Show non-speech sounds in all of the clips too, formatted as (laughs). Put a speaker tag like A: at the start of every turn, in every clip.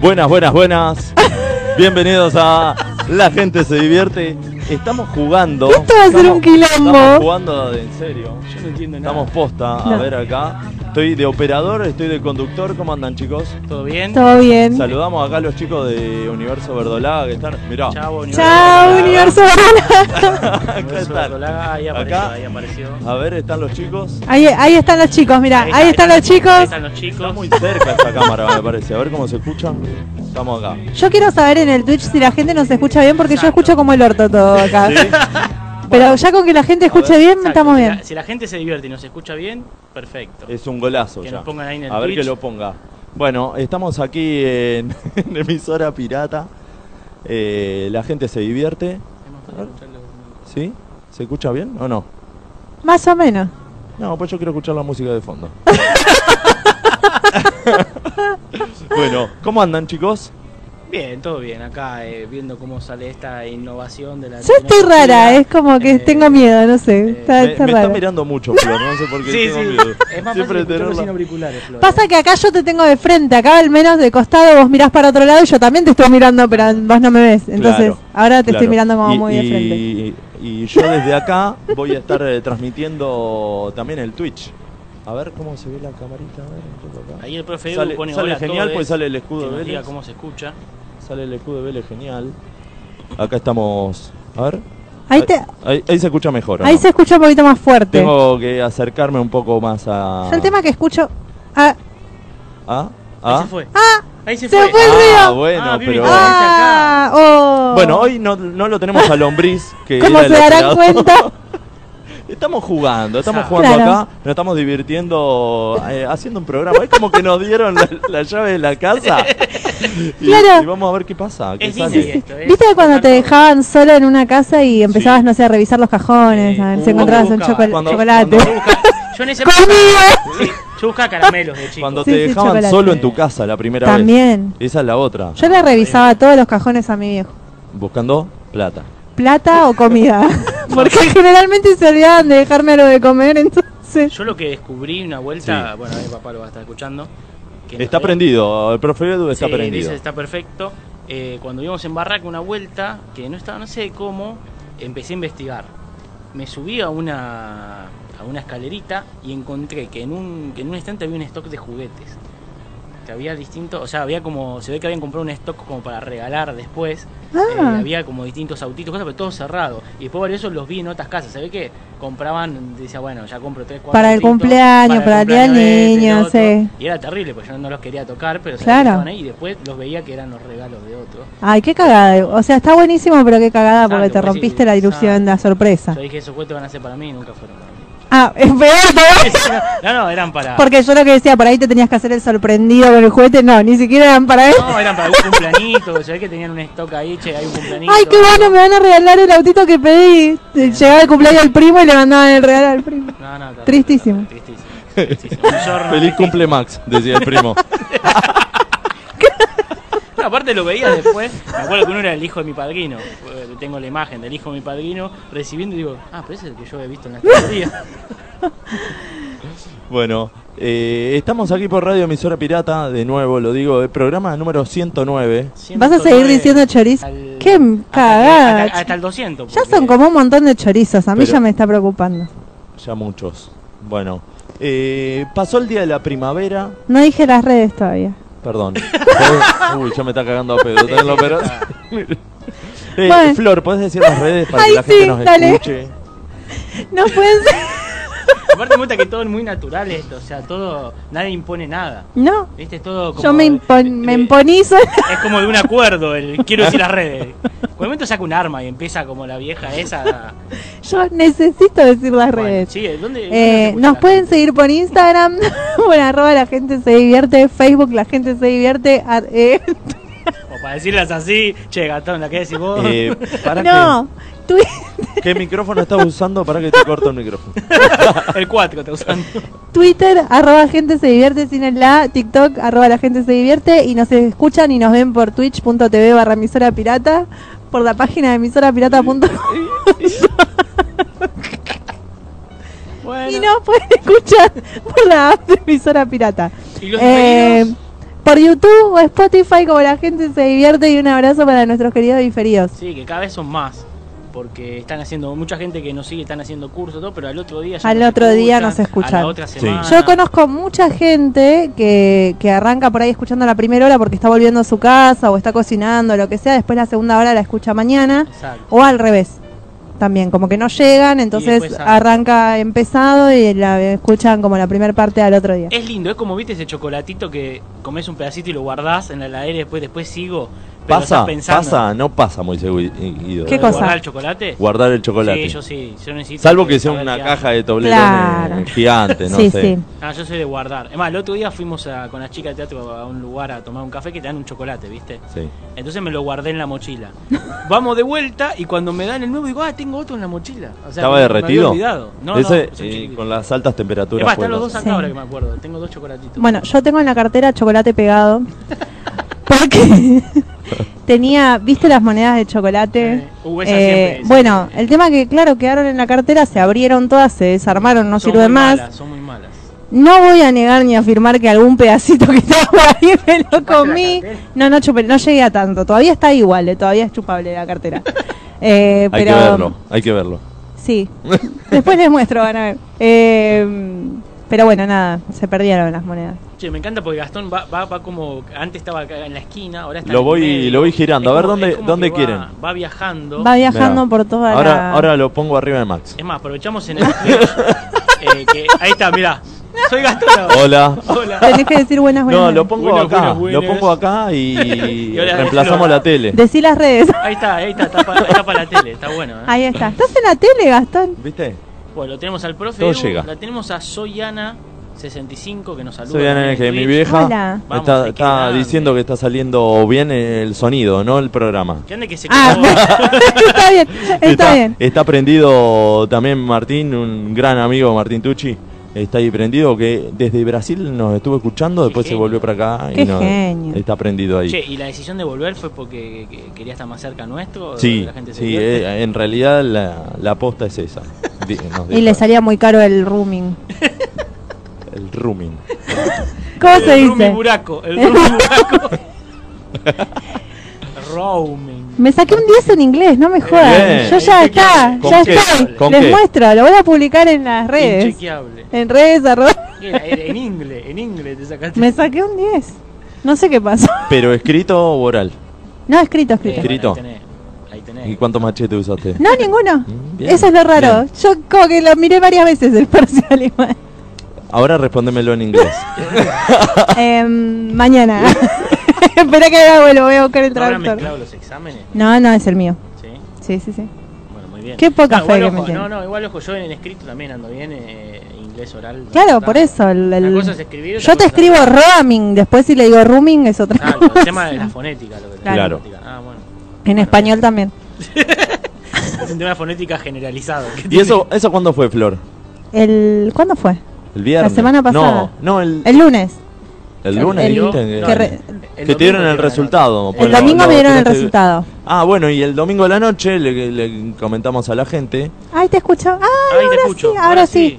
A: Buenas, buenas, buenas. Bienvenidos a La gente se divierte. Estamos jugando.
B: Esto va a ser
A: estamos-
B: un quilombo.
A: Estamos jugando de- en serio.
C: Yo no entiendo nada.
A: Estamos posta. A
B: No.
A: ver acá. Estoy de operador, estoy de conductor. ¿Cómo andan, chicos?
C: ¿Todo bien?
B: Todo bien.
A: Saludamos acá a los chicos de Universo Verdolaga que están. Mirá.
C: Chao, universo.
B: Chao, universo banana.
A: (laughs) acá
C: Universo
A: están.
C: Verdolaga. Ahí apareció,
A: Acá.
C: ahí apareció.
A: A ver, están los chicos.
B: (laughs) Ahí, ahí están los chicos, mira, ahí, están los
C: Ahí
B: chicos.
C: están los
A: Está
C: chicos.
A: muy cerca esta cámara, me parece. A ver cómo se escucha. Estamos
B: (laughs)
A: acá.
B: Yo quiero saber en el Twitch si la gente nos escucha bien, porque yo
C: Exacto.
B: escucho como el orto todo acá.
A: ¿Sí?
B: Pero ya con que la gente escuche
A: ver,
B: bien,
C: Exacto,
B: estamos
C: si la-
B: bien.
C: Si la gente se divierte y nos escucha bien, perfecto.
A: Es un golazo
C: Que
A: ya.
C: nos pongan ahí en el
A: a ver que
C: Twitch.
A: lo ponga. Bueno, estamos aquí en, (laughs) en emisora pirata. Eh, la gente se divierte, ¿sí? ¿Se escucha bien o no?
B: Más o menos.
A: No, pues yo quiero escuchar la música de fondo. (laughs) bueno, ¿cómo andan chicos?
C: Bien, todo bien. Acá eh, viendo cómo sale esta innovación de la.
B: Yo estoy
C: tecnología.
B: rara, es como que
C: Eh,
B: tengo miedo, no sé.
C: eh,
B: Está,
A: me
B: está
A: me está
B: raro.
A: mirando mucho, Flor, no sé por qué
C: Sí, sí.
A: tengo miedo.
C: Es más fácil escucharlo
A: tenerla-
C: sin auriculares, Flor.
B: Pasa que acá yo te tengo de frente, acá al menos de costado vos mirás para otro lado y yo también te estoy mirando, pero vos no me ves. Entonces,
A: Claro,
B: ahora te estoy
A: claro.
B: mirando como
A: Y-
B: muy de frente.
A: y, y yo desde acá voy a estar eh, transmitiendo también el Twitch. A ver cómo se ve la camarita. A ver, un poco acá.
C: Ahí el profe Edu
A: Sale,
C: pone
A: sale
C: hola a
A: genial,
C: todos,
A: pues sale el
C: que
A: escudo
C: nos
A: de
C: diga
A: Vélez.
C: cómo se escucha.
A: Sale el escudo de Vélez, genial. Acá estamos. A ver.
B: Ahí, te,
A: ahí, ahí se escucha mejor. ¿o
B: ahí
A: no?
B: se escucha un poquito más fuerte.
A: Tengo que acercarme un poco más a.
B: Yo el tema que escucho... Ah,
A: ¿Ah?
C: Ahí
A: ¿Ah?
C: se fue.
B: ah,
C: Ahí se,
B: se
C: fue.
B: fue.
A: Ah,
B: río.
A: bueno,
C: Ah, Bibi,
A: pero.
C: ah.
B: ah, oh.
A: Bueno, hoy no, no lo tenemos a Lombriz. Que
B: ¿Cómo
A: era
B: se
A: el
B: darán
A: operador.
B: cuenta?
A: (laughs) Estamos jugando, estamos
C: Exacto.
A: jugando
B: Claro.
A: acá, nos estamos divirtiendo eh, haciendo un programa. Es como que nos dieron la, la llave de la
B: (laughs)
A: casa. Y,
B: Claro.
A: y vamos a ver qué pasa. qué
C: Es
A: sale.
C: Disney esto, ¿eh?
B: ¿Viste cuando te
C: Totalmente.
B: dejaban solo en una casa y empezabas,
A: Sí.
B: no sé, a revisar los cajones,
C: Sí.
B: a ver si
C: Uh,
B: encontrabas un
C: buscaba.
B: chocol-
A: Cuando-
B: chocolate?
A: cuando
C: Yo busca-
B: (laughs)
C: Yo en ese
B: ¡Comida!
C: Sí, yo buscaba caramelos de chico.
A: Cuando
B: Sí,
A: te
B: sí,
A: dejaban
B: chocolate.
A: solo en tu casa la primera
B: También.
A: vez. Esa es la otra.
B: Yo le revisaba todos los cajones a mi viejo.
A: Buscando plata.
B: ¿Plata o comida?
A: (laughs)
B: Porque generalmente se olvidaban de dejarme algo de comer, entonces...
C: Yo lo que descubrí una vuelta,
A: Sí.
C: bueno, ahí papá lo va a estar escuchando. que nos
A: Está
C: había-
A: prendido, el profe Edu está
C: Sí,
A: prendido.
C: dice, está perfecto. Eh, cuando íbamos en Barraca una vuelta, que no estaba, no sé cómo, empecé a investigar. Me subí a una, a una escalerita y encontré que en un, que en un estante había un stock de juguetes. Que había distintos, o sea, había como, se ve que habían comprado un stock como para regalar después. Eh,
B: Ah.
C: había como distintos autitos, cosas, pero todo cerrado. Y después varios de esos los vi en otras casas. Se ve que compraban, decía, bueno, ya compro tres, cuatro.
B: Para el
C: autitos,
B: cumpleaños, para el día del
C: cumpleaños de este,
B: niño,
C: del otro.
B: sí.
C: Y era terrible, porque yo no los quería tocar, pero se
B: Claro.
C: estaban ahí y después los veía que eran los regalos de otros.
B: Ay, qué cagada. O sea, está buenísimo, pero qué cagada porque
C: Exacto,
B: te
C: pues sí,
B: rompiste la ilusión,
C: exacto.
B: la sorpresa.
C: Yo dije, esos juguetes van a ser para mí y nunca fueron para mí.
B: Ah, es peor todavía.
C: No, no, eran para...
B: Porque yo lo que decía, por ahí te tenías que hacer el sorprendido con el juguete, no, ni siquiera eran para él.
C: No, eran para un cumpleañito, se ve que tenían un stock ahí, che, hay un cumpleañito.
B: Ay, qué bueno, me van a regalar el autito que pedí. Llegaba el cumpleaños del primo y le mandaban el regalo al primo.
C: No, no, terrible,
B: Tristísimo.
C: terrible, Tristísimo.
A: (laughs)
C: Un giorno
A: Feliz
C: tristísimo.
A: cumple Max, decía el primo. (laughs)
C: No, aparte lo veía después. Me acuerdo que uno era el hijo de mi padrino. Eh, Tengo la imagen del hijo de mi padrino recibiendo y digo, ah, pero ese es el que yo he visto en
B: (laughs)
C: la escalería.
A: Bueno, eh, estamos aquí por Radio Emisora Pirata, de nuevo lo digo, el programa número 109.
B: ¿Vas a seguir diciendo chorizo?
C: Al-
B: Qué
C: hasta que-
B: cagada.
C: Hasta, hasta el 200.
B: Ya
C: porque-
B: son como un montón de chorizos, a mí
A: Pero-
B: ya me está preocupando.
A: Ya muchos. Bueno, eh, pasó el día de la primavera.
B: No dije las redes todavía.
C: (laughs)
A: Perdón. Fue- Uy, ya me está cagando a pedo. tenés la operación. (laughs) Eh,
B: Bueno.
A: Flor, ¿podés decir las redes para
B: Ay,
A: que la gente
B: sí,
A: nos
B: dale.
A: escuche?
B: No pueden ser.
C: Aparte me gusta que todo es muy natural esto. O sea, todo. Nadie impone nada.
B: (laughs) No,
C: ¿Viste? Es todo como.
B: yo me,
C: de-
B: impon-
C: de-
B: me imponizo.
C: Es como de un acuerdo el quiero decir las redes. Por el momento saca un arma y empieza como la vieja esa. a-
B: (laughs) Yo necesito decir las (laughs)
C: Bueno,
B: redes.
C: sí, ¿dónde- dónde se
B: Eh,
C: escucha
B: nos
C: la
B: pueden
C: gente?
B: seguir por Instagram, (laughs) bueno, arroba la gente se divierte, Facebook la gente se divierte, ar- eh,
C: O para decirlas así, che, gatón, la que decís vos.
A: Eh, ¿para
B: no, Twi-
A: qué? ¿Qué micrófono estás usando para que te corto el micrófono?
C: (laughs) El 4 está usando.
B: Twitter, arroba gente se divierte sin el la, TikTok, arroba la gente se divierte y nos escuchan y nos ven por twitch.tv barra emisora pirata, por la página de emisora pirata.com
C: (laughs) Bueno.
B: y nos pueden escuchar por la app de emisora pirata.
C: ¿Y los
B: Eh,
C: pedidos?
B: por YouTube o Spotify, como la gente se divierte. Y un abrazo para nuestros queridos diferidos.
C: Sí, que cada vez son más. Porque están haciendo, mucha gente que nos sigue están haciendo cursos, todo, pero al otro día ya
B: Al
C: nos
B: otro día
C: escuchan,
B: nos escuchan.
C: A la otra
A: Sí.
C: semana.
B: Yo conozco mucha gente que, que arranca por ahí escuchando la primera hora porque está volviendo a su casa o está cocinando, lo que sea. Después la segunda hora la escucha mañana.
C: Exacto.
B: O al revés. También, como que no llegan, entonces
C: después arranca.
B: arranca empezado y la escuchan como la primera parte al otro día.
C: Es lindo, es como viste ese chocolatito que comes un pedacito y lo guardás en la heladera y después, después sigo. Pero
A: ¿Pasa?
C: estás pensando
A: ¿Pasa? No pasa muy seguro. eh, Guido.
B: ¿Qué
C: ¿Lo de
B: cosa?
C: ¿Guardar el chocolate?
A: Guardar el chocolate.
C: Sí, yo sí. Yo necesito
A: Salvo que sea
C: saber
A: una
C: qué
A: caja
C: hago.
A: de toblerones
B: Claro.
A: gigante, Este, no
B: sí,
A: sé.
B: sí.
C: Ah, yo soy de guardar. Es más, el otro día fuimos a- con las chicas de teatro a un lugar a tomar un café que te dan un chocolate, ¿viste?
A: Sí.
C: Entonces me lo guardé en
B: (laughs)
C: la mochila. Vamos de vuelta y cuando me dan el nuevo digo, ah, tengo otro en la mochila. O sea,
A: ¿Estaba
C: me-
A: derretido?
C: Me había olvidado. No, no,
A: Ese,
C: son
A: eh,
C: chiquititos.
A: con las altas temperaturas.
C: Es más,
A: puede
C: están los dos
A: pasar.
C: acá
B: Sí.
C: ahora que me acuerdo. Tengo dos chocolatitos.
B: Bueno, yo tengo en la cartera chocolate
C: (laughs)
B: pegado. Porque (laughs) tenía, ¿viste las monedas de chocolate?
C: Eh, uh, esa
B: Eh,
C: siempre es.
B: bueno, el tema que, claro, quedaron en la cartera, se abrieron todas, se desarmaron, no
C: Son
B: sirve
C: muy
B: más.
C: malas, son muy malas.
B: No voy a negar ni a afirmar que algún pedacito que (laughs) estaba ahí me lo
C: ¿Chupaste la
B: comí.
C: cartera?
B: No, no chupé, no llegué a tanto. Todavía está igual, eh, todavía es chupable la cartera. Eh,
A: Hay
B: pero,
A: que verlo, hay que verlo. (laughs)
B: Sí. Después les muestro, van a ver. Eh, pero bueno, nada, se perdieron las monedas.
A: (laughs)
C: Che, me encanta porque Gastón va, va, va como. Antes estaba acá en la esquina, ahora está.
A: Lo
C: en el
A: voy-
C: medio.
A: lo voy girando.
C: Es
A: A ver,
C: como-
A: ¿dónde-
C: es como
A: dónde
C: que
A: quieren?
C: Va, va viajando.
B: Va viajando
A: Mirá.
B: por toda
A: ahora,
B: la...
A: ahora lo pongo arriba de
C: (laughs)
A: Max.
C: Es más, aprovechamos en
B: (laughs)
C: el. Twitch, eh, que- ahí está, mirá. Soy Gastón ahora.
B: (laughs)
A: Hola.
C: Hola.
B: Tenés que decir buenas, buenas.
A: No, lo
B: buenas.
A: pongo
C: Buenas,
A: acá.
C: buenas, buenas.
A: Lo pongo acá y,
C: (laughs) Y ahora-
A: reemplazamos la tele.
B: Decí las redes.
A: Ah.
C: Ahí está, ahí está, tapa, tapa la tele, está bueno. ¿eh?
B: (laughs) Ahí está. ¿Estás en la tele, Gastón?
A: ¿Viste?
C: Bueno, lo tenemos al profe.
A: Todo
C: Edu,
A: llega.
C: La tenemos a Soyana65 que nos saluda.
A: Soy Ana,
C: también
A: que
C: en
A: mi
C: Twitch.
A: vieja
B: Hola.
A: me
C: Vamos,
A: está,
C: te
A: está
C: quedan.
A: diciendo que está saliendo bien el sonido, no el programa.
C: Que ande que se
B: Ah,
C: cagó.
B: (laughs) está bien, está bien.
A: Está prendido también Martín, un gran amigo Martín Tucci. Está ahí prendido que desde Brasil nos estuvo escuchando,
C: Qué
A: después se
C: genio.
A: volvió para acá
B: Qué
A: y no-
B: genio.
A: está prendido ahí.
C: Che, ¿y la decisión de volver fue porque que- quería estar más cerca nuestro?
A: Sí,
C: La gente se
A: sí,
C: divierte?
A: eh, en realidad la, la aposta es esa. Di- nos
B: (laughs) Y le
A: dijo
B: salía muy caro el rooming.
A: el rooming.
B: ¿Cómo
A: Eh,
B: se
C: el Rumi
B: dice?
C: Buraco, el
B: (laughs)
C: Rumi Buraco. Roaming.
B: Me saqué un 10 en inglés, no me jodan.
A: Bien.
B: Yo ya está,
A: ¿Con
B: ya
A: qué?
B: estoy.
A: ¿Con
B: Les
A: qué?
B: muestro, lo voy a publicar en las redes.
C: Inchequeable.
B: En redes, arroba-
C: Era- era En inglés, en inglés te sacaste.
B: Me saqué un 10. No sé qué pasó.
A: ¿Pero escrito o oral?
B: No, escrito,
C: Eh, bueno,
B: escrito.
A: Escrito.
C: ahí tenés, ahí tenés.
A: ¿Y cuánto machete usaste?
B: No, ninguno.
A: Mm, bien,
B: Eso es lo raro.
A: bien.
B: Yo como que lo miré varias veces el (laughs) parcial igual.
A: Ahora respóndemelo en
C: (laughs)
A: inglés. (laughs)
B: Em, mañana. (laughs) Espera que ahora vuelvo, voy a buscar el
C: ¿No habrán
B: traductor.
C: mezclado los exámenes?
B: No, no, es el mío.
C: Sí.
B: Sí, sí, sí.
C: Bueno, muy bien.
B: Qué poca
C: No, igual
B: fe que
C: ojo,
B: me tiene.
C: No, no, igual ojo, yo en el escrito también ando bien, eh, inglés oral. Ah, no
B: Claro,
C: tanto.
B: por eso. el- el-
C: Una cosa es escribir, otra
B: Yo te
C: cosa es
B: escribo roaming, después si le digo rooming es otra
C: Ah,
B: cosa. (laughs)
C: el tema de la fonética, lo que tenés,
A: Claro.
C: la fonética. Ah, bueno.
B: En español también.
C: Es un tema de fonética generalizado. que
A: ¿Y
C: tiene-
A: eso, eso cuándo fue, Flor?
B: El, ¿Cuándo fue?
A: ¿El viernes?
B: La semana pasada.
A: No, no el,
B: El lunes.
A: el lunes
B: el-
A: dijiste.
B: que
C: dale.
B: re-
A: Que
C: el
A: te dieron
C: domingo
A: el
C: te
A: resultado.
B: el
A: Bueno,
B: domingo
A: no,
B: me dieron el
A: tiraste-
B: resultado.
A: Ah, bueno, y el domingo de la noche le, le comentamos a la gente.
B: Ay, te escucho. Ay,
C: Ahí Ah, te
B: ahora
C: escucho.
B: sí, ahora sí.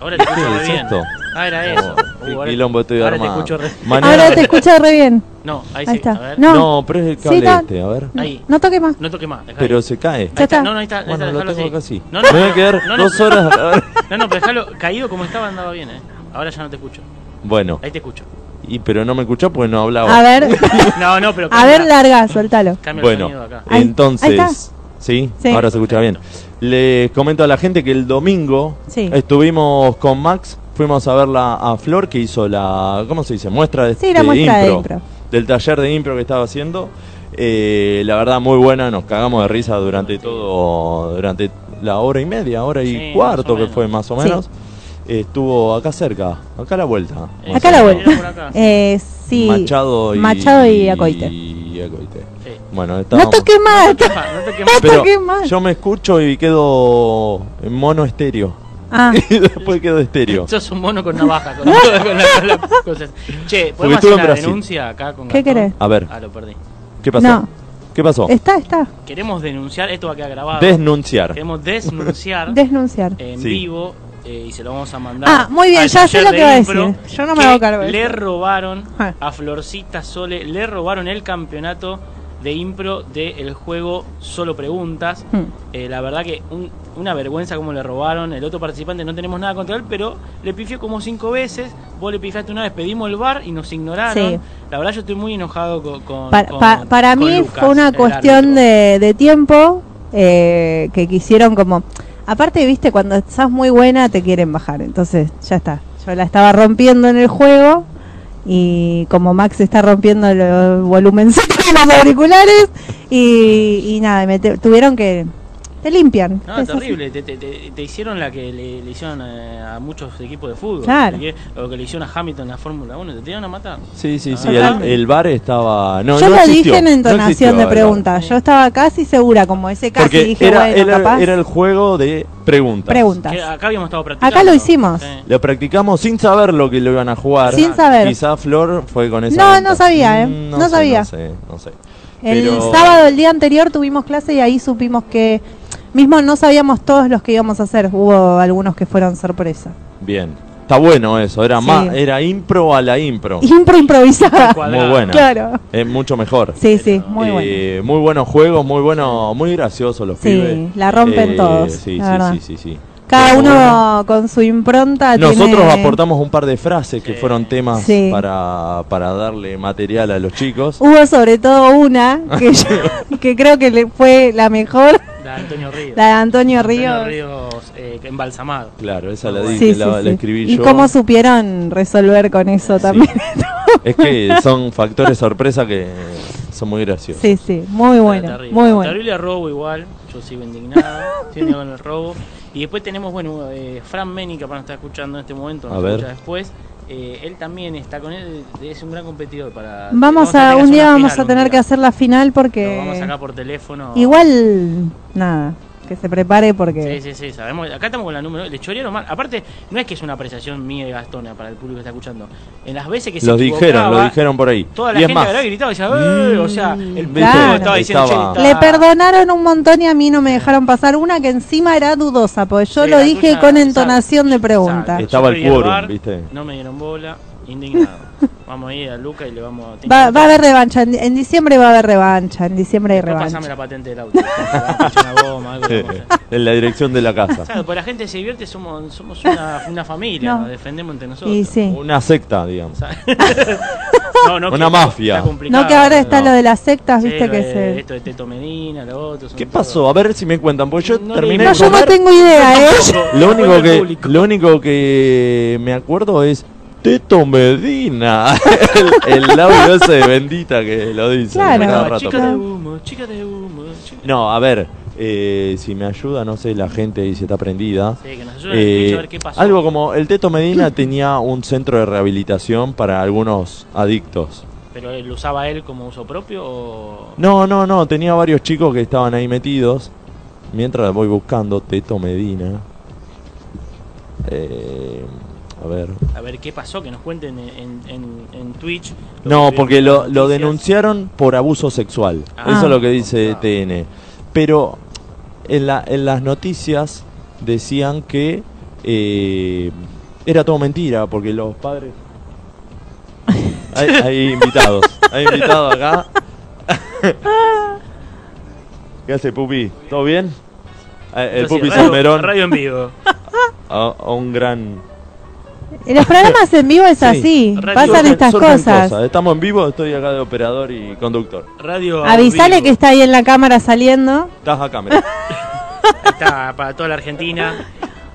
C: Ahora te escucho
A: ¿Qué
C: re
A: es
C: bien.
A: esto?
C: Ah, era eso.
A: Oh,
C: Uh,
A: qué
C: ahora-
A: quilombo estoy
C: ahora
A: armando.
C: te escucho re
A: Mañana-
B: Ahora te escucho re bien.
C: No,
B: Ahí
C: ahí, sí.
B: está.
C: A ver.
B: No.
A: No, pero es el
B: Sí,
A: cable
B: está.
A: este, a ver.
C: Ahí.
B: No toque más.
C: No toque más. dejá
A: Pero
C: ahí.
A: se cae.
C: Ahí
B: está.
C: No, no, ahí está. ahí
A: Bueno,
C: está,
A: lo
C: dejalo
A: tengo acá
C: así.
A: así.
C: No, no,
A: Me voy a quedar
C: no, no.
A: dos horas. a
C: (laughs)
A: ver.
C: No, no, pero dejalo caído como estaba, andaba bien, eh. Ahora ya no te escucho.
A: Bueno,
C: Ahí
A: (laughs)
C: te escucho.
A: y pero no me escuchó porque no hablaba.
B: A ver,
C: No, no, (laughs) pero.
B: (laughs) a ver, larga, suéltalo.
C: Cambia el
A: Bueno,
C: sonido acá.
B: Ahí- ahí
A: entonces,
B: está.
A: ¿sí?
B: Sí.
A: Ahora se escucha bien. Les comento a la gente que el domingo
B: Sí.
A: estuvimos con Max, fuimos a verla a Flor que hizo la, ¿cómo se dice? Muestra de,
B: Sí, la
A: de
B: muestra de impro.
A: del taller de impro que estaba haciendo. Eh, la verdad muy buena, nos cagamos de risa durante todo, durante la hora y media, hora y
C: Sí, más
A: cuarto
C: o
A: que
C: menos.
A: fue más o
B: Sí.
A: menos. Estuvo acá cerca, acá a la vuelta. más
B: Acá
A: o
B: la
A: menos.
B: vuelta.
C: Era por acá.
B: Eh, sí.
A: Machado y,
B: Machado y Acoite.
A: y Acoite.
C: Sí.
A: Bueno,
B: No
A: estábamos-
B: toque más.
C: Epa, No toque más.
B: Pero- toqué mal.
A: yo me escucho y quedo en mono estéreo.
B: Ah,
A: (laughs) Y después quedo estéreo.
C: Sos un mono con
A: (laughs)
C: navaja, con, con la- con las cosas.
A: Porque
C: Che,
A: estuve
C: ¿podemos hacer
A: en
C: una
A: Brasil.
C: denuncia acá con
B: ¿Qué
C: Gastón?
B: querés?
A: A ver,
C: Ah, lo perdí.
A: ¿qué pasó?
B: No.
A: ¿Qué pasó?
B: está, está.
C: Queremos denunciar, esto va a quedar grabado.
A: Desnunciar.
C: Queremos desnunciar
B: Desnunciar.
C: en
A: Sí.
C: vivo eh, y se lo vamos a mandar.
B: Ah, muy bien,
C: al
B: ya sé
C: taller
B: lo
C: de
B: que va a
C: Impro,
B: decir. Yo no me hago
C: que
B: cargo de
C: Le
B: eso.
C: robaron
B: Ah.
C: a Florcita Sole, le robaron el campeonato de impro del juego Solo Preguntas.
B: Hmm.
C: Eh, la verdad que un- una vergüenza como le robaron. El otro participante no tenemos nada contra él, pero le pifió como cinco veces. Vos le pifiaste una vez, pedimos el bar y nos ignoraron.
B: Sí.
C: La verdad yo estoy muy enojado co- con...
B: Pa-
C: con-
B: pa- para
C: con
B: mí
C: Lucas,
B: fue una
C: el
B: cuestión
C: árbitro.
B: de, de tiempo eh, que quisieron como... Aparte, viste, cuando estás muy buena te quieren bajar, entonces ya está. Yo la estaba rompiendo en el juego y como Max está rompiendo el volumen (laughs) en los auriculares y, y nada, me te- tuvieron que... Te limpian.
C: No,
B: es así.
C: terrible. Te, te- te- te hicieron la que le, le hicieron eh, a muchos equipos de fútbol.
B: Claro.
C: que- Lo que le hicieron a Hamilton en la Fórmula 1. Te tiraron a matar.
A: Sí, sí, sí. El,
B: Totalmente.
A: el bar estaba. No,
B: yo
A: no
B: lo
A: existió,
B: dije en
A: no
B: entonación
A: existió
B: de
A: el bar.
B: preguntas. Yo estaba casi segura, como ese casi
A: Porque
B: dije,
A: era,
B: bueno,
A: era-
B: capaz.
A: era el juego de preguntas.
B: preguntas.
C: Que acá habíamos estado practicando.
B: Acá lo hicimos.
C: Sí.
A: Lo practicamos sin saber lo que lo iban a jugar.
B: Sin saber.
A: Quizá Flor fue con esa.
B: No,
A: ventaja.
B: no sabía, ¿eh?
A: Mm,
B: No
A: sé,
B: sabía.
A: No sé, no sé.
B: El
A: Pero-
B: sábado, el día anterior, tuvimos clase y ahí supimos que mismo no sabíamos todos los que íbamos a hacer. Hubo algunos que fueron sorpresa.
A: Bien. Está bueno eso. Era
B: Sí.
A: más, era impro a la impro.
B: Impro improvisada.
C: Cual-
A: Muy buena.
B: (laughs) Claro.
A: Es mucho mejor.
B: Sí, sí, muy
A: Eh,
B: bueno.
A: muy buenos juegos, muy bueno, muy graciosos los
B: Sí,
A: pibes. Eh,
B: la rompen todos,
A: Sí,
B: la
A: sí,
B: verdad.
A: sí, sí, sí.
B: Cada
A: Muy
B: uno
A: bueno.
B: con su impronta.
A: Nosotros
B: tiene-
A: aportamos un par de frases que
C: Sí.
A: fueron temas
B: Sí. Uh.
A: para, para darle material a los chicos.
B: Hubo sobre todo una
A: (laughs)
B: que, yo- que creo que le fue la mejor,
C: La de Antonio Ríos.
B: la de Antonio
C: Antonio
B: Ríos.
C: Ríos eh, embalsamado.
A: Claro, esa la,
B: Sí,
A: dije,
B: sí,
A: la, la
B: sí.
A: escribí
B: ¿Y
A: yo.
B: cómo supieron resolver con eso
A: Sí.
B: también?
A: (laughs) Es que son factores sorpresa que son muy graciosos.
B: (laughs) Sí, sí, muy bueno,
C: Terrible.
B: muy bueno.
C: Terrible robo igual, yo
B: (laughs)
C: sigo indignado, sigo indignado con el robo. Y después tenemos, bueno, eh, Fran Meni, que para estar escuchando en este momento,
A: A
C: nos
A: ver.
C: escucha después. Eh, él también está con él, es un gran competidor para...
B: Vamos a,
C: tener que
B: un día
C: una
B: vamos
C: final
B: a
C: un
B: tener
C: día.
B: que hacer la final
C: Lo vamos
B: porque
C: acá por teléfono.
B: igual nada, que se prepare porque
C: Sí, sí, sí, sabemos. Acá estamos con la número. Le chorearon mal. Aparte, no es que es una apreciación mía y gastona para el público que está escuchando. En las veces que
A: Los
C: se
A: dijeron, lo
C: equivocaba,
A: dijeron por ahí.
C: Toda la
A: y es
C: gente
A: más, Mm.
C: habrá gritado y decía, "Eh", o sea, el público
B: Claro.
C: estaba diciendo, "Che,
A: Estaba-
C: está-
B: le perdonaron un montón y a mí no me dejaron pasar una que encima era dudosa, porque yo
C: Sí,
B: lo
C: la
B: dije
C: tuya,
B: con
C: sabe,
B: entonación de pregunta.
C: Yo
A: Estaba el
C: pedí al
A: quórum,
C: bar,
A: ¿viste?
C: No me dieron bola,
B: (laughs)
C: indignado. Vamos a ir a Luca y le vamos a.
B: Va, va a haber revancha, en, en diciembre va a haber revancha, en diciembre hay
C: No
B: revancha.
C: pasame la patente del auto. una
A: (laughs)
C: goma, algo
A: eh,
C: vamos a hacer.
A: en la dirección de la casa.
C: Claro, pues la gente se divierte, somos, somos una, una familia,
B: No.
C: nos defendemos entre nosotros.
B: Y sí.
A: Una secta, digamos.
C: (laughs) O sea, (laughs) no, no,
A: Una
C: que-
A: mafia.
C: está complicado,
B: No que ahora está
A: no.
B: lo de las sectas,
C: Sí,
B: viste
C: lo
B: que
C: de-
B: se
C: Esto de Teto Medina, lo otro. son
A: ¿Qué
C: todo-
A: pasó? A ver si me cuentan, porque yo
C: No
A: terminé
C: le-
B: No,
A: de
B: yo no
A: comer,
B: tengo idea, ¿eh?
A: (laughs) Lo
C: Cuenta
A: único,
C: el
A: que,
C: público.
A: lo único que me acuerdo es Teto Medina. (laughs) el, el audio ese de bendita que lo dice
B: Claro.
A: cada
C: Bueno,
A: rato.
C: chica de humo, chica de humo. chica-
A: No, a ver, eh, si me ayuda, no sé, la gente ahí si está prendida.
C: Sí, que nos ayuden en Twitch a ver qué pasó.
A: Eh, Algo como el Teto Medina tenía un centro de rehabilitación para algunos adictos.
C: ¿Pero él lo usaba él como uso propio o.?
A: No, no, no, tenía varios chicos que estaban ahí metidos. Mientras voy buscando Teto Medina. Eh, a ver.
C: A ver qué pasó, que nos cuenten en, en- en- en Twitch. lo
A: No,
C: que
A: porque
C: vieron
A: lo,
C: en las
A: lo
C: noticias.
A: denunciaron por abuso sexual.
C: Ah.
A: Eso es lo que dice
C: Ah.
A: TN. Pero en, la- en las noticias decían que eh, era todo mentira, porque los
C: (laughs)
A: padres... Hay, hay invitados, hay invitados
C: (laughs)
A: acá. ¿Qué hace Pupi? ¿Todo bien? Eh, El
C: Entonces,
A: Pupi
C: radio-
A: Salmerón,
C: Radio en vivo.
A: a, a un gran...
B: (laughs) En los programas en vivo es
A: Sí, eh.
B: así,
C: radio-
B: pasan
A: Surgen-
B: estas
A: surgen
B: cosas.
A: Estamos en vivo, estoy acá de operador y conductor.
C: Radio.
B: Avisale
C: en
B: que
C: vivo.
B: está ahí en la cámara saliendo.
A: Estás a cámara.
C: Ahí está para toda la Argentina,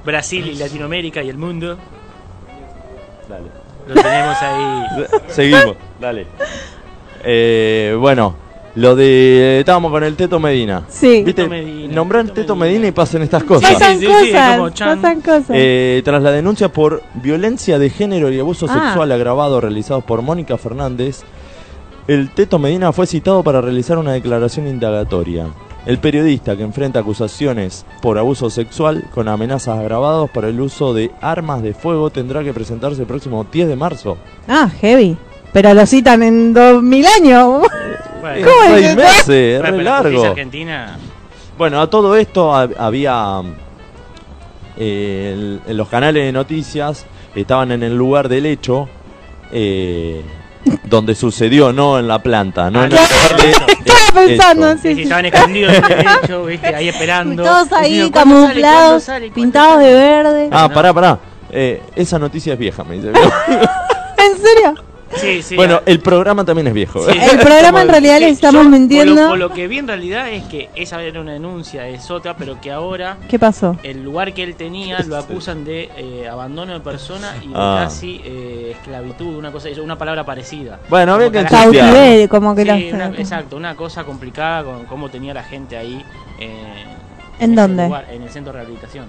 C: Brasil y Latinoamérica y el mundo.
A: Dale.
C: Lo tenemos (laughs) ahí.
A: Seguimos, dale. Eh, bueno, lo de. Estábamos con el Teto Medina.
B: Sí.
A: ¿Viste?
C: Teto Medina,
A: Nombran
C: Teto
A: Teto
C: Medina.
A: Medina y pasan estas
C: Sí,
A: cosas.
B: Pasan
C: sí, sí, es
B: cosas,
C: como chan.
B: pasan cosas.
A: Eh, tras la denuncia por violencia de género y abuso
B: Ah.
A: sexual agravado realizados por Mónica Fernández, el Teto Medina fue citado para realizar una declaración indagatoria. El periodista que enfrenta acusaciones por abuso sexual con amenazas agravadas por el uso de armas de fuego tendrá que presentarse el próximo 10 de marzo.
B: Ah, heavy. Pero lo citan en 2000 años.
A: Eh,
C: Bueno,
B: ¿Cómo
A: seis
B: es?
A: meses, es re
C: bueno, pero la justicia
A: largo.
C: Argentina.
A: Bueno, a todo esto ha- había mm, eh, el- en los canales de noticias estaban en el lugar del hecho eh, donde sucedió, no en la planta, no en el lugar de-
B: Estaba
A: del
B: pensando,
A: hecho.
B: sí,
C: Sí,
B: sí.
C: sí, estaban escondidos en el techo, ¿viste?
B: (laughs)
C: Ahí esperando.
B: Todos ahí
C: Diciendo, "¿Cuándo sale? ¿Cuándo
B: camuflados,
C: sale? ¿Cuándo
B: pintados
C: sale?".
B: de verde.
A: Ah, pará, pará. Eh, esa noticia es vieja, me dice.
B: ¿En serio?
C: Sí, sí.
A: bueno, el programa también es viejo. ¿eh?
C: Sí.
B: El programa en realidad le
C: Sí,
B: estamos
C: yo, Por lo,
B: mintiendo.
C: por lo que vi en realidad es que esa era una denuncia, es otra, pero que ahora
B: ¿Qué pasó?
C: el lugar que él tenía lo acusan de eh, abandono de persona y de
A: Ah.
C: casi eh, esclavitud, una cosa, una palabra parecida.
A: Bueno, había que
C: Como
A: ensuciar.
B: Cautiverio, como que
C: Sí,
B: las-
C: una- exacto, una cosa complicada con cómo tenía la gente ahí. eh,
B: ¿En
C: ese
B: dónde?
C: lugar, en el centro de rehabilitación.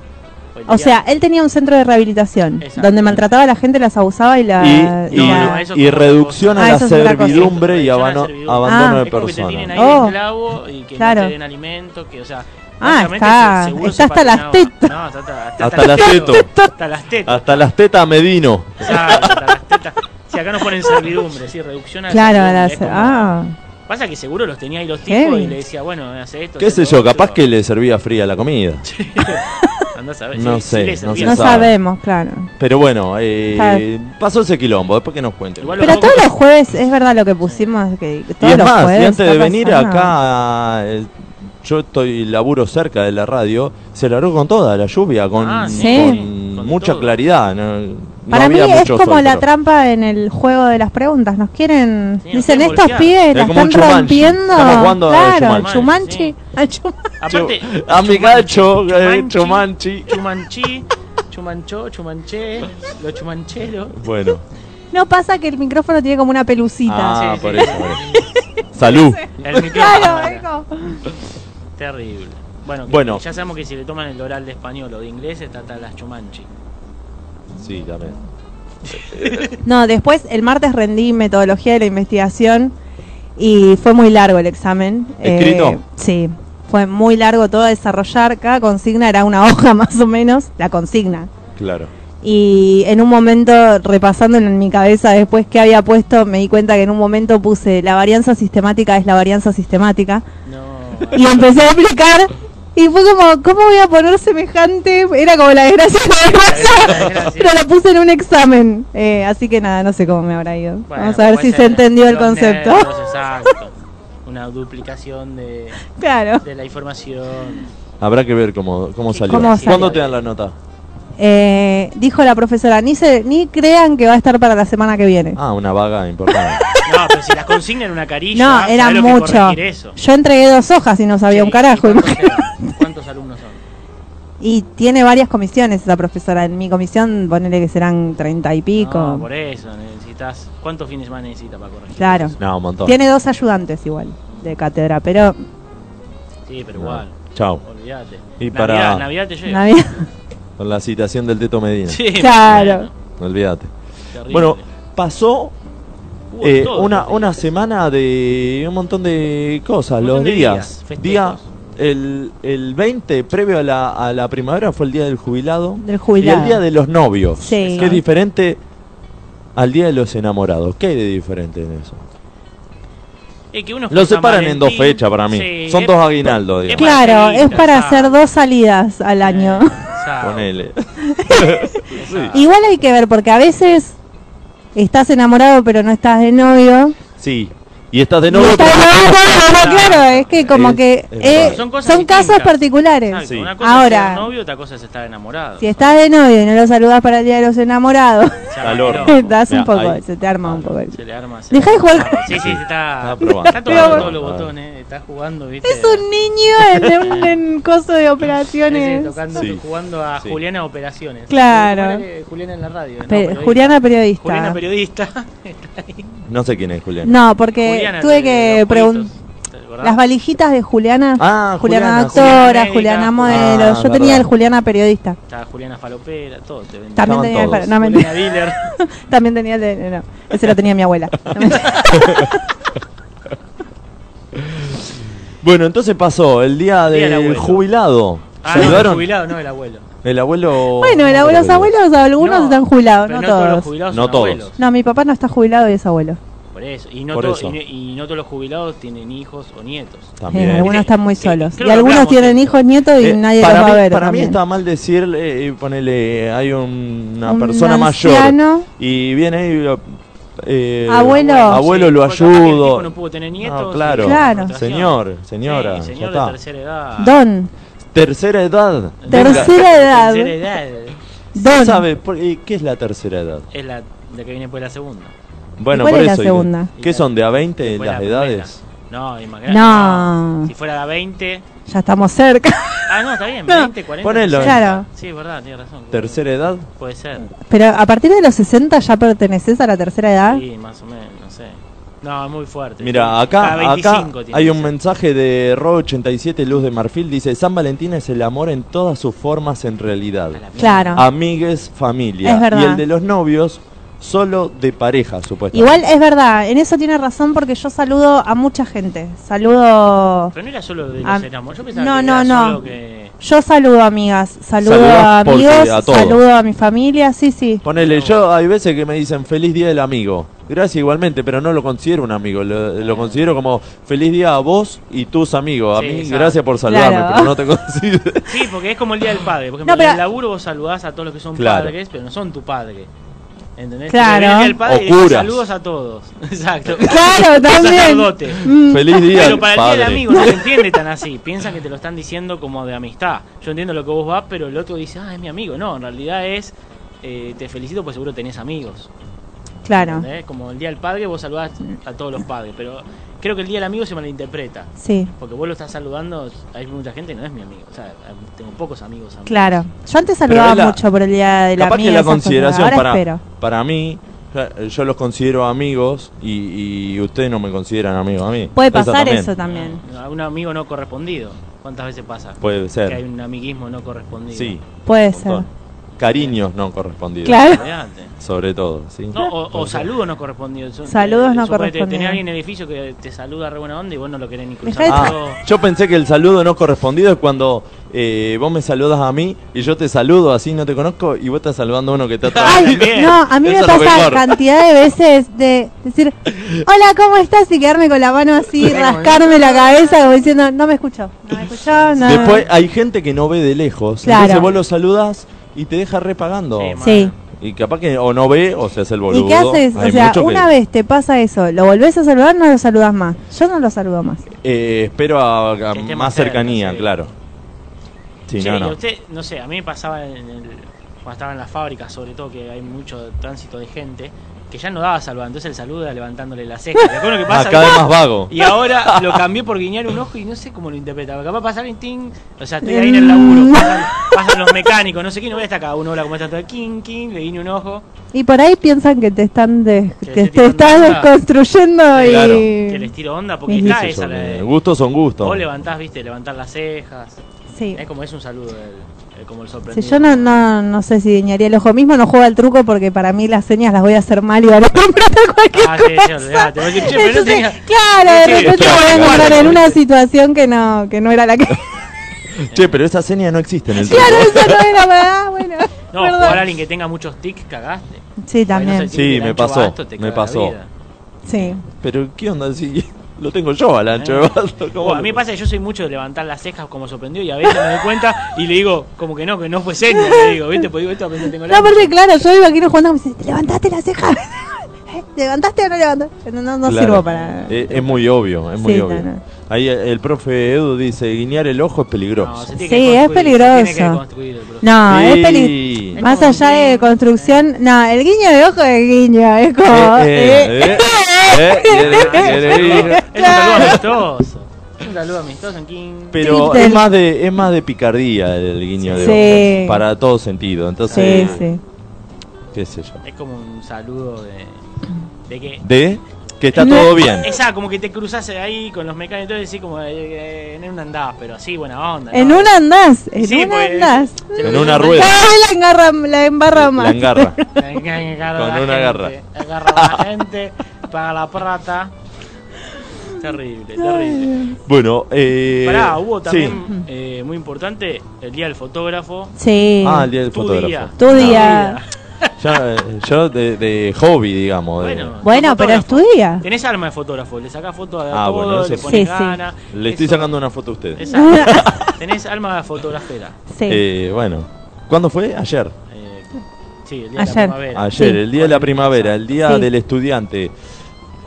C: Fue el
B: O
C: día-
B: sea, él tenía un centro de rehabilitación
C: Exacto.
B: donde maltrataba a la gente, las abusaba y la.
A: Y,
B: y
A: y-
B: la-
C: No, no, eso
A: y
C: es otra
A: reducción
B: cosa.
A: a
B: Ah,
A: la
B: eso es otra cosa.
A: servidumbre y
C: Reducción a la
A: abano-
C: servidumbre.
A: abandono
B: Ah.
A: de
C: es como que te tienen ahí
A: personas.
C: de
B: Oh.
C: esclavo y que
B: Claro.
C: no te den alimento, que, o sea,
B: Ah,
C: básicamente
B: está-
C: se- seguro
B: está
C: se
B: hasta las
C: patinaba.
B: tetas.
C: No, hasta,
A: Hasta las
C: tetas.
A: tetas.
C: Hasta las tetas.
A: Hasta las tetas Medino.
C: Claro, hasta las tetas. Si acá nos ponen servidumbre, sí, reducción a
B: Claro,
C: servidumbre,
B: las-
C: es como-
B: ah,
C: Pasa que seguro los tenía ahí los
B: Heavy.
C: tipos y le decía, bueno, hace esto.
A: Qué
C: hace
A: sé
C: lo
A: yo,
C: otro.
A: capaz que le servía fría la comida.
C: (laughs) Andá a saber,
A: No
C: sí, sí
A: sé,
C: le
A: no
C: servía.
A: se
B: no
A: sabe.
B: sabemos, claro.
A: Pero bueno, eh, pasó ese quilombo, después que nos cuenten.
C: Igual
B: Pero
C: Loco.
B: todos los jueves, es verdad lo que pusimos. Que
A: Y
B: todos
A: es
B: los
A: más, y
B: jueves
A: antes de
B: está
A: venir
B: pasando.
A: acá, eh, yo estoy laburo cerca de la radio, se largó con toda la lluvia, con,
C: Ah,
B: sí.
A: con
C: Sí. Con
A: mucha
C: todo.
A: claridad. No, no
B: Para mí
A: había
B: es
A: mucho
B: como
A: sol,
B: la
A: pero-
B: trampa en el juego de las preguntas. Nos quieren.
C: Sí, nos
B: dicen,
C: quieren
B: estos
C: voltear.
B: pibes
A: Es
B: la
A: como un
B: están
A: Jumanji.
B: rompiendo.
A: Estamos jugando a
B: claro,
C: Jumanji.
B: Chumanchi.
C: Sí. Aparte,
A: A mi gacho, eh, Chumanchi.
C: Chumanchi, Chumanchi, Chumanchó, Chumanché, los chumancheros.
A: Bueno,
B: No pasa que el micrófono tiene como una pelucita.
A: ah,
C: sí,
A: por
C: (laughs) sí.
A: eso. por eso. Salud.
C: El micrófono.
B: Claro, es como-
C: Terrible. Bueno, que
A: Bueno.
C: ya sabemos que si le toman el oral de español o de inglés, está hasta las chumanchi.
A: Sí, también.
B: No, después el martes rendí metodología de la investigación y fue muy largo el examen. Eh,
A: ¿Escrito?
B: sí, fue muy largo todo a desarrollar. Cada consigna era una hoja (laughs) más o menos, la consigna.
A: Claro.
B: Y en un momento, repasando en mi cabeza después que había puesto, me di cuenta que en un momento puse la varianza sistemática es la varianza sistemática. (laughs)
C: No.
B: Y empecé a explicar. Y fue como, ¿cómo voy a poner semejante? Era como la desgracia de la
C: La
B: desgracia.
C: desgracia.
B: Pero la puse en un examen. Eh, así que nada, no sé cómo me habrá ido.
C: Bueno,
B: Vamos a ver
C: puede
B: si
C: ser
B: se entendió el
C: los
B: concepto.
C: nervios, exacto. Una duplicación de,
B: (laughs) claro.
C: de la información.
A: Habrá que ver cómo, cómo
C: Sí,
A: salió.
B: cómo salió.
A: ¿Cuándo te dan la nota?
B: Eh, dijo la profesora, ni, se, ni crean que va a estar para la semana que viene.
A: Ah, una vaga importante.
C: No, pero si las consignan una carilla,
B: no,
C: ¿sabés
B: era
C: lo que
B: mucho.
C: corregir Eso.
B: Yo entregué dos hojas y no sabía
C: Sí,
B: un carajo.
C: ¿y ¿Cuántos,
B: imagínate.
C: eran? ¿Cuántos alumnos son?
B: Y tiene varias comisiones esa profesora. En mi comisión, ponele que serán treinta y pico.
C: No, Ah, por eso necesitas. ¿Cuántos fines más necesitas para corregir?
B: Claro.
C: eso?
A: No, un montón.
B: Tiene dos ayudantes igual de cátedra, pero
C: Sí, pero
A: No.
C: igual.
A: Chao.
C: Olvídate.
A: Y
C: Navidad,
A: para-
C: Navidad te llega.
B: nadie-
A: Con la citación del Teto Medina.
C: (laughs) Sí,
B: Claro.
A: Olvídate.
C: terrible.
A: Bueno, pasó
C: Hubo
A: eh,
C: todo,
A: una,
C: terrible.
A: una semana de un montón de cosas,
C: Un
A: los
C: montón de
A: días.
C: días,
A: Día,
C: festejos.
A: el, el 20, previo a la, a la primavera, fue el día del jubilado.
B: del jubilado.
A: Y el día de los novios.
B: Sí.
A: Que es diferente al día de los enamorados. ¿Qué hay de diferente en eso?
C: Es que uno
A: Lo
C: fue San
A: separan en
C: Valentín.
A: dos fechas para mí.
C: Sí,
A: Son
C: es-
A: dos aguinaldos, digamos.
B: claro, es
C: Margarita,
B: para
C: ah.
B: hacer dos salidas al año.
C: Exacto,
A: Ponele.
C: exacto.
B: igual hay que ver porque a veces estás enamorado pero no estás de novio.
A: Sí. Y estás de
B: Y
A: novio.
B: estás de
A: pero-
B: novio, pero no, claro, es que como
A: Es-
B: que
A: es
B: eh,
A: verdad.
B: son,
C: Son cosas
B: casos
C: distintas.
B: particulares.
C: Exacto,
A: Sí.
C: Una cosa
B: Ahora-
C: es ser novio, otra cosa es estar enamorado.
B: Si estás de novio y no lo saludas para el día de los enamorados, (laughs)
C: Se arma
A: Calor.
C: quilombo,
B: das un
A: Mira,
B: poco,
A: ahí.
B: se te arma un poco. el-
C: Se le arma. se
B: Dejá
C: le
B: de
C: arma.
B: jugar.
C: Sí, sí, está.
A: Está probando.
C: Está tocando
B: Pero-
C: todos los botones. Está jugando, ¿viste?
B: (laughs) Es un niño en un en coso de
C: Sí, sí,
B: operaciones.
C: tocando,
A: Sí.
C: jugando a
A: Sí.
C: Juliana Operaciones.
B: Claro.
C: ¿Cómo era que- Juliana en la radio. ¿no?
B: Pe-
C: Periodista.
B: Juliana periodista.
C: Juliana periodista.
A: No sé quién es Julián.
B: No, porque
C: Juliana,
B: tuve
C: de- de
B: que
C: los
B: preguntar.
C: jueguitos, ¿verdad?
B: Las valijitas de Juliana.
A: Ah,
B: Juliana,
A: Juliana,
B: doctora,
C: Juliana
B: Juliana
C: médica.
B: modelo.
A: Ah,
B: Yo
A: verdad.
B: tenía el Juliana periodista.
C: Está Juliana Falopera, todo te venden.
B: También
A: Estaban
B: tenía, el,
A: todos.
B: no,
C: Juliana
B: mentira. (laughs)
C: Dealer.
B: También tenía el de. No, ese lo tenía mi
C: (laughs)
B: abuela. No, mentira.
A: Bueno, entonces pasó el día
C: Día
A: del
C: del abuelo.
A: jubilado.
C: Ah, no, el
A: ¿Saludaron?
C: jubilado, no, el abuelo.
A: El abuelo.
B: bueno, el abuelo- los abuelos, algunos
C: No,
B: están jubilados,
C: pero
B: no,
C: todos los
B: todos.
C: jubilados
A: No
C: son
A: todos.
C: abuelos.
B: No, mi papá no está jubilado y es abuelo.
C: Por Por eso. Y no,
A: Por
C: todo-
A: eso.
C: Y, no- y no todos los jubilados tienen hijos o nietos.
A: También.
B: Eh, algunos están muy
C: Eh,
B: solos.
C: creo
B: y
C: que
B: algunos
C: hablamos
B: tienen
C: de
B: hijos, nietos y
A: Eh,
B: nadie los
A: para
B: va
A: mí,
B: a ver.
A: para mí
B: también.
A: está mal decirle, eh, ponele, hay un- una
B: Un
A: persona mayor
B: anciano.
A: y viene y lo- eh,
B: Abuelo.
A: abuelo
C: Sí,
A: lo
C: porque capaz que el tipo
A: ayudo.
C: no pudo tener nietos.
A: No, claro.
B: y- Claro.
A: Señor, señora,
C: Sí,
A: ya
C: señor de
A: está.
C: tercera
A: Ah.
C: edad.
B: Don,
A: Tercera edad.
B: Tercera edad.
C: Tercera edad
A: Nunca-
B: don.
A: ¿Sabe por- eh, qué es la tercera edad?
C: es la, la que viene después de la segunda.
A: Bueno,
B: cuál
A: por
B: es la
A: eso.
B: segunda?
A: ¿Qué son de a 20
C: Después
A: las
C: de la
A: edades?
C: primera. No, imagínate.
B: No.
C: Si fuera la 20.
B: Ya estamos cerca. (laughs)
C: Ah, no, está bien.
B: No.
C: 20, 40.
A: Ponelo.
B: Claro.
C: Sí, es verdad, tiene razón.
A: Tercera edad.
C: Puede ser.
B: Pero a partir de los 60 ya perteneces a la tercera edad.
C: Sí, más o menos, no sé. No, es muy fuerte.
A: Mira,
C: Cada
A: acá, acá
C: 25 tiene
A: hay
C: que
A: un
C: ser.
A: mensaje de Ro87 Luz de Marfil. Dice, San Valentín es el amor en todas sus formas en realidad.
C: A la mierda.
B: Claro.
A: Ah. Amigues, familia.
B: Es verdad.
A: Y el de los novios, solo de pareja, supuestamente.
B: Igual es verdad, en eso tiene razón porque yo saludo a mucha gente. Saludo.
C: Pero no era solo de los
B: Ah,
C: enamorados. Yo pensaba
B: no,
C: que
B: no,
C: era
B: no.
C: solo que.
B: Yo saludo a amigas, saludo a
A: Saludás porque-
B: amigos,
A: a todos.
B: saludo a mi familia,
A: (laughs)
B: sí, sí.
A: Ponele, yo hay veces que me dicen feliz día del amigo. Gracias igualmente, pero no lo considero un amigo. Lo, lo considero como feliz día a vos y tus amigos. A
C: Sí,
A: mí,
C: exacto.
A: gracias por saludarme,
B: Claro.
A: pero no te considero.
B: (laughs)
C: Sí, porque es como el día del padre. Por ejemplo,
B: No, pero-
C: en el laburo vos saludás a todos los que son
A: Claro.
C: padres, pero no son tu padre. ¿Entendés?
B: Claro.
C: Porque viene El día del padre
A: O
C: y dice,
A: curas.
C: saludos a todos. (laughs) Exacto. (laughs)
B: Claro,
C: Sacerdote.
B: también. Mm,
A: feliz día
C: Pero
A: al
C: para el
A: padre.
C: día del amigo no se entiende tan así. Piensan que te lo están diciendo como de amistad. Yo entiendo lo que vos vas, pero el otro dice, ah, es mi amigo. No, en realidad es, eh, te felicito porque seguro tenés amigos.
B: Claro,
C: ¿entendés? Como el día del padre, vos saludás a todos los padres. Pero creo que el día del amigo se malinterpreta.
B: sí,
C: Porque vos lo estás saludando, hay mucha gente que no es mi amigo. O sea, tengo pocos amigos. amigos.
B: claro. Yo antes
A: Pero
B: saludaba
A: es la-
B: mucho por el día de la
A: Capaz
B: amiga.
A: que la
B: esas cosas.
A: consideración
B: Ahora
A: para,
B: espero.
A: para mí, ya- yo los considero amigos y, y ustedes no me consideran amigos a mí.
B: Puede
A: Esa
B: pasar
A: también.
B: eso también.
C: A Ah, un amigo no correspondido. ¿Cuántas veces pasa?
A: Puede
C: Que hay
A: ser.
C: un amiguismo no correspondido.
A: Sí.
B: Puede
A: un
B: ser.
A: montón. Cariños no correspondidos.
B: Claro.
C: Olvidate.
A: Sobre todo, ¿sí?
C: No, o, o saludos no correspondidos. Son-
B: Saludos
C: eh,
B: no
C: suponete,
B: correspondidos.
C: Tenés alguien en el edificio que te saluda re buena onda y vos no lo querés ni cruzar.
B: Dejá de-
A: Ah, yo pensé que el saludo no correspondido es cuando eh, vos me saludas a mí y yo te saludo así, no te conozco, y vos estás saludando a uno que está atrás.
B: Ay,
C: También.
B: no, a mí
A: Eso
B: me
A: es lo
B: pasa
A: mejor.
B: cantidad de veces de decir, hola, ¿cómo estás? Y quedarme con la mano así, rascarme la cabeza, como diciendo, no me escuchó, no me escuchó, no.
A: Después hay gente que no ve de lejos,
B: Claro.
A: entonces vos lo saludas y te deja repagando.
C: Sí, ma-
B: Sí.
A: y capaz que o no ve o se hace el boludo.
B: ¿Y qué haces?
A: Hay
B: O sea,
A: mucho que-
B: una vez te pasa eso, lo volvés a saludar, no lo saludas más. Yo no lo saludo más.
A: Eh, espero a, a
C: Que esté
A: más
C: más cerca,
A: cercanía,
C: sí.
A: claro. Sí,
C: Che,
A: no,
C: y
A: no.
C: usted, no sé, a mí me pasaba en el, cuando estaba en las fábricas, sobre todo, que hay mucho tránsito de gente, que ya no daba saludo. Entonces el saludo era levantándole la ceja. ¿Te acuerdas lo que
A: Ah,
C: pasa?
A: cada vez más vago.
C: Y ahora lo cambié por guiñar un ojo y no sé cómo lo interpretaba. Capaz pasar en ting, o sea, estoy ahí en el
B: Mm.
C: laburo, pasan, pasan los mecánicos, no sé qué, no voy a estar cada uno, hola, cómo está todo, king, king, le guiñé un ojo.
B: Y por ahí piensan que te están des-
C: Que
B: te,
C: te
B: te
C: tiran
B: estás
C: onda.
B: desconstruyendo
A: Claro,
C: Que
B: y
C: les tiro onda porque
B: Sí,
C: está
A: Qué sé
C: esa
A: yo,
C: la de-
A: eh, Gustos son gustos.
C: Vos levantás, viste, levantar las cejas.
B: sí.
C: Es como es un saludo, el- el- como el
B: Si
C: sorprendido.
B: yo no, no, no sé si guiñaría el ojo mismo, no juego al truco porque para mí las señas las voy a hacer mal y van a (laughs) comprar cualquier
C: Ah, sí, sí,
B: cosa.
C: olvidate. Vos decís, "Che, pero no
B: Entonces,
C: tenía-
B: claro, de
C: Sí,
B: repente
A: claro,
B: me voy a
A: claro,
B: encontrar en
A: claro.
B: una situación que no, que no
A: (laughs)
B: era la que... (laughs)
A: Che, pero esa seña no existe en el
B: claro, eso no era para... Ah, bueno,
C: (laughs) No,
B: perdón.
C: jugar a alguien que tenga muchos tics, cagaste.
B: Sí,
C: Porque no
B: también.
C: sé, tiene
A: Sí,
C: el
A: me
C: ancho
A: pasó,
C: vasto, te
A: me
C: caga la
A: pasó.
C: vida.
B: Sí.
A: Pero ¿qué onda si (laughs) lo tengo yo al ancho de vaso? ¿Cómo
C: Ah. Bueno,
A: lo-
C: a mí me pasa que yo soy mucho de levantar las cejas como sorprendido y a veces me doy cuenta y le digo, como que no, que no fue serio, le digo, ¿viste? Pues digo, esto apenas tengo
B: No,
C: la-
B: aparte, claro, yo iba aquí no jugando, me dice, ¿te levantaste la ceja? (laughs) ¿Eh? ¿Levantaste o no levantaste? No, no, no
A: Claro.
B: sirvo para...
A: Eh, Es, muy obvio, es muy
B: Sí,
A: obvio.
B: no, no.
A: Ahí eh, el profe Edu dice, guiñar el ojo es
C: No,
A: peligroso.
C: se tiene
B: Sí,
C: que
B: es
C: construir, se tiene que
B: peligroso.
C: construir el proceso.
B: No, Ah, es peligroso.
A: Sí. Eh,
C: Es
B: Más
C: como
B: allá
C: un
B: de
C: guiño.
B: construcción, no, el guiño de ojo es guiño, es
A: Eh,
B: como.
A: eh,
B: (laughs) eh.
A: eh, eh, quiere- quiere ir.
B: (laughs)
C: Es un saludo amistoso. Es un saludo amistoso, King.
A: Pero
B: Twitter.
A: es más de es más de picardía el guiño
B: Sí.
A: de
B: Sí.
A: ojo, para todo sentido. Entonces,
B: Sí, sí.
A: qué sé yo.
C: Es como un saludo de. de que.
A: De que está
B: No.
A: todo bien.
C: Esa, ah, como que te cruzas ahí con los mecánicos y decís como eh, eh, en un andás, pero así, buena onda.
B: En
C: ¿no?
B: una andás, en
C: Sí,
B: una
C: pues,
B: andás.
C: te lo
A: En
C: cruzas
A: una
C: ahí,
A: rueda.
B: Cada vez la, engarra, la embarra
A: La
B: más.
A: engarra.
C: Agarra
A: Con
C: la
A: una
C: gente,
A: garra.
C: Agarra a la gente, paga la plata. Terrible, terrible.
A: Bueno, eh.
C: Pará, hubo
A: sí.
C: también, eh, muy importante, el día del fotógrafo.
B: Sí.
A: Ah, el día del
C: Tu
A: fotógrafo.
C: día.
B: Tu día.
A: Ya, eh, yo de, de hobby, digamos. de-
C: Bueno,
B: Bueno,
C: sos
B: pero
C: fotógrafo.
B: estudia.
C: Tenés alma de fotógrafo, le sacás fotos a
A: Ah,
C: todo,
A: bueno, eso
C: le
A: sí.
C: pones
B: Sí, sí.
C: ganas.
A: le estoy
C: Eso-
A: sacando una foto a usted.
B: (laughs)
C: Exacto. Tenés alma de fotografera.
B: Sí.
A: Eh, bueno, ¿cuándo fue? Ayer.
C: Eh, sí, el día de
B: Ayer.
C: la primavera.
A: Ayer,
B: Sí.
A: el día de la primavera, el día
B: Sí.
A: del estudiante,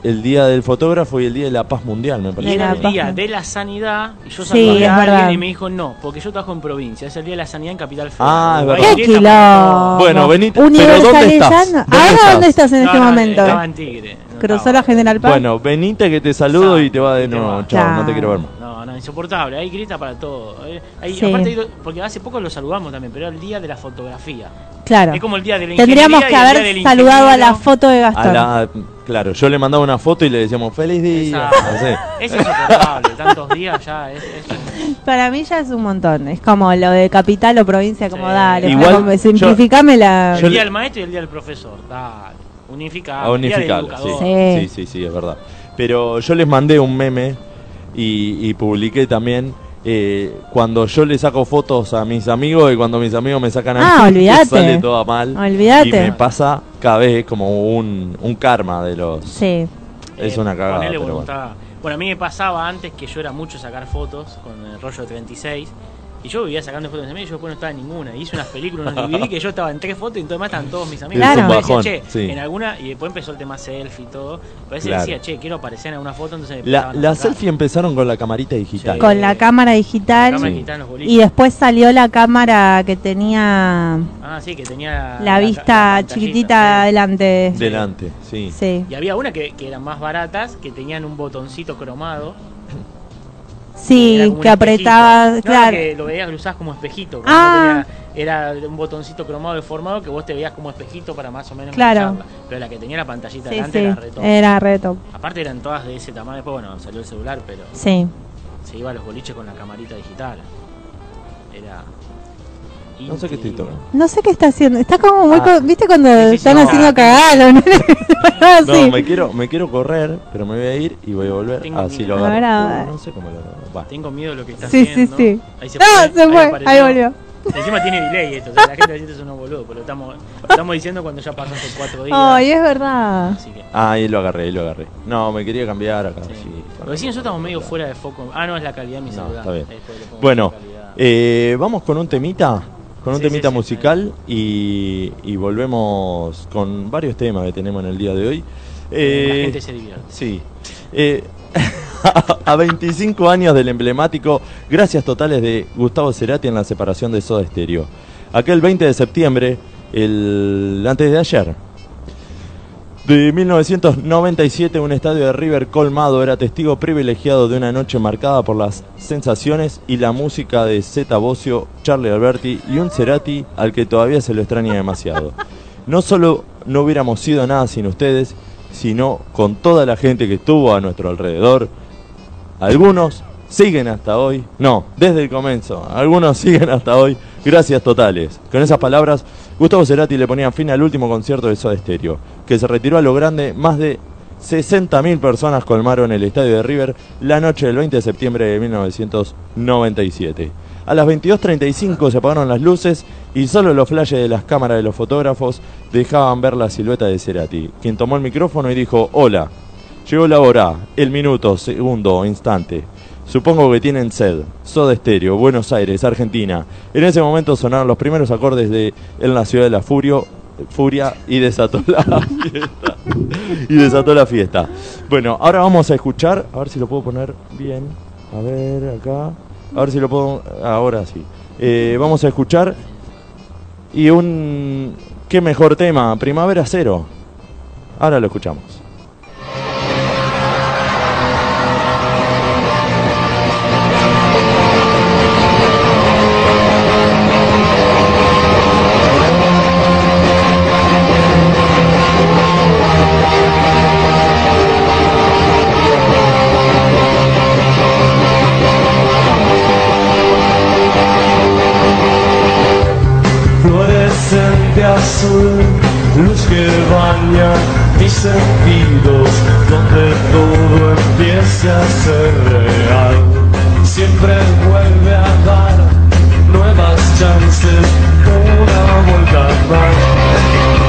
A: el día del fotógrafo y el día de la paz mundial, me
C: Y
A: parece.
C: era
B: La
C: el
B: paz.
C: día de la sanidad. Y yo
B: Sí,
C: saludé
B: es
C: a alguien
B: verdad.
C: y me dijo no, porque yo trabajo en provincia. Es el día de la sanidad en Capital Federal.
A: Ah, es
C: Uruguay
A: verdad.
B: ¡Qué
C: tiene
B: quilombo!
A: Bueno, vení- pero ¿dónde estás?
B: Leyano.
A: ¿Dónde
B: Ahora
A: estás?
B: dónde estás en
C: No,
B: este
C: no,
B: momento.
C: Estaba en Tigre. no
B: Cruzó
C: estaba.
B: la General Paz.
A: Bueno, venite que te saludo y te va de
C: Te
A: nuevo.
C: va.
A: Chao, no te
B: Chao.
A: quiero ver más.
C: No, no, insoportable. Ahí grita para todo. Eh, ahí-
B: Sí.
C: aparte, ahí- porque hace poco lo saludamos también, pero era el día de la fotografía.
B: claro.
C: Es como el día de la
B: Tendríamos
C: ingeniería
B: que
C: y el día del
B: haber saludado a la
C: ingeniero.
B: foto de
A: A
B: Gastón.
A: la- claro, yo le mandaba una foto y le decíamos feliz día.
C: Exacto.
A: Así.
C: Es insoportable. Tantos días ya. Es, es-
B: Para mí ya es un montón. Es como lo de capital o provincia, como
C: Sí.
B: dale.
A: Igual,
B: Franco, me-
A: yo-
B: simplificame la.
A: Yo
C: el día
A: le-
C: del maestro y el día del profesor. Dale. Unificado.
A: A unificarlo,
C: El día
A: sí.
C: del Ah, educador.
B: Sí.
A: sí. Sí, sí, es verdad. Pero yo les mandé un meme y, y publiqué también eh, cuando yo le saco fotos a mis amigos y cuando mis amigos me sacan a
B: Ah,
A: mí,
B: olvídate.
A: sale toda mal.
B: Olvídate.
A: Y me pasa cada vez como un, un karma de los...
B: Sí.
A: Es
C: Eh,
A: una cagada,
C: ponele
A: pero bueno.
C: voluntad. Bueno, a mí me pasaba antes que yo era mucho sacar fotos con el rollo de 36. Y yo vivía sacando fotos de mis amigos y yo después no estaba en ninguna. Hice unas películas, unos DVD que yo estaba en tres fotos y entonces más estaban todos mis
B: Es
C: amigos. Yo
B: un
C: después decía,
A: bajón,
C: "Che",
A: sí.
C: en alguna, y después empezó el tema selfie y todo. Pero a veces
A: Claro.
C: decía, che, quiero aparecer en una foto, entonces me
A: La,
C: empezaban a
A: las
C: sacar.
A: selfies empezaron con la camarita digital.
C: Sí.
B: Con la cámara digital.
C: Acá me
A: Sí.
C: quitan los boliches.
B: Y después salió la cámara que tenía
C: Ah, sí, que tenía
B: la vista
C: la pantallita,
B: chiquitita
C: sí.
B: adelante.
A: Delante, sí.
B: Sí.
C: Y había una que, que eran más baratas, que tenían un botoncito cromado. Era
B: Sí,
C: como un
B: que apretabas.
C: espejito. No,
B: claro.
C: que lo veías, lo usabas como espejito. como
B: Ah.
C: no tenía- era un botoncito cromado deformado que vos te veías como espejito para más o menos
B: Claro.
C: engancharla. Pero la que tenía la pantallita
B: Sí,
C: delante
B: sí. Eh.
C: era reto.
B: Era reto.
C: Aparte eran todas de ese tamaño. Después, bueno, salió el celular, pero
B: Sí.
C: se iba a los boliches con la camarita digital. Era.
A: No sé qué estoy
C: increíble.
A: tocando.
B: No sé qué está haciendo. Está como muy.
A: Ah.
B: co- ¿Viste cuando
C: Sí, sí,
B: están
C: no. ah.
B: haciendo cagado? ¿no?
C: (laughs)
A: No,
B: Así.
A: me quiero, me quiero correr, pero me voy a ir y voy a volver.
C: Tengo
A: Así lo
C: miedo.
A: agarro.
B: Ahora-
A: Uh, no sé cómo lo agarro. Va.
C: Tengo miedo de lo que estás
B: Sí, sí,
C: haciendo.
B: sí.
C: Ahí se
B: No,
C: fue.
B: se fue. Ahí
C: apareció.
B: volvió.
C: Encima tiene delay esto. O sea, la gente dice es unos boludos, pero estamos, estamos diciendo cuando ya pasaste cuatro días.
B: Ay, es verdad.
C: Así que.
A: Ah, ahí lo agarré, ahí lo agarré. No, me quería cambiar acá.
C: Sí.
A: sí.
C: Lo que sí, nosotros estamos medio fuera de foco. Ah, no, es la calidad de mi
A: No,
C: celular.
A: está bien.
C: Ahí después le pongo
A: Bueno,
C: la calidad.
A: eh, vamos con un temita, con un
C: Sí,
A: temita
C: sí, sí.
A: musical y, y volvemos con varios temas que tenemos en el día de hoy. Eh,
C: la gente
A: (laughs)
C: se divierte.
A: Sí. Eh, (laughs) a 25 años del emblemático Gracias Totales de Gustavo Cerati en la separación de Soda Stereo. Aquel 20 de septiembre, el antes de ayer. De 1997, un estadio de River colmado era testigo privilegiado de una noche marcada por las sensaciones y la música de Zeta Bocio, Charlie Alberti y un Cerati al que todavía se lo extraña demasiado. No solo no hubiéramos sido nada sin ustedes, sino con toda la gente que estuvo a nuestro alrededor. Algunos siguen hasta hoy, no, desde el comienzo, algunos (laughs) siguen hasta hoy. Gracias totales. Con esas palabras, Gustavo Cerati le ponía fin al último concierto de Soda Stereo, que se retiró a lo grande, más de 60.000 personas colmaron el estadio de River la noche del 20 de septiembre de 1997. A las 22.35 se apagaron las luces y solo los flashes de las cámaras de los fotógrafos dejaban ver la silueta de Cerati, quien tomó el micrófono y dijo, hola, llegó la hora, el minuto, segundo, instante. Supongo que tienen sed. Soda Stereo, Buenos Aires, Argentina. En ese momento sonaron los primeros acordes de En la ciudad de la Furio, Furia y desató la (laughs) fiesta. Y desató la fiesta. Bueno, ahora vamos a escuchar, a ver si lo puedo poner bien. A ver, acá. A ver si lo puedo... Ahora sí. Eh, vamos a escuchar... Y un... ¿Qué mejor tema? Primavera Cero. Ahora lo escuchamos.
D: fluorescente azul, luz que baña mis sentidos, donde todo empieza a ser real. Siempre vuelve a dar nuevas chances, una vuelta más.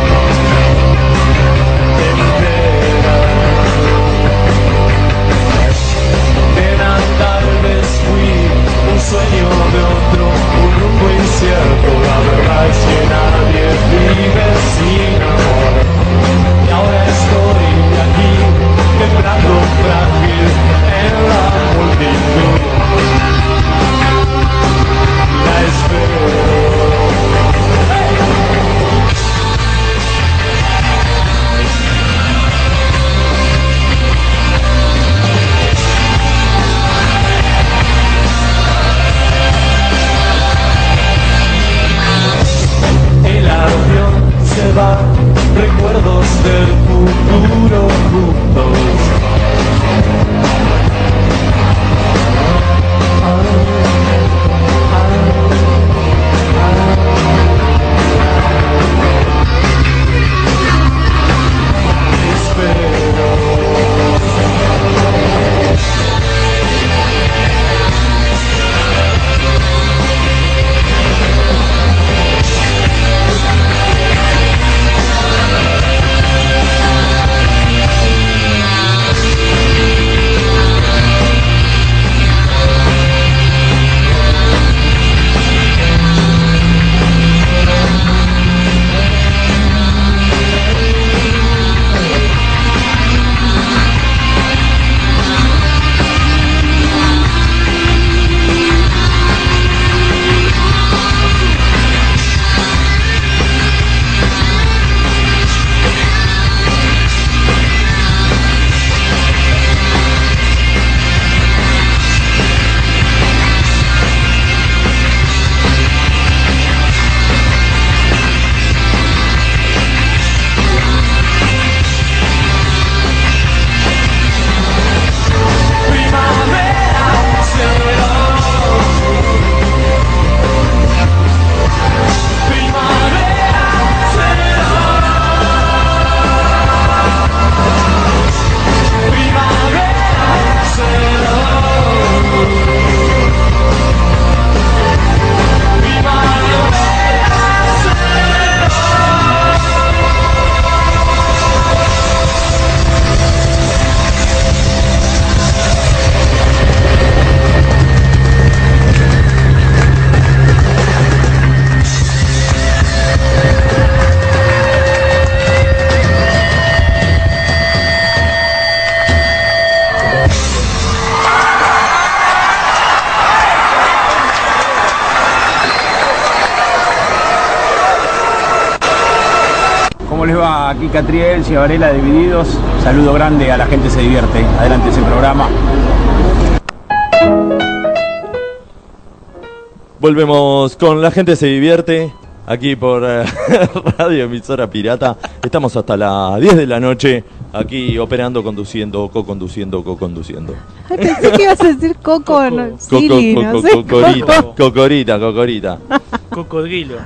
E: ¿cómo les va? Aquí Catriel, Varela de Divididos. Saludo grande a la gente se divierte. Adelante ese programa.
A: Volvemos con La Gente Se Divierte, aquí por eh, (laughs) Radio Emisora Pirata. Estamos hasta las 10 de la noche, aquí operando, conduciendo, co-conduciendo, co-conduciendo.
B: Ay, pensé que ibas a decir Coco, no,
A: Co- co-
B: Siri,
A: co-
B: no
A: co-
B: sé,
A: Cocorita,
B: Coco.
A: cocorita, cocorita.
C: Cocodrilo.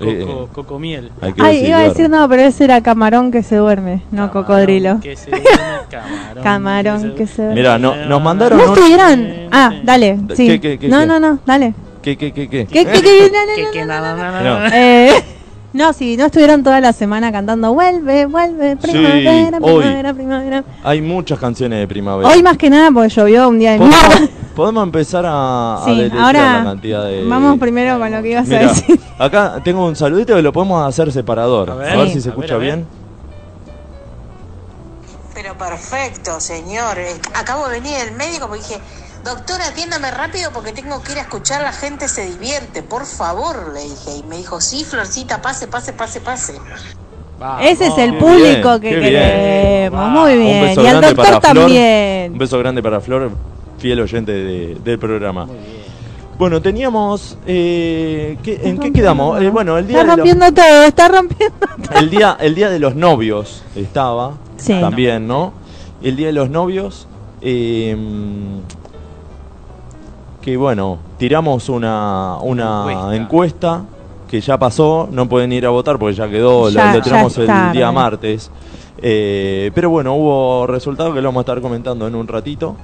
A: Eh,
C: Coco, cocomiel.
A: hay que
B: Ay, iba a
A: claro.
B: decir no, pero ese era camarón que se duerme, no cocodrilo.
C: Que
B: (laughs)
C: se duerme, camarón.
B: Camarón que se duerme.
A: Mira, no- nos mandaron-
B: ¿No
A: no-
B: estuvieron? Ah, dale,
A: ¿Qué,
B: sí.
A: qué, qué,
B: no,
A: qué?
B: no, no, dale.
A: ¿Qué, qué, qué, qué?
B: ¿Qué, qué, qué? No, no,
C: Que-
B: no,
C: que
B: no,
C: na- na- na-
A: No.
C: na- na.
B: Eh, no, si no estuvieron toda la semana cantando Vuelve, vuelve, primavera,
A: hoy.
B: primavera, primavera.
A: Hay muchas canciones de primavera.
B: Hoy más que nada porque llovió un día de
A: ¿Podemos,
B: (laughs) mierda.
A: podemos empezar a, a
B: Sí,
A: deletrear Ah, la
B: ahora
A: cantidad de...
B: vamos primero con lo que ibas a
A: Mira,
B: decir.
A: acá tengo un saludito que lo podemos hacer separador.
C: A
A: A
C: ver.
A: ver,
B: Sí.
A: si se
C: A ver,
A: escucha
C: a ver.
A: bien.
F: Pero perfecto, señor. Eh, Acabo de venir del médico porque dije, doctor, atiéndame rápido porque tengo que ir a escuchar, la gente se divierte, por favor, le dije. Y me dijo, sí, Florcita, pase, pase, pase, pase.
C: Vamos.
B: Ese es el
A: Ah, Qué
B: público
A: bien,
B: que
A: qué bien.
B: queremos.
C: Wow.
B: Muy
C: Un
A: Un
B: bien.
A: beso
B: Y al
A: grande
B: doctor
A: para Flor.
B: también.
A: Un beso grande para Flor, fiel oyente de- del programa.
C: Muy bien.
A: Bueno, teníamos... eh, ¿qué- ¿En qué quedamos? Eh, bueno, el día,
B: Está
A: de los,
B: rompiendo todo, está rompiendo.
A: el, día, el día de los novios estaba
B: Sí.
A: también, ¿no? El día de los novios... eh, que bueno, tiramos una, una
C: Encuesta.
A: encuesta. que ya pasó, no pueden ir a votar porque ya quedó,
B: Ya-
A: la lo tiramos
B: ya
A: el
B: está,
A: día
B: ¿no?
A: martes. Eh, pero bueno, hubo resultados que lo vamos a estar comentando en un ratito,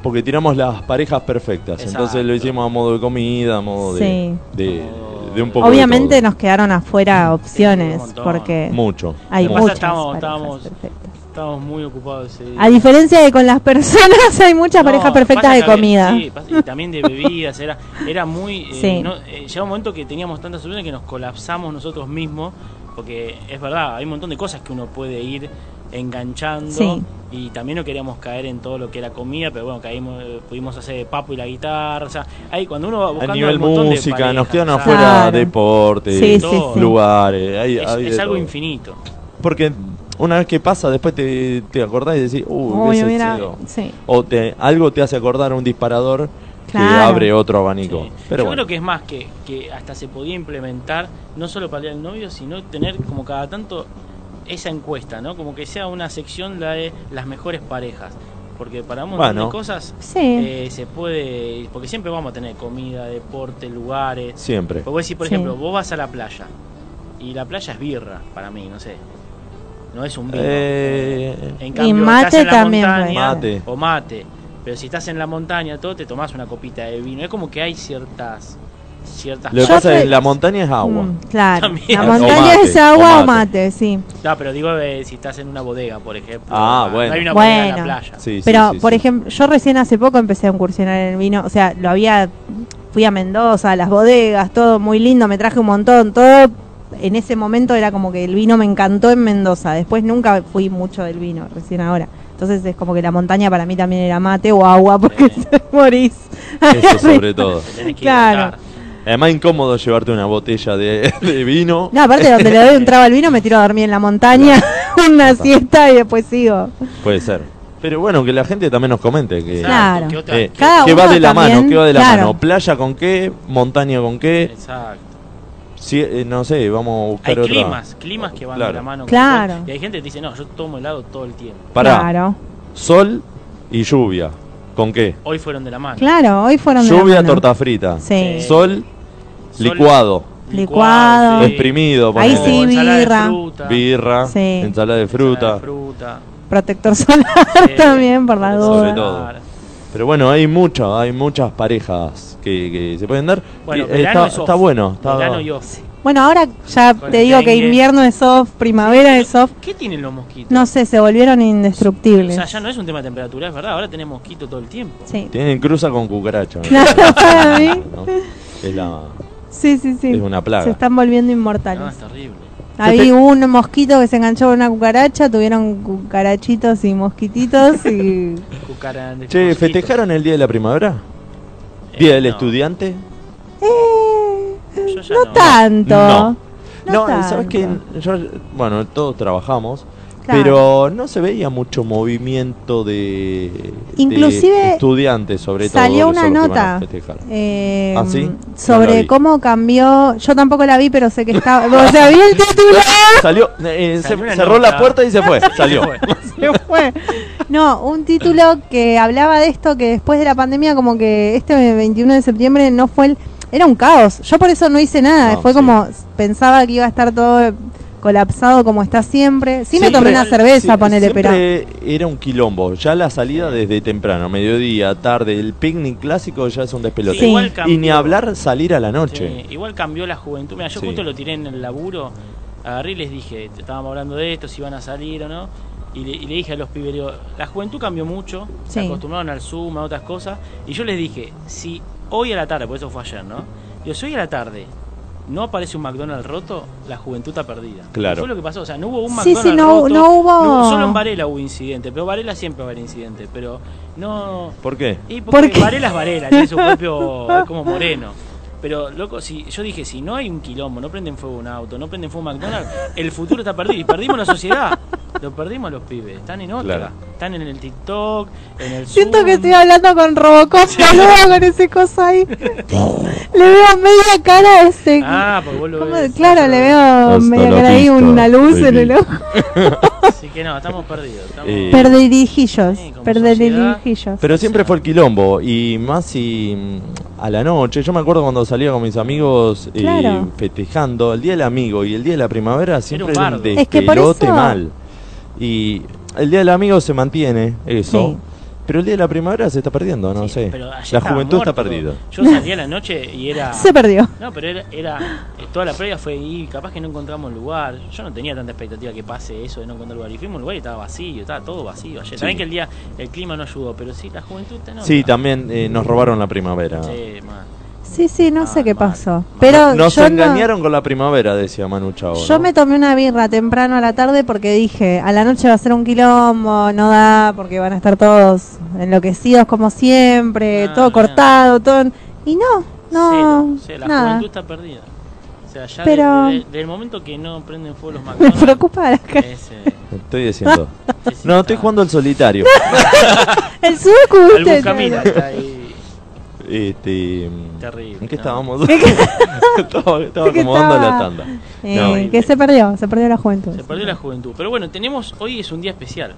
A: porque tiramos las parejas perfectas.
C: Exacto.
A: Entonces lo hicimos a modo de comida, a modo de,
B: Sí.
A: de, de un poco de
B: Obviamente
A: todo.
B: nos quedaron afuera
C: un
B: opciones
C: montón.
B: porque
A: Mucho.
B: hay
C: Lo que
A: mucho.
C: pasa,
B: muchas.
C: estamos-
B: parejas
C: estamos-
B: perfectas.
C: Estamos muy ocupados ese día.
B: A diferencia de con las personas, (laughs) hay muchas
C: No,
B: parejas perfectas
C: pasa
B: de
C: que había-
B: comida.
C: sí, pasa- y también de bebidas. Era, era muy. eh,
B: Sí.
C: no- eh, llega un momento que teníamos tantas opciones que nos colapsamos nosotros mismos. Porque es verdad, hay un montón de cosas que uno puede ir enganchando.
B: Sí.
C: Y también no queríamos caer en todo lo que era comida, pero bueno, caímos, eh, pudimos hacer Papo y la guitarra. O sea, ahí cuando uno va
A: A
C: buscando.
A: nivel
C: un montón de
A: música, nos
C: parejas,
A: quedan
C: o sea,
A: afuera
B: Claro.
A: deporte,
B: Sí,
C: sí, sí.
A: lugares. hay-
C: Es,
A: hay de
C: es algo
A: todo.
C: infinito.
A: Porque una vez que pasa, después te, te acordás y decís, uh,
B: Uy,
A: hubiese
B: hubiera-
A: sido".
B: sí.
A: O te, algo te hace acordar un disparador que
B: Claro.
A: abre otro abanico.
C: Sí.
A: Pero
C: Yo
A: bueno,
C: creo que es más que, que hasta se podía implementar, no solo para el Día del novio, sino tener como cada tanto esa encuesta, ¿no? Como que sea una sección la de las mejores parejas. Porque para un montón
A: Bueno.
C: de cosas
B: Sí.
C: eh, se puede. Porque siempre vamos a tener comida, deporte, lugares.
A: siempre.
C: Porque vos decís, por
B: Sí.
C: ejemplo, vos vas a la playa. Y la playa es birra, para mí, no sé. No es un vino.
A: Eh,
C: En cambio,
B: mate
C: estás en la
B: también, pues.
C: montaña,
A: Mate.
C: o mate. Pero si estás en la montaña, todo te tomás una copita de vino. Es como que hay ciertas ciertas
A: lo que
B: Yo
A: pasa es
B: te-
A: que la montaña es agua.
B: Mm, claro.
C: También.
B: La
C: (laughs)
A: O
B: montaña
A: mate,
B: es agua
A: o
B: o mate, sí.
C: No, pero digo eh, si estás en una bodega, por ejemplo.
A: Ah,
C: No
A: bueno.
C: hay una bodega en la
B: Bueno.
C: playa.
A: Sí, sí,
B: Pero,
A: sí,
B: por
A: sí.
B: ejemplo, yo recién hace poco empecé a incursionar en el vino. O sea, lo había. Fui a Mendoza, a las bodegas, todo muy lindo, me traje un montón, todo. En ese momento era como que el vino me encantó en Mendoza. Después nunca fui mucho del vino, recién ahora. Entonces es como que la montaña para mí también era mate o agua, (laughs) porque
C: Sí.
B: te morís. (laughs)
A: Eso sobre todo.
C: Te tenés que
B: Claro.
C: hidratar.
A: Además, incómodo llevarte una botella de, (laughs) de vino.
B: No, aparte
A: (laughs)
B: donde le doy un trago al vino me tiro a dormir en la montaña, (laughs) una siesta y después sigo.
A: Puede ser. Pero bueno, que la gente también nos comente. Que,
B: Claro.
C: ¿Qué otra?
A: eh,
B: Cada
A: que va
B: Ah, uno
A: de la
B: también,
A: mano, que va de la
B: claro.
A: mano. Playa con qué, montaña con qué.
C: Exacto.
A: Si, eh, no sé, vamos a buscar
C: Hay
A: otra.
C: climas, climas que van
A: Claro.
C: de la mano. con
B: Claro.
C: todo. Y hay gente que dice, no, yo tomo helado todo el tiempo.
A: Pará,
B: Claro.
A: sol y lluvia. ¿Con qué?
C: Hoy fueron de la mano.
B: Claro, hoy fueron de la
A: Lluvia,
B: mano.
A: torta frita.
B: Sí.
C: Sí.
A: Sol,
C: Sol-
A: licuado.
B: Licuado. Sí.
A: Exprimido,
B: Ahí
A: ponele.
B: sí,
C: ensalada de
B: birra.
C: fruta,
A: Birra,
B: Sí.
A: ensalada de
C: ensalada
A: fruta.
C: de fruta. Eh,
B: Protector solar (laughs) también, por la
A: Sobre
B: duda.
A: todo. Pero bueno, hay muchas, hay muchas parejas que, que se pueden dar.
C: Bueno,
A: Y, eh,
C: verano
A: está,
C: es off.
A: está bueno. Está,
C: Verano y off.
B: Bueno, ahora ya
C: Con
B: te
C: el
B: digo que
C: dengue.
B: invierno es off, primavera es off.
C: ¿Qué tienen los mosquitos?
B: No sé, se volvieron
C: O
B: indestructibles.
C: sea, ya no es un tema de temperatura, es verdad. Ahora tenemos mosquito todo el tiempo.
B: Sí. (laughs)
A: Tienen cruza con cucaracha. me
B: Claro, para mí.
A: parece, ¿no? Es la.
C: (laughs)
B: Sí, sí, sí.
A: Es una plaga.
B: Se están volviendo
C: No,
B: inmortales.
C: es terrible.
B: Había un mosquito que se enganchó con una cucaracha, tuvieron cucarachitos y
A: (laughs)
B: mosquititos y
C: Cucaran-
A: Che,
C: mosquitos.
A: ¿festejaron el Día de la Primavera?
C: Eh,
A: ¿Día del
C: no.
A: Estudiante?
B: Eh,
C: Yo ya
B: no
C: no.
B: tanto.
A: No. No,
B: No
A: y sabes que
B: tanto.
A: yo, bueno, todos trabajamos,
B: Claro.
A: pero no se veía mucho movimiento de, de
B: Inclusive
A: estudiantes, sobre todo.
B: Salió
A: que
B: una
A: son los que van a
B: nota
A: festejar. (laughs)
B: eh,
A: ¿Ah, sí? No la
B: sobre
A: vi.
B: cómo cambió. Yo tampoco la vi, pero sé que
A: (laughs)
B: estaba. o sea, vi el título.
A: Salió, eh,
C: Salió
A: se-
C: una
A: cerró
C: nota.
A: la puerta y se
C: (laughs)
A: fue, salió.
B: (laughs) se fue. No, un título que hablaba de esto que después de la pandemia como que este 21 de septiembre no fue el era un caos. Yo por eso no hice nada,
A: No,
B: fue
A: sí.
B: como pensaba que iba a estar todo colapsado como está siempre. Sí, me tomé
A: Siempre-
B: una cerveza,
A: sí,
B: ponele, pero
A: siempre Era un quilombo, ya la salida desde temprano, mediodía, tarde, el picnic clásico ya es un despelote.
B: Sí.
C: Igual cambió.
A: Y ni hablar salir a la noche.
C: Sí, igual cambió la juventud. Mira, yo
A: Sí.
C: justo lo tiré en el laburo, agarré y les dije, estábamos hablando de esto, si iban a salir o no. Y le, y le dije a los pibes, digo, la juventud cambió mucho, se
B: Sí.
C: acostumbraron al Zoom, a otras cosas. Y yo les dije, si hoy a la tarde, por eso fue ayer, ¿no? Digo, si hoy a la tarde no aparece un McDonald's roto, la juventud está perdida.
A: Claro.
C: Fue lo que pasó, o sea, no hubo un
B: Sí,
C: McDonald's
B: sí, no-
C: roto.
B: no hubo-
C: Solo en Varela hubo incidente, pero Varela siempre va a haber incidente, pero no...
A: ¿Por qué?
C: Y porque
B: ¿Por qué?
C: Varela es Varela, tiene su propio.
B: (laughs)
C: es como Moreno. Pero, loco, si, yo dije: si no hay un quilombo, no prenden fuego un auto, no prenden fuego un McDonald's, el futuro está perdido. Y perdimos la sociedad. Lo perdimos los pibes. Están en otra.
A: Claro.
C: Están en el TikTok, en el
B: siento
C: Zoom.
B: que estoy hablando con Robocop, boludo, con ese cosa ahí. le veo media cara a ese
C: Ah, porque vos lo
B: ¿cómo?
C: ves.
B: Claro, le veo
A: Hasta
B: media
A: la
B: cara ahí,
A: vista,
B: una luz en
A: baby.
B: el ojo.
C: Así que no, estamos perdidos. Estamos...
A: Eh,
B: Perderijillos,
C: Sí, como
B: perderijillos.
A: Pero siempre fue el quilombo, y más si mm, a la noche, yo me acuerdo cuando salía con mis amigos eh,
B: Claro.
A: festejando, el día del amigo y el día de la primavera siempre
C: un
A: era un
C: bardo.
B: Es que por
A: despelote
B: eso-
A: mal. Y el día del amigo se mantiene, eso.
B: Sí.
A: Pero el día de la primavera se está perdiendo, no
C: sí,
A: sé.
C: pero ayer
A: La
C: estaba
A: juventud está
C: muerto.
A: perdida.
C: Yo salí a la noche y
B: (laughs)
C: era.
B: Se perdió.
C: No, pero era, era- eh, toda la previa fue y capaz que no encontramos lugar. Yo no tenía tanta expectativa que pase eso de no encontrar lugar. Y fuimos a un lugar y estaba vacío, estaba todo vacío ayer.
A: Sí.
C: También que el día, el clima no ayudó, pero sí, la juventud está en
A: Sí,
C: otra.
A: también eh, nos robaron la primavera.
C: Sí, man.
B: Sí, sí, no sé
C: Ah,
B: qué
C: mal,
B: pasó.
C: mal.
B: Pero
A: Nos
B: yo no-
A: engañaron con la primavera, decía Manu Chao.
B: yo me tomé una birra temprano a la tarde porque dije, a la noche va a ser un quilombo, no da, porque van a estar todos enloquecidos como siempre,
C: Ah,
B: todo
C: bien.
B: cortado, todo... en- Y no, no,
C: Cero. O sea, la
B: nada.
C: juventud está perdida. O sea, ya
B: Pero-
C: desde, desde el momento que no prenden fuego los
B: (laughs) Me
C: McDonald's.
B: preocupa la cara.
C: es, eh,
A: Estoy
B: (laughs)
A: diciendo.
C: es-
A: No, estoy
C: está-
A: jugando al solitario.
B: El sudoku,
C: Algún
B: ¿viste?
C: camino está ahí.
A: Este, mm,
C: Terrible,
A: ¿En qué
C: no.
A: estábamos?
B: ¿Qué- qué-
A: estaba estaba
B: Sí que
A: acomodando la
B: estaba-
A: tanda.
B: Eh,
A: No.
B: que se perdió, se perdió la juventud.
C: Se perdió la juventud. Pero bueno, tenemos. Hoy es un día especial.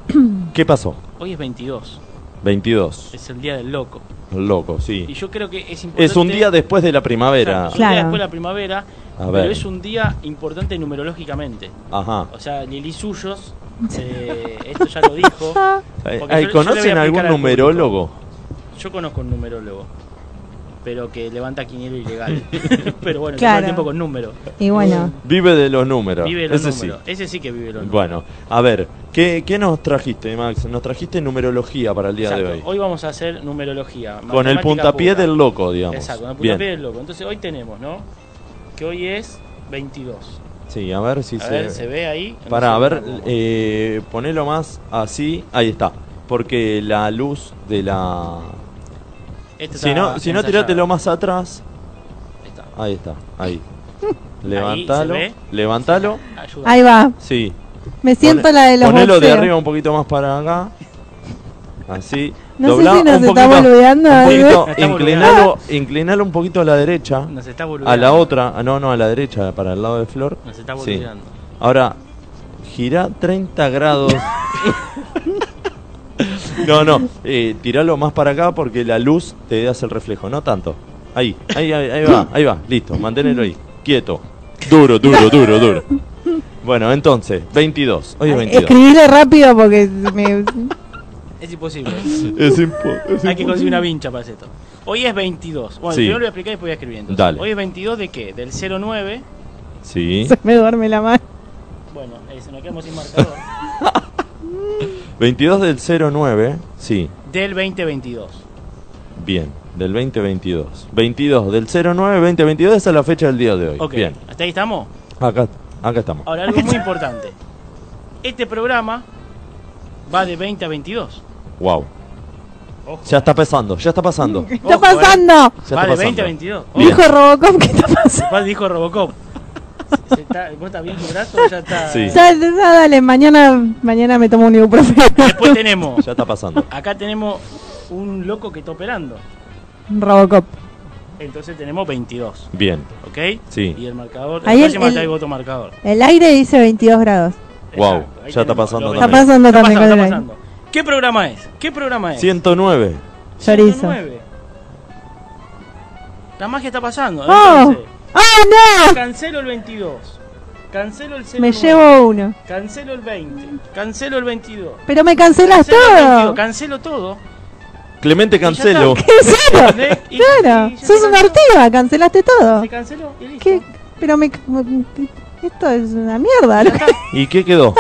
A: ¿Qué pasó?
C: Hoy es 22.
A: 22.
C: Es el día del loco.
A: Loco,
C: Y
A: sí.
C: yo creo que es importante.
A: Es un día después de la primavera.
C: Claro, es un día
B: Claro.
C: después de la primavera,
A: A ver.
C: pero es un día importante numerológicamente.
A: Ajá.
C: O sea,
B: (laughs)
C: Lili Suyos, eh, esto ya lo dijo.
A: Eh,
C: Porque yo- yo le voy a
A: ¿Conocen
C: explicar
A: algún
C: al público.
A: numerólogo?
C: Yo conozco un numerólogo, pero que levanta
A: (laughs)
C: quinielo ilegal. (laughs) pero bueno, todo
B: Claro.
C: el tiempo con número.
B: Y bueno,
A: Vive de los números.
C: Vive los
A: Ese
C: números.
A: sí.
C: Ese sí que vive los números.
A: Bueno, a ver, ¿qué, qué nos trajiste, Max? Nos trajiste numerología para el día de hoy.
C: Exacto. Hoy vamos a hacer numerología.
A: Con el
C: matemática
A: puntapié
C: pura.
A: del loco, digamos.
C: Exacto, con el
A: Bien.
C: puntapié del loco. Entonces hoy tenemos, ¿no? Que hoy es 22.
A: Sí, a ver si
C: a
A: se...
C: ver, se ve ahí. No sé
A: Para, a ver,
C: cómo.
A: eh, ponelo más así. Ahí está. Porque la luz de la...
C: Este
A: Si
C: está
A: no, si no,
C: ensayado.
A: tirátelo más atrás.
C: Ahí está.
A: Ahí está,
C: (laughs)
A: ahí. Levantalo.
C: Ahí se ve.
A: Levantalo.
C: Ayuda.
B: ahí va.
A: Sí.
B: Me siento
A: Pone-
B: la de los
A: Ponelo de
B: boxeos.
A: arriba un poquito más para acá. Así.
B: No sé
A: Doblá
B: si nos
A: un
B: está
A: poquito,
B: boludeando,
A: un
B: David.
A: poquito,
C: Nos está
A: inclinalo, inclinalo un poquito a la derecha.
C: oh. Nos está
A: A
C: boludeando.
A: la otra. ah, No, no, a la derecha, para el lado de Flor.
C: Nos está
A: Sí.
C: boludeando.
A: Ahora, gira 30 grados. no, no, eh, tiralo más para acá porque la luz te hace el reflejo, no tanto. Ahí, ahí, ahí, ahí va, ahí va, listo, manténelo ahí, quieto. Duro, duro, duro, duro. Bueno, entonces, 22, hoy es 22.
B: Escribile rápido porque me...
C: Es
A: (laughs)
C: imposible.
A: Es impo- es
C: Hay que
A: impo-
C: conseguir una vincha para hacer esto. Hoy es 22. Bueno,
A: Sí.
C: primero lo voy a explicar y después voy a escribir. entonces.
A: Dale.
C: Hoy es 22 de qué? Del 09.
A: Sí,
B: (laughs) se me duerme la mano.
C: Bueno, eh, se nos quedamos sin marcador.
A: (laughs) 22 del 09, sí,
C: del 2022.
A: bien, del 2022. 22 del 09, 2022, esa es la fecha del día de hoy.
C: Ok.
A: Bien,
C: Hasta ahí estamos.
A: acá, acá estamos.
C: Ahora, algo
A: (laughs)
C: muy importante. Este programa va de 20 a 22.
A: Wow.
C: Ojo.
A: Ya está pasando, ya está
B: (laughs)
A: pasando.
B: ¿Qué está
C: Ojo, eh.
B: pasando?
A: Ya
C: va
A: está
C: de 20
A: pasando.
C: a 22.
A: Bien.
B: Dijo Robocop, ¿qué está pasando?
C: Ojo, dijo Robocop. (laughs) Se está, ¿Vos estás bien tu brazo? Ya está.
A: Sí.
B: Ya, ya, dale, mañana, mañana me tomo un ibuprofeno.
A: (laughs)
C: Después tenemos.
A: Ya está pasando.
C: Acá tenemos un loco que está operando.
B: (laughs) Robocop.
C: Entonces tenemos 22.
A: Bien.
C: ¿Ok?
A: Sí.
C: Y el marcador.
B: Ahí
C: Ahí
B: el- el-
C: hay voto marcador.
B: El aire dice 22 grados.
A: Wow,
C: Exacto, ahí
A: ya está
C: tenemos
A: pasando
C: los
B: Está
A: también.
B: pasando
C: Está
B: también
C: pasando,
B: con el
C: está
B: aire.
C: pasando. ¿Qué programa es? ¿Qué programa es?
A: 109.
B: Chorizo.
C: 109. La magia está pasando.
B: Oh.
C: Entonces,
B: ¡Ah,
C: cancelo el 22. Cancelo el 09.
B: no! Me llevo uno.
C: Cancelo el 20. Cancelo el 22.
B: Pero me cancelas
C: Cancelo el 22,
B: todo.
C: Cancelo todo.
A: Clemente Cancelo.
C: está.
B: (laughs) ¿Qué cero?
C: ¿entendés? Y-
B: Claro,
C: y ya
B: sos
C: se
B: un
C: canceló.
B: artiva, cancelaste todo.
C: Se canceló y listo.
B: ¿Qué? Pero me. me- Esto es una mierda. ¿no?
A: ¿Y qué quedó?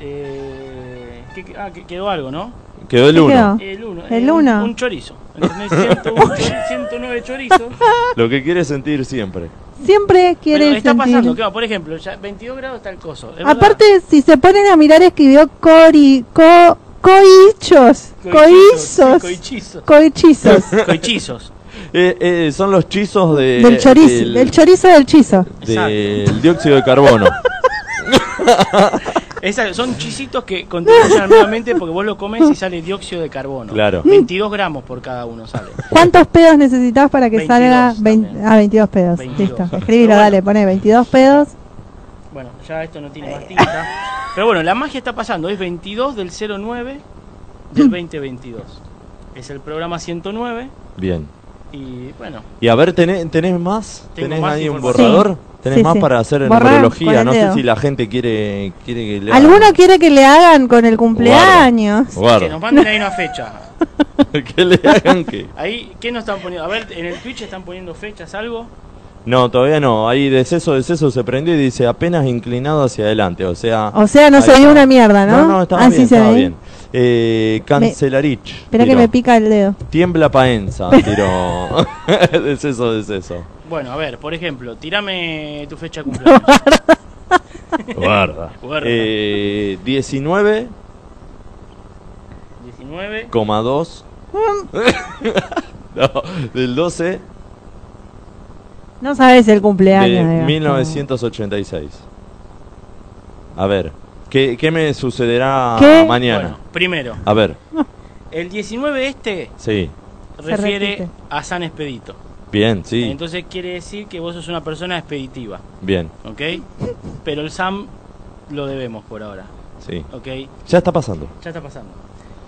C: Eh, ¿qué- qué- ah, que quedó algo, ¿no?
A: Quedó el
B: ¿Qué
A: 1.
B: quedó?
C: El 1.
B: El uno.
C: Un, chorizo. ¿entendés?
B: (laughs)
C: 101, 109 chorizos.
A: Lo que quiere sentir siempre.
B: Siempre
C: Pero
B: quiere
C: está
B: sentir-
C: pasando, ¿qué va? Por ejemplo, ya 22 grados está el coso. es
B: Aparte, si se ponen a mirar, escribió cori, co, coichos,
C: verdad.
B: coizos,
C: Coichizos.
B: coichizos.
C: Coichizos.
A: Eh, eh, son los chizos de,
B: Del chorizo,
A: del-
B: del chorizo del chizo.
A: del dióxido de carbono.
C: Esa- son chisitos que contribuyen nuevamente porque vos lo comes y sale dióxido de carbono.
A: Claro.
C: 22 gramos por cada uno sale.
B: ¿Cuántos pedos necesitabas para que
C: 22
B: salga? vein-
C: también.
B: ah, 22 pedos.
C: 22.
B: Listo. Escribilo,
C: Pero bueno.
B: dale, poné 22 pedos.
C: Bueno, ya esto no tiene más tinta. Pero bueno, la magia está pasando. Es 22 del 09 del 2022. Es el programa 109
A: Bien.
C: y bueno,
A: Y a ver, ¿tenés, tenés más?
C: Tengo
A: ¿Tenés
C: más
A: ahí un
C: información.
A: borrador? ¿Tenés
B: Sí,
A: más
B: sí.
A: para hacer en
B: Borrar con
A: numerología?
B: el
A: No sé
B: dedo.
A: si la gente quiere, quiere que le
B: ¿Alguno quiere que le hagan con el cumpleaños?
C: que nos
A: Guarda.
C: manden ahí una fecha.
A: (laughs) que le hagan que...
C: Ahí, ¿qué nos están poniendo? A ver, en el Twitch están poniendo fechas, algo.
A: No, todavía no. Ahí deceso, deceso se prendió y dice apenas inclinado hacia adelante. O sea...
B: O sea, no
A: ahí
B: se vio
A: está.
B: una mierda, ¿no?
A: No, no, estaba
B: Ah,
A: bien,
B: sí se
A: estaba
B: ve.
A: bien. Eh, Cancelarich.
B: Espera que
A: tiró.
B: me pica el dedo.
A: Tiembla
B: (laughs)
A: Paenza, tiró. (laughs) deceso, deceso.
C: Bueno, a ver, por ejemplo, tirame tu fecha de cumpleaños.
A: Guarda.
C: Guarda.
A: Eh, 19,2.
C: 19,
A: (laughs) No, del 12
B: No sabes el cumpleaños.
A: de
B: digamos.
A: 1986. A ver, ¿qué, qué me sucederá
B: ¿Qué?
A: mañana?
C: Bueno, primero,
A: A ver,
C: el 19 este
A: sí.
C: refiere
B: repite.
C: a San Expedito.
A: Bien, sí,
C: Entonces quiere decir que vos sos una persona expeditiva,
A: bien,
C: ¿ok? Pero el Sam lo debemos por ahora,
A: sí.
C: ¿ok?
A: Ya está pasando.
C: Ya está pasando.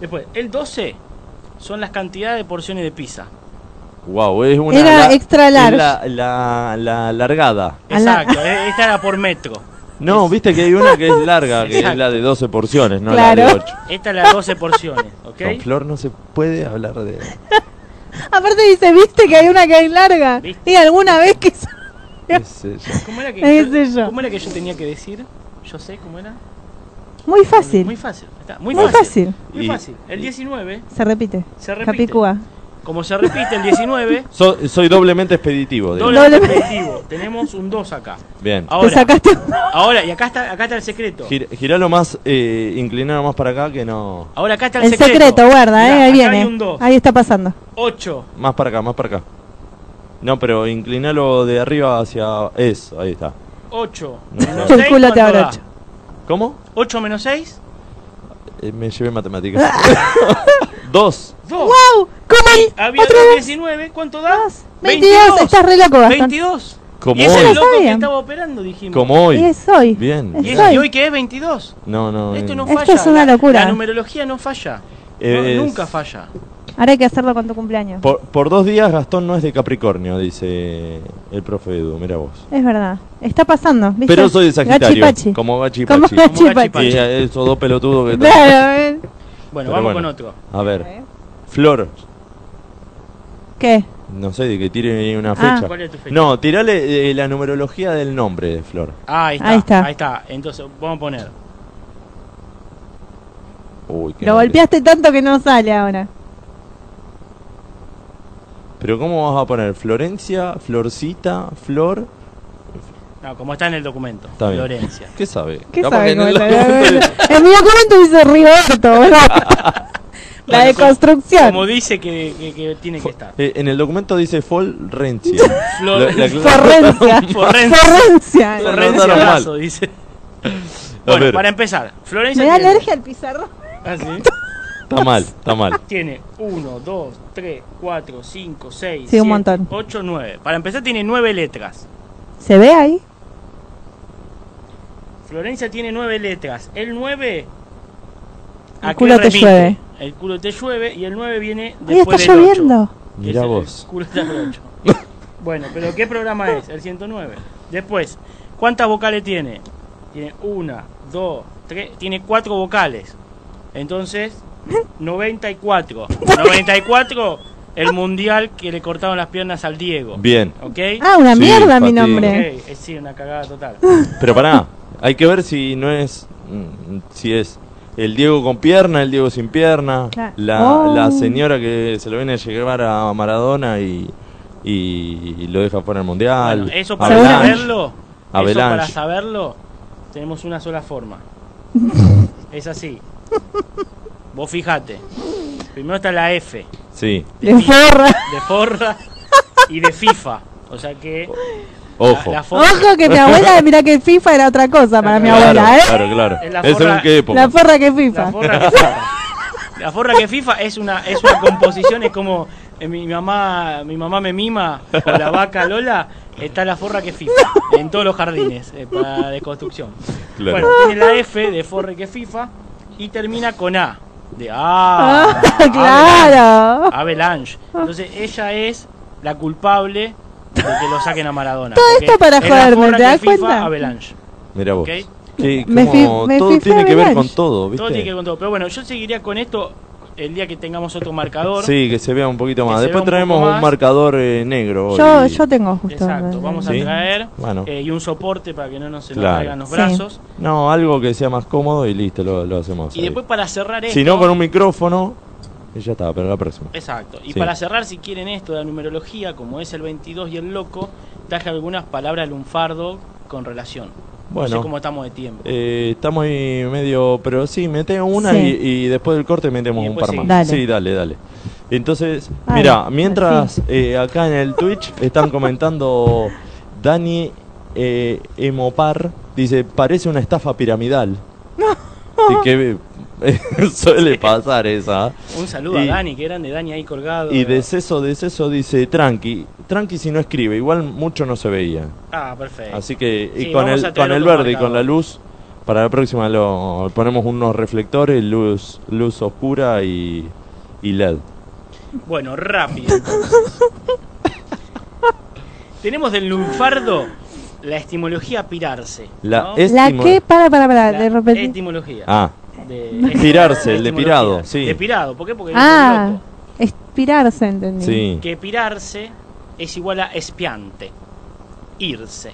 C: Después, el 12 son las cantidades de porciones de pizza.
A: Wow, es una.
B: Era extra
A: es
B: large.
A: La, la- la largada.
B: A la-
C: Exacto, eh, esta era por metro.
A: No, viste que hay una que es larga, que es
C: Exacto.
A: la de 12 porciones, no la de
B: Claro.
A: 8.
C: Esta es la de 12 porciones, ¿ok?
A: Con Flor no se puede hablar de.
B: Aparte dice, ¿viste que hay una que hay larga?
C: ¿Viste?
B: ¿Y alguna vez que... sa-
A: qué sé
C: (laughs)
A: yo.
C: ¿Cómo era, que
B: Ahí sé
C: yo,
B: yo.
C: ¿Cómo era que yo tenía que decir? Yo sé cómo era.
B: Muy fácil.
C: Muy fácil. está, muy,
B: Muy
C: fácil.
B: fácil.
C: Muy
A: Y-
C: fácil. El 19
B: Se repite.
C: se repite.
B: Capicúa.
C: Como se repite
A: (laughs)
C: el 19,
A: So- soy doblemente expeditivo. digo.
C: doble Ah.
B: Doble-
C: repetitivo. Tenemos un 2 acá.
A: Bien.
C: Ahora,
B: Te sacaste un-
C: ahora, y acá está, acá está el secreto.
A: Gir- giralo más, eh, inclinalo más para acá que no.
C: Ahora acá está el,
B: El secreto, guarda,
C: Mirá,
B: eh, ahí
C: acá Hay
B: viene.
C: un 2,
B: Ahí está pasando.
C: 8,
A: Más para acá, más para acá. No, pero inclinalo de arriba hacia. Eso, ahí está.
C: 8.
A: No sé.
B: El culo te abrocha.
A: ¿Cómo?
C: 8 menos 6,
A: Eh, me llevé
C: (laughs)
A: matemáticas. Dos.
C: 2.
B: ¡Wow! ¿Cómo hay?
C: Había
B: ¿Otra
C: otro
B: vez?
C: 19, ¿cuánto da?
B: 22. Estás re loco, Gastón.
C: 22.
A: Como
C: y ese
A: hoy.
C: era el loco que
B: Sabían.
C: estaba operando, dijimos.
A: Como hoy.
B: Es hoy.
A: Bien.
B: Es
C: ¿Y, este,
A: bien.
B: hoy.
C: y hoy que es 22?
A: No, no.
C: Esto
A: eh,
C: no
B: Esto
C: falla.
B: es una
C: la-
B: locura.
C: La, numerología no falla. No,
A: Es-
C: nunca falla.
B: Ahora hay que hacerlo con tu cumpleaños.
A: Por, por dos días Gastón no es de Capricornio, dice el profe Edu, mira vos.
B: Es verdad. Está pasando. ¿viste?
A: Pero soy de Sagitario,
B: Gachipachi.
A: como
B: Como
A: Gachipachi.
B: gachipachi.
A: Y a esos dos pelotudos que están-
B: Claro, eh.
A: Pero
C: Bueno, vamos
A: bueno.
C: con otro.
A: A ver, Flor,
B: ¿Qué?
A: no sé, de que tire una
B: Ah.
A: fecha.
C: ¿Cuál es tu fecha?
A: No, tirale eh, la numerología del nombre de Flor.
C: Ah, ahí está,
B: Ahí
C: ahí
B: está.
C: está. Entonces, vamos a poner.
A: Uy, qué
B: Lo
A: nombre.
B: golpeaste tanto que no sale ahora.
A: Pero ¿cómo vas a poner? Florencia, Florcita, Flor...
C: No, como está en el documento.
A: Está bien.
C: Florencia.
A: ¿Qué sabe?
B: ¿Qué
A: Capaz
B: sabe
A: que en
B: cómo
A: el
B: sale?
A: documento- (laughs)
B: En mi documento dice Rigoberto, boludo. La
C: Bueno, como-
B: deconstrucción.
C: Como dice que, que- que tiene
A: (laughs)
C: que estar.
A: Eh, en el documento dice Folrencia.
C: (laughs) Flor-
A: La- la-
B: Forrencia.
C: (laughs) Forrencia.
B: Forrencia.
A: Lo
C: Florencia
A: notaron mal. (laughs)
C: Lazo, dice. Bueno,
A: ver.
C: para empezar, Florencia
B: Me da
C: tiene-
B: alergia al pizarrón.
C: Ah,
B: (laughs)
C: ¿sí?
A: Está mal, está mal.
C: Tiene 1, 2, 3, 4, 5, 6,
B: Sí, un montón.
C: 8, 9. Para empezar tiene 9 letras.
B: ¿Se ve ahí?
C: Florencia tiene 9 letras. El 9...
B: El culo te llueve.
C: El culo te llueve y el 9 viene
B: Ay, está
C: después del ocho,
B: lloviendo.
C: que es
A: Mirá
C: el
A: vos.
C: culo está del ocho. (laughs) bueno, pero ¿qué programa es? El 109. Después, ¿cuántas vocales tiene? Tiene 1, 2, 3... Tiene 4 vocales.
B: (laughs)
C: Entonces, 94. 94, el mundial que le cortaron las piernas al Diego.
A: Bien.
C: ¿Ok?
B: Ah, una
A: Sí,
B: mierda mi
A: Pati.
C: Ok,
B: nombre.
C: eh, sí, una cagada total.
B: (laughs)
A: Pero pará, hay que ver si no es. mm, Si es el Diego con pierna, el Diego sin pierna.
B: Claro.
A: La,
B: Oh.
A: la señora que se lo viene a llevar a Maradona y, y, lo deja fuera del mundial.
C: Bueno, eso para
A: Avalanche.
C: saberlo, eso
A: Avalanche.
C: para saberlo, tenemos una sola
A: (laughs)
C: forma. es así. Vos fijate. Primero está la F
A: Sí,
B: De forra.
C: de Forra y de FIFA. O sea que
A: ojo.
C: la, la forra
B: Ojo que
A: (laughs)
B: mi abuela, mirá que FIFA era otra cosa para mi
A: claro,
B: abuela, ¿eh?
A: claro, claro.
C: Es la
A: ¿Eso
C: forra-
A: en qué época?
B: La forra que FIFA.
C: La forra que FIFA. La forra que FIFA es una, es una composición, es como eh, mi mamá, mi mamá me mima con la vaca Lola, está la forra que FIFA en todos los jardines eh, para desconstrucción.
A: Claro.
C: Bueno, tiene la F de forre que FIFA y termina con A. De A.
B: (laughs) Ah, claro.
A: Ah,
C: Avalanche. Entonces ella es la culpable de que lo saquen a Maradona.
B: Todo
C: porque
B: esto para
C: es la
B: joderme,
C: forra
B: ¿te
C: que
B: das
C: FIFA
B: cuenta?
C: Avalanche.
A: Mira vos.
C: Ok.
A: Que
B: Me fi-
A: como
B: me
A: todo
B: fijé
A: tiene que
B: en
A: ver
B: Avalanche.
A: con todo, ¿viste?
C: Todo tiene que ver con todo. Pero bueno, yo seguiría con esto el día que tengamos otro marcador.
A: Sí, que se vea un poquito más.
C: se
A: Después
C: vea un
A: traemos
C: poco
A: un
C: más.
A: marcador eh, negro. hoy.
B: Yo, yo tengo justo.
C: Exacto, vamos a
A: Sí.
C: traer
A: Bueno.
C: eh, y un soporte para que no nos se nos
A: Claro.
C: caigan los
B: Sí.
C: brazos.
A: No, algo que sea más cómodo y listo, lo, lo hacemos.
C: Y
A: ahí.
C: después para cerrar esto.
A: Si no, con un micrófono. Y ya está, pero la próxima.
C: Exacto. Y
A: Sí.
C: para cerrar, si quieren esto de la numerología, como es el 22 y el loco, traje algunas palabras lunfardo con relación. no sé cómo
A: Bueno,
C: estamos de tiempo.
A: eh, estamos ahí medio. Pero sí, metemos una
B: Sí.
A: Y, y después del corte metemos
C: Y
A: un
C: después
A: par más.
B: seguimos. Dale.
A: Sí, dale, dale. Entonces,
B: Ay,
A: mira,
B: al
A: mientras eh, acá en el Twitch están comentando Dani eh, Emopar, dice: parece una estafa piramidal. Y que eh, (laughs) suele pasar esa.
C: Un saludo
A: y-
C: a Dani, que eran de Dani ahí colgado.
A: Y deceso, deceso dice tranqui. Tranqui si no escribe, igual mucho no se veía.
C: Ah, perfecto.
A: Así que y
C: Sí,
A: con
C: vamos
A: el
C: a traer
A: con el
C: otro
A: verde y con la
C: marcador.
A: luz para la próxima lo ponemos unos reflectores, luz luz oscura y, y LED. (laughs)
C: Bueno, rápido. entonces. Tenemos del lunfardo la estimología pirarse.
A: La
C: ¿no?
A: es-
B: La
A: Estimo-
B: que, para, para, para,
C: La
B: Ah,
C: este
B: de repente.
C: etimología.
A: Ah,
C: De-
A: Pirarse, el de
C: etimología.
A: pirado, sí.
C: De pirado, ¿por qué? Porque es
B: Ah,
C: loco.
B: espirarse, entendí.
A: sí.
C: que pirarse es igual a espiante, irse.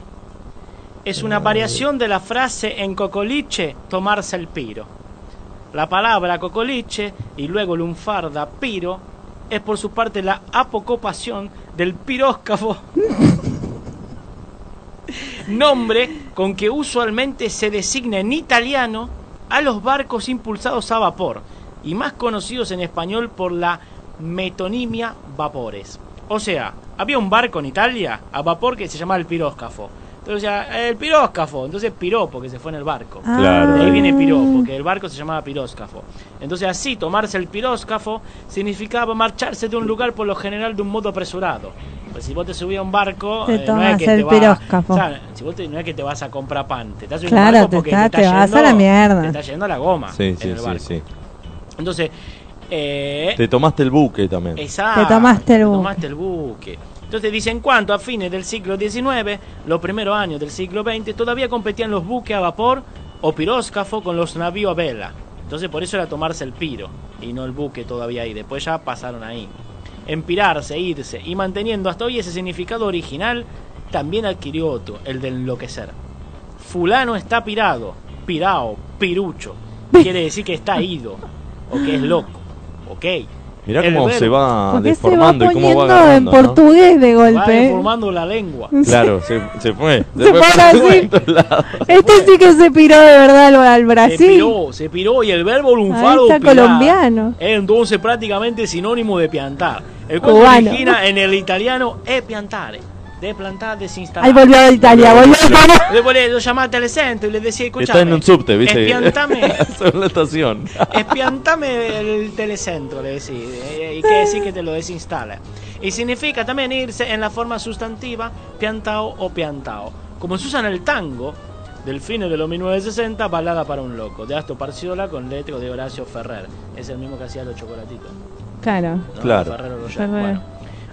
C: Es una variación de la frase en cocoliche, tomarse el piro. La palabra cocoliche y luego lunfarda piro es por su parte la apocopación del piróscafo. (laughs) Nombre con que usualmente se designa en italiano a los barcos impulsados a vapor y más conocidos en español por la metonimia vapores. O sea, había un barco en Italia a vapor que se llamaba el piróscafo. Entonces, ya, el piróscafo, entonces piró porque se fue en el barco.
B: Ah.
A: Claro,
C: De ahí viene piró,
B: piropo.
C: porque el barco se llamaba piróscafo. Entonces así, tomarse el piróscafo significaba marcharse de un lugar por lo general de un modo apresurado. Pues si vos te subís a un barco,
B: Te
C: eh, no es
B: tomás
C: que
B: el
C: te va-
B: piróscafo.
C: o sea, si vos te- no es que te vas a comprar pan, te estás subiendo a un
B: Claro,
C: barco
B: te
C: porque
B: está-
C: está
B: te vas a
C: yendo-
B: la mierda.
C: Te está yendo a la goma.
A: Sí,
C: en
A: sí,
C: el
A: sí,
C: barco.
A: sí.
C: Entonces, eh,
A: Te tomaste el buque también.
C: Exacto,
B: Te tomaste el
C: te
B: buque.
C: tomaste el buque. Entonces dicen cuánto a fines del siglo XIX, los primeros años del siglo XX, todavía competían los buques a vapor o piróscafo con los navíos a vela. Entonces por eso era tomarse el piro y no el buque todavía ahí. Después ya pasaron ahí. Empirarse, irse y manteniendo hasta hoy ese significado original, también adquirió otro, el de enloquecer. Fulano está pirado, pirao, pirucho. Quiere decir que está ido o que es loco. Ok.
A: Mirá
C: El
A: cómo
C: verbo.
A: se va
B: ¿Por qué se va
A: Ah, deformando y cómo
B: poniendo
A: va
B: en
A: agarrando, ¿no?
B: portugués de golpe?
C: formando la lengua.
A: Claro, se, se fue.
B: Se
A: fue
B: fue
A: para
B: así.
A: otro lado.
B: (laughs) Este sí que se piró de verdad al, al
C: Se
B: Brasil.
C: piró, se piró y el verbo lunfardo
B: está
C: pirar
B: colombiano.
C: es entonces prácticamente sinónimo de piantar. El cual
B: Cubano.
C: se origina en el italiano e piantare, de plantar, desinstalar.
B: Ahí volvió de Italia,
A: Volvió,
B: volvió
A: volvió.
C: Le ponés- lo llamaste al centro y le decía,
A: Está
C: escuchame.
A: en un subte, ¿viste? (laughs)
C: Espiantame,
A: Sobre la estación.
C: espiantame el telecentro, le decís. eh, Y quiere decir que te lo desinstala. Y significa también irse en la forma sustantiva, piantao o piantao. Como se usa en el tango, del fin de los 1960, Balada para un loco, de Astor Parciola con letra de Horacio Ferrer. Es el mismo que hacía los chocolatitos.
B: Claro.
C: ¿no?
A: Claro.
C: Ferrero Rocher.
B: Ferrero.
C: Bueno,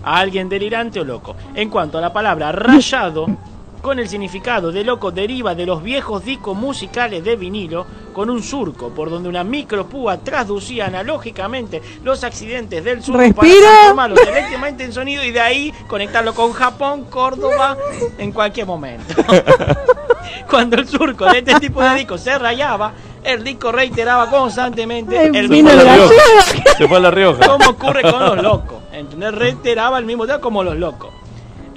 C: a alguien delirante o loco. En cuanto a la palabra rayado,
B: (laughs)
C: con el significado de loco deriva de los viejos discos musicales de vinilo con un surco por donde una micropúa traducía analógicamente los accidentes del surco
B: Respira.
C: para transformarlos
B: (laughs)
C: directamente en sonido y de ahí conectarlo con Japón, Córdoba, en cualquier
B: (laughs)
C: momento. Cuando el surco de este tipo de discos se rayaba, el disco reiteraba constantemente
B: Ay,
C: el
B: vino
A: Se
B: el
A: fue a La
B: gallego.
A: Rioja. Se fue a La Rioja.
C: como ocurre con los locos. ¿Entendés? Reiteraba el mismo tema como los locos.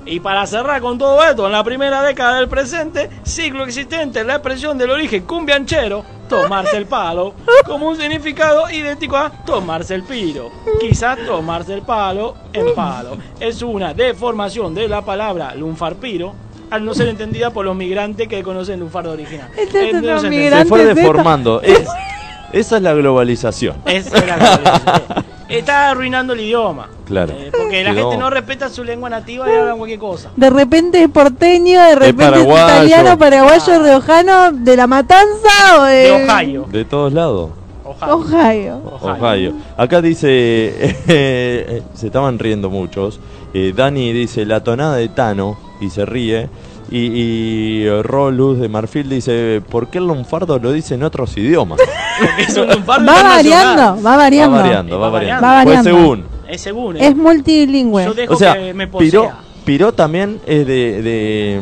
C: Y para cerrar con todo esto, en la primera década del presente, siglo existente, la expresión del origen cumbianchero, tomarse el palo, como un significado idéntico a tomarse el piro. Quizás tomarse el palo en palo. Es una deformación de la palabra lunfarpiro, al no ser entendida por los migrantes que conocen lunfardo original.
B: Estos
C: Eh,
B: son los
C: se entendió.
A: Se
B: migrantes.
A: fue
B: Antes de
A: deformando. Es- esa es la globalización.
C: Es era gracioso. Está arruinando el idioma.
A: Claro.
C: Eh, porque la
A: Quedó-
C: gente no respeta su lengua nativa
B: Eh,
C: y habla cualquier cosa.
B: De repente es porteño, de repente es,
A: paraguayo.
B: italiano, paraguayo, riojano, de la matanza o de.
C: Ah. De Ohio.
A: De todos lados.
C: Ohio.
B: eh, Ohio.
C: Ohio.
A: Ohio. Acá dice, (laughs) eh, eh, se estaban riendo muchos. Eh, Dani dice la tonada de Tano y se ríe. Y, y Rolus de Marfil dice, ¿por qué el lunfardo lo dice en otros idiomas?
C: Porque es un lunfardo
B: Va
C: internacional.
B: variando, va variando.
A: Va variando, va
C: Va
A: variando.
B: variando.
A: Pues según.
C: Es según. eh.
B: Es multilingüe.
C: Yo dejo
A: O sea,
C: que me posea.
A: Piró,
B: (laughs)
A: Piró también es de, de,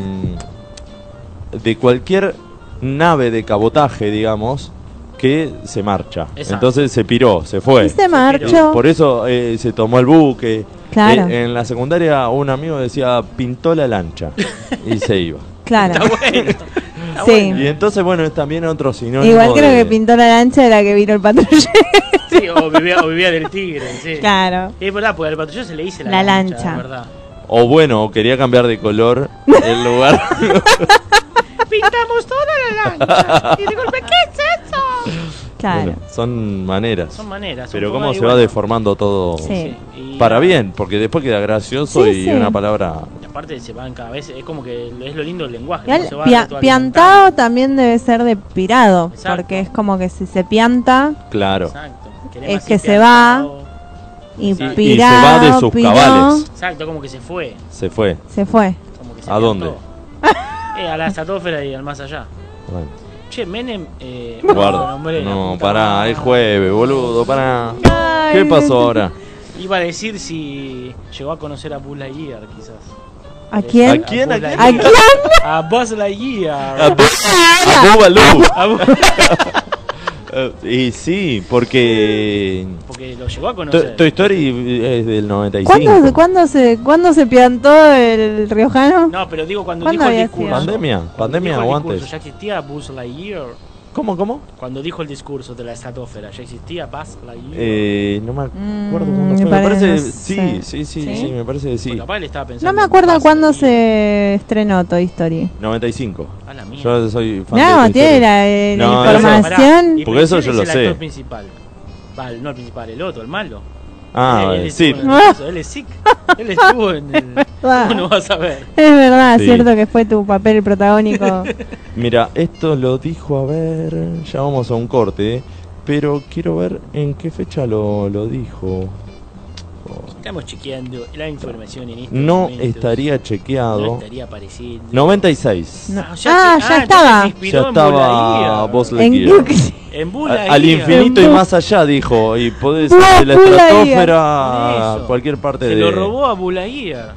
A: mm, de cualquier nave de cabotaje, digamos, que se marcha.
C: Exacto.
A: Entonces se piró, se fue.
B: Y se marchó.
A: Por eso eh, se tomó el buque.
B: Claro.
A: Eh, en la secundaria un amigo decía, pintó la
B: (laughs)
A: lancha y se iba.
B: Claro.
C: Está bueno. Está
B: Sí.
A: Y entonces, bueno, es también otro sinónimo.
B: Igual creo
A: de-
B: que pintó la lancha de la que vino el patrullero.
C: bueno. Sí, o, vivía, o vivía del tigre. Sí.
B: (laughs) claro.
C: Es verdad, porque al patrullero se le dice la,
B: La lancha.
C: es verdad.
A: O bueno, o quería cambiar de color
B: (laughs)
A: el lugar.
C: Pintamos toda la lancha. Y de golpe, ¿qué es eso?
B: Claro.
A: Bueno, son maneras.
C: Son maneras. son
A: Pero
C: formas
A: cómo
C: de
A: se va
C: igual.
A: deformando todo.
B: Sí.
C: Y-
A: Para bien, porque después queda gracioso
B: Sí,
A: y
B: sí.
A: una palabra.
C: Y aparte se van cada vez, es como que es lo lindo del lenguaje.
B: Igual,
C: ¿no? Se va
B: pia-
C: retroalimentando.
B: piantado también debe ser de pirado,
C: Exacto.
B: porque es como que si se pianta
A: Claro.
C: Exacto.
B: Es
C: así
B: que se
C: piantado.
B: y
C: Sí. Y se va
B: pirado,
A: de sus
B: piró,
A: cabales.
C: Exacto, como que se fue.
A: Se fue.
B: Se fue.
C: Como que se
A: ¿A dónde?
C: piantó. (laughs) Eh, a la estratosfera y al más allá.
A: Bueno,
C: Che, Menem. Eh,
A: guarda.
C: hombre, la
A: No,
C: puta
A: pará,
C: madre.
A: es jueves, boludo, pará.
B: Ay,
A: ¿Qué pasó ahora?
C: Iba a decir si llegó a conocer a Buzz Lightyear, quizás.
B: ¿A
C: Eh,
B: quién?
A: ¿A quién?
C: Buzz
A: ¿A quién? Ah,
B: ¿A quién?
C: Lightyear. A Buzz
A: A
C: Lightyear.
A: tu-
B: Ah,
A: a tu Balú.
C: A Buzz-
A: (laughs) Eh, Y sí, porque.
C: Porque lo llegó a
A: To-
C: conocer.
A: Toy Story es del 95.
B: ¿Cuándo, cuándo se, ¿Cuándo se piantó el riojano?
C: No, pero digo cuando
B: ¿Cuándo
C: dijo el
B: había
C: discurso.
B: sido?
A: Pandemia,
C: Cuando
A: pandemia
C: dijo el
A: o
C: discurso,
A: antes.
C: Ya existía Buzz Lightyear.
A: ¿Cómo, cómo?
C: Cuando dijo el discurso de la estratosfera, ya existía Buzz Lightyear.
A: Eh, no me acuerdo
B: Mm,
A: cuándo
B: me
A: fue. Me
B: parece,
A: parece.
B: no
A: Sí,
B: sé.
A: sí, sí,
B: ¿Sí?
A: sí, me parece que
C: Porque
A: sí.
C: capaz él estaba pensando
B: No me
C: en
B: acuerdo
C: Buzz
B: cuándo
C: Lightyear.
B: se estrenó Toy Story.
A: 95.
C: A la mierda.
A: Yo soy fan de
B: No,
A: Toy
B: tiene
A: Story.
B: la, eh, la
A: No,
C: Pero pará,
B: información.
C: Ah, y
A: Porque eso
C: Peter
A: yo
C: es
A: lo
C: el
A: sé.
C: actor principal. Va, no el principal, el otro, el malo.
A: Ah,
C: él, él
A: sí.
C: estuvo en el coso, Él
B: (laughs)
C: es sick. Él estuvo en el. ¿Cómo no
B: Ah,
C: vas a ver?
B: Es verdad,
A: Sí.
B: cierto que fue tu papel protagónico.
A: Mira, esto lo dijo, a ver, ya vamos a un corte, eh, pero quiero ver en qué fecha lo, lo dijo.
C: Estamos chequeando la información en este
A: No
C: momento.
A: estaría
C: No
A: chequeado.
C: estaría apareciendo.
A: 96.
B: No.
C: se-
B: Ah, ya estaba.
C: se inspiró
A: Ya
C: en
A: estaba
C: Buzz
A: Buzz
C: Lightyear.
B: en
A: Lightyear.
C: En Buzz
A: A- Al
C: Lightyear.
A: infinito y
B: En
A: más allá, dijo. Y podés
B: Buzz
A: de la
B: Lightyear.
A: estratosfera a
C: Eso.
A: cualquier parte
C: Se
A: de.
C: lo robó a Buzz Lightyear.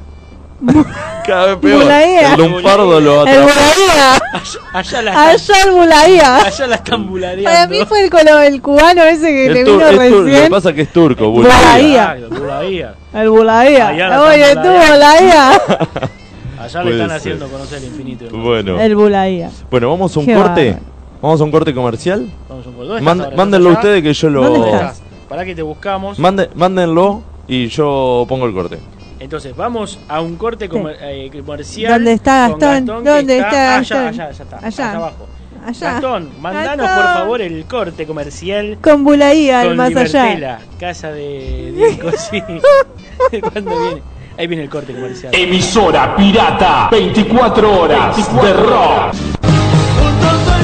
A: Cada vez peor.
B: Bulaía.
A: El lumpardo lo
B: El
A: atrapó.
B: Bulaía.
C: Allá, allá la
B: Allá el Bulaía.
C: allá la están bulareando.
B: Para mí fue el, colo- el cubano ese que
A: El
B: le
A: tur-
B: vino
A: es tur- Lo que
B: recién.
A: pasa es que es turco,
B: Bulaía.
A: Bulaía.
C: Claro, bulaía.
B: El
C: Allá
B: Bulaía.
C: la
B: Oye,
C: están
B: tú Bulaía.
C: Allá le
A: Puede
C: están
A: ser.
C: haciendo conocer el infinito. hermano.
A: Bueno.
B: El Bulaía.
A: Bueno, vamos a un
B: Qué
A: corte.
B: bárbaro.
A: Vamos a un corte comercial.
C: Vamos un poco. ¿Dónde
A: Man-
C: estás ahora?
A: mándenlo
C: ¿Estás acá?
A: ustedes que yo
B: ¿Dónde
A: lo.
C: ¿Dónde
B: estás?
C: estás? Pará que te buscamos.
A: Mande- mándenlo y yo pongo el corte.
C: Entonces, vamos a un corte comer- eh, comercial.
B: ¿Dónde está
C: con
B: Gastón?
C: que
B: ¿Dónde está
C: allá,
B: Gastón?
C: Allá, allá, está.
B: Allá.
C: Allá abajo.
B: Allá.
C: Gastón, mandanos
B: Gastón.
C: por favor el corte comercial
B: Con Bulaía, el
C: con
B: más allá.
C: Libertela,
B: (laughs)
C: casa de, de (laughs) Cosí. ¿Cuándo viene? Ahí viene el corte comercial.
D: Emisora pirata, 24 horas de rock.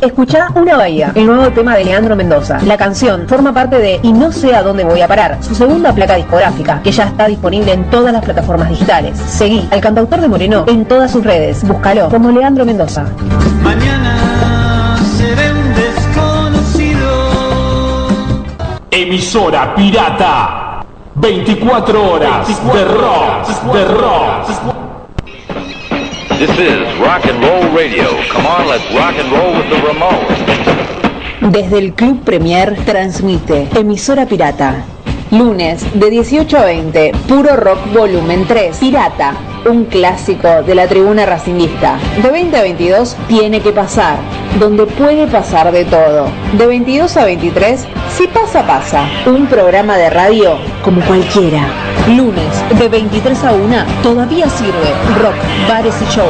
G: Escuchá Una Bahía, el nuevo tema de Leandro Mendoza. La canción forma parte de Y no sé a dónde voy a parar, su segunda placa discográfica, que ya está disponible en todas las plataformas digitales. Seguí al cantautor de Moreno en todas sus redes. Búscalo como Leandro Mendoza.
D: Emisora pirata, 24 horas de rock, de rock.
H: This is rock and roll radio. Come on, let's rock and roll with the Ramones.
G: Desde el Club Premier transmite Emisora Pirata. Lunes de 18 a 20, Puro Rock Volumen 3, Pirata, un clásico de la tribuna racinguista. De 20 a 22, Tiene que pasar, donde puede pasar de todo. De 22 a 23, Si pasa, pasa, un programa de radio como cualquiera. Lunes de 23 a 1, todavía sirve rock, bares y show.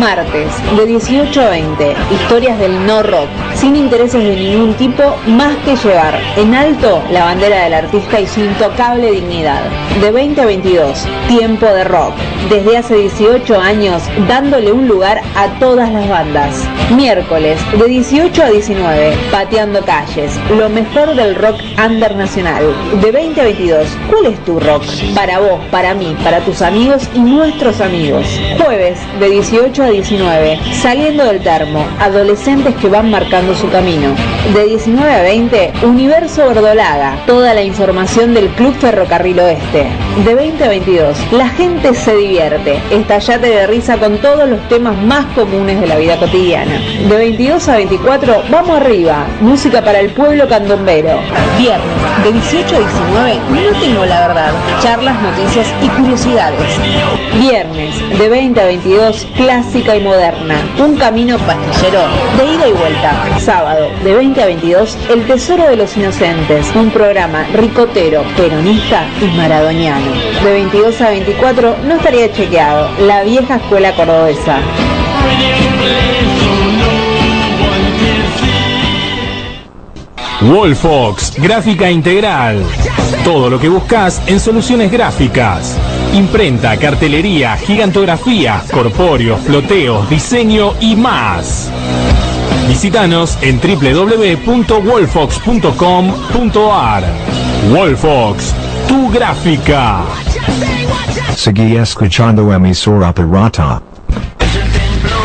G: Martes de 18 a 20, historias del no rock, sin intereses de ningún tipo más que llevar en alto la bandera del artista y su intocable dignidad. De 20 a 22, tiempo de rock. Desde hace 18 años dándole un lugar a todas las bandas. Miércoles de 18 a 19, pateando calles, lo mejor del rock under nacional. De 20 a 22, ¿cuál es tu rock? Para vos, para mí, para tus amigos y nuestros amigos. Jueves de 18 a 19, saliendo del termo, adolescentes que van marcando su camino. De 19 a 20, Universo Verdolaga, toda la información del Club Ferrocarril Oeste. De 20 a 22, la gente se divierte, estallate de risa con todos los temas más comunes de la vida cotidiana. De 22 a 24, vamos arriba, música para el pueblo candombero. Viernes, de 18 a 19, no tengo la verdad, charlas, noticias y curiosidades. Viernes, de 20 a 22, clásica y moderna. Un camino pastillero, de ida y vuelta. Sábado, de 20 a 22, El Tesoro de los Inocentes. Un programa ricotero, peronista y maradoniano. De 22 a 24, no estaría chequeado. La vieja escuela cordobesa.
E: Wallfox, gráfica integral. Todo lo que buscas en soluciones gráficas. Imprenta, cartelería, gigantografía, corpóreos, floteos, diseño y más. Visítanos en www.wolfox.com.ar. Wolfox, tu gráfica.
I: Seguí escuchando emisora pirata.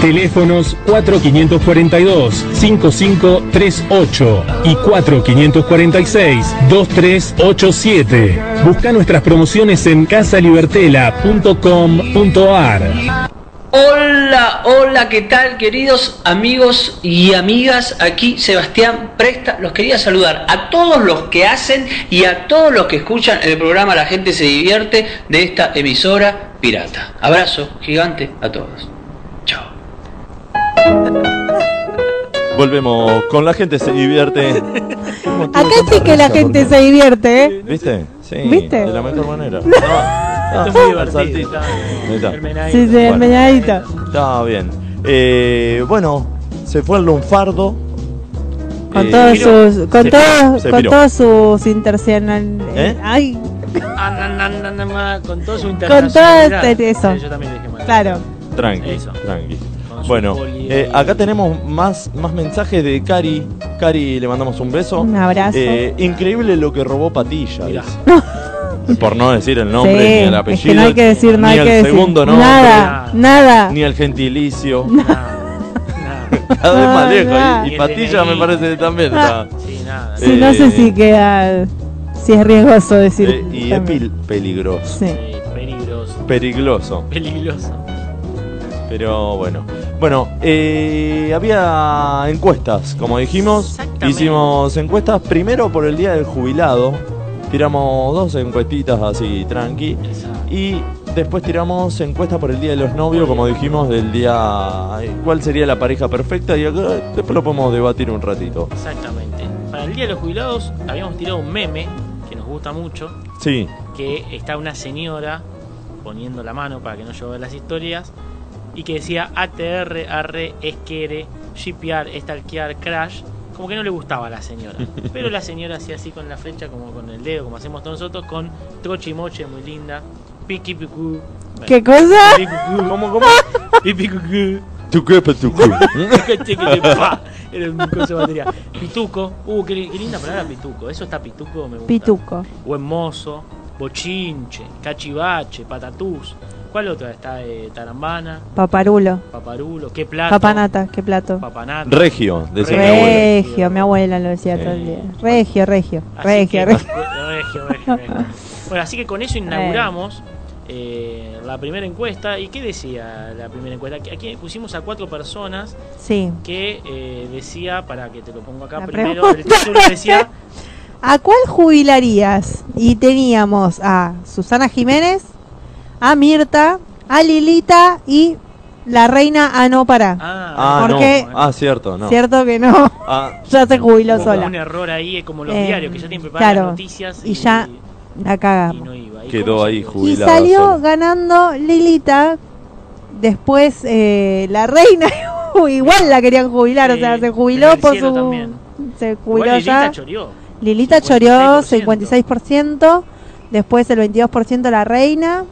E: Teléfonos 4542-5538 y 4546-2387. Busca nuestras promociones en casalibertela.com.ar.
J: Hola, hola, ¿qué tal queridos amigos y amigas? Aquí Sebastián Presta, los quería saludar a todos los que hacen y a todos los que escuchan el programa La gente se divierte de esta emisora pirata. Abrazo gigante a todos.
A: Volvemos con la gente se divierte.
B: Acá sí que la gente se divierte, ¿eh?
A: ¿Viste? Sí,
B: ¿Viste?
A: de la mejor manera. Ah,
C: Esto es muy divertido.
A: Ahí está.
B: Sí, sí, el
A: Bueno,
B: meñadito.
A: está bien. Eh, bueno, se fue el lunfardo.
B: Con
A: Eh,
B: todos sus. Con
A: se piró,
B: todos.
A: se
B: Con
A: piró.
B: todos sus internacional.
A: ¿Eh?
B: Ay,
C: Ah, na, na, na, na, na, Con todo su
B: con todo
C: internacionalidad.
B: este- eso.
C: Sí, yo también dije mal.
B: Claro.
A: Tranqui,
C: Eso.
A: tranqui.
C: Con su
A: Bueno,
C: poli-
A: eh, acá tenemos más, más mensajes de Cari. Cari, le mandamos un beso.
B: Un abrazo.
A: Eh, increíble lo que robó Patilla.
C: Mirá.
B: (laughs)
A: dice. Por no decir el nombre,
B: Sí,
A: ni el
B: es
A: apellido.
B: que no hay que decir, no
A: ni
B: hay
A: el
B: que decir.
A: segundo nombre,
B: nada,
C: nada.
B: nada.
A: ni el
B: (laughs)
A: gentilicio.
C: Nada, nada.
A: Cada vez más
B: No,
A: lejos.
B: nada. Ah.
A: Y, y
C: Y el
A: Patilla
C: DNI.
A: me parece que también está.
C: Sí, nada.
B: Sí, no sé
A: Eh,
B: si queda. Si es riesgoso decir.
A: Eh, y es
B: también.
A: pil- peligroso.
B: Sí.
C: Eh, Peligroso.
A: Peligroso.
C: Peligroso.
A: Pero bueno. Bueno, eh, había encuestas, como dijimos.
C: Exactamente.
A: Hicimos encuestas primero por el Día del Jubilado. Tiramos dos encuestitas así, tranqui. Y después tiramos encuestas por el Día de los Novios, como dijimos, del día... eh, ¿Cuál sería la pareja perfecta? Y acá- después lo podemos debatir un ratito.
C: Exactamente. Para el Día de los Jubilados habíamos tirado un meme que nos gusta mucho,
A: Sí,
C: que está una señora poniendo la mano para que no llueva las historias y que decía ATR, arre, esquere, shipear, stalkear, crash. Como que no le gustaba a la señora. Pero la señora hacía así con la flecha, como con el dedo, como hacemos todos nosotros, con trochi moche muy linda, piqui picu. bueno,
B: ¿Qué cosa?
C: piqui, picu, ¿Cómo, cómo? Piqui, picu.
A: tu cuerpo, tu cuerpo.
C: (laughs) Era un coso de batería. Pituco. Uh, qué, li- qué linda palabra pituco. Eso está pituco, me gusta.
B: Pituco.
C: Buen mozo. Bochinche. Cachivache. Patatús. ¿Cuál otra? Está eh, Tarambana.
B: Paparulo.
C: Paparulo. ¿Qué plato?
B: Papanata, qué plato.
C: Papanata.
A: Regio, decía mi
C: Re-
A: abuela.
B: Regio, mi abuela lo decía
A: Sí.
B: todo el día. Regio, regio,
C: Así
B: regio,
C: que-
B: regio.
C: regio, regio, regio. Bueno, así que con eso inauguramos eh, la primera encuesta. ¿Y qué decía la primera encuesta? Aquí- Aquí pusimos a cuatro personas
B: Sí.
C: que eh, decía, para que te lo pongo acá
B: La
C: primero, el
B: pregunta.
C: título
B: (laughs)
C: decía...
B: ¿A cuál jubilarías? Y teníamos a Susana Jiménez, a Mirta, a Lilita y la reina a no para.
C: Ah,
A: Ah,
B: ¿Por
A: no.
B: qué?
A: Ah, cierto, no.
B: ¿Cierto que no? (laughs)
A: Ah,
B: Ya se jubiló
C: hubo como
B: sola.
C: un error ahí, es como los
B: Eh,
C: diarios que ya tienen preparadas
B: claro.
C: las noticias
B: Y ya- La
C: y
B: cagamos.
C: no iba. ¿Y
A: Quedó
C: cómo
A: ahí
C: salió?
A: jubilado.
B: Y
A: jubilada
B: salió
A: sola.
B: ganando Lilita. Después eh, la reina (laughs) igual la querían jubilar, o
C: Sí,
B: sea, se
C: en
B: jubiló
C: el
B: por
C: cielo
B: su...
C: también.
B: Se
C: Igual
B: jubiló
C: Lilita
B: ya.
C: choreó.
B: Lilita
C: 56%.
B: choreó 56%, después el 22% la reina.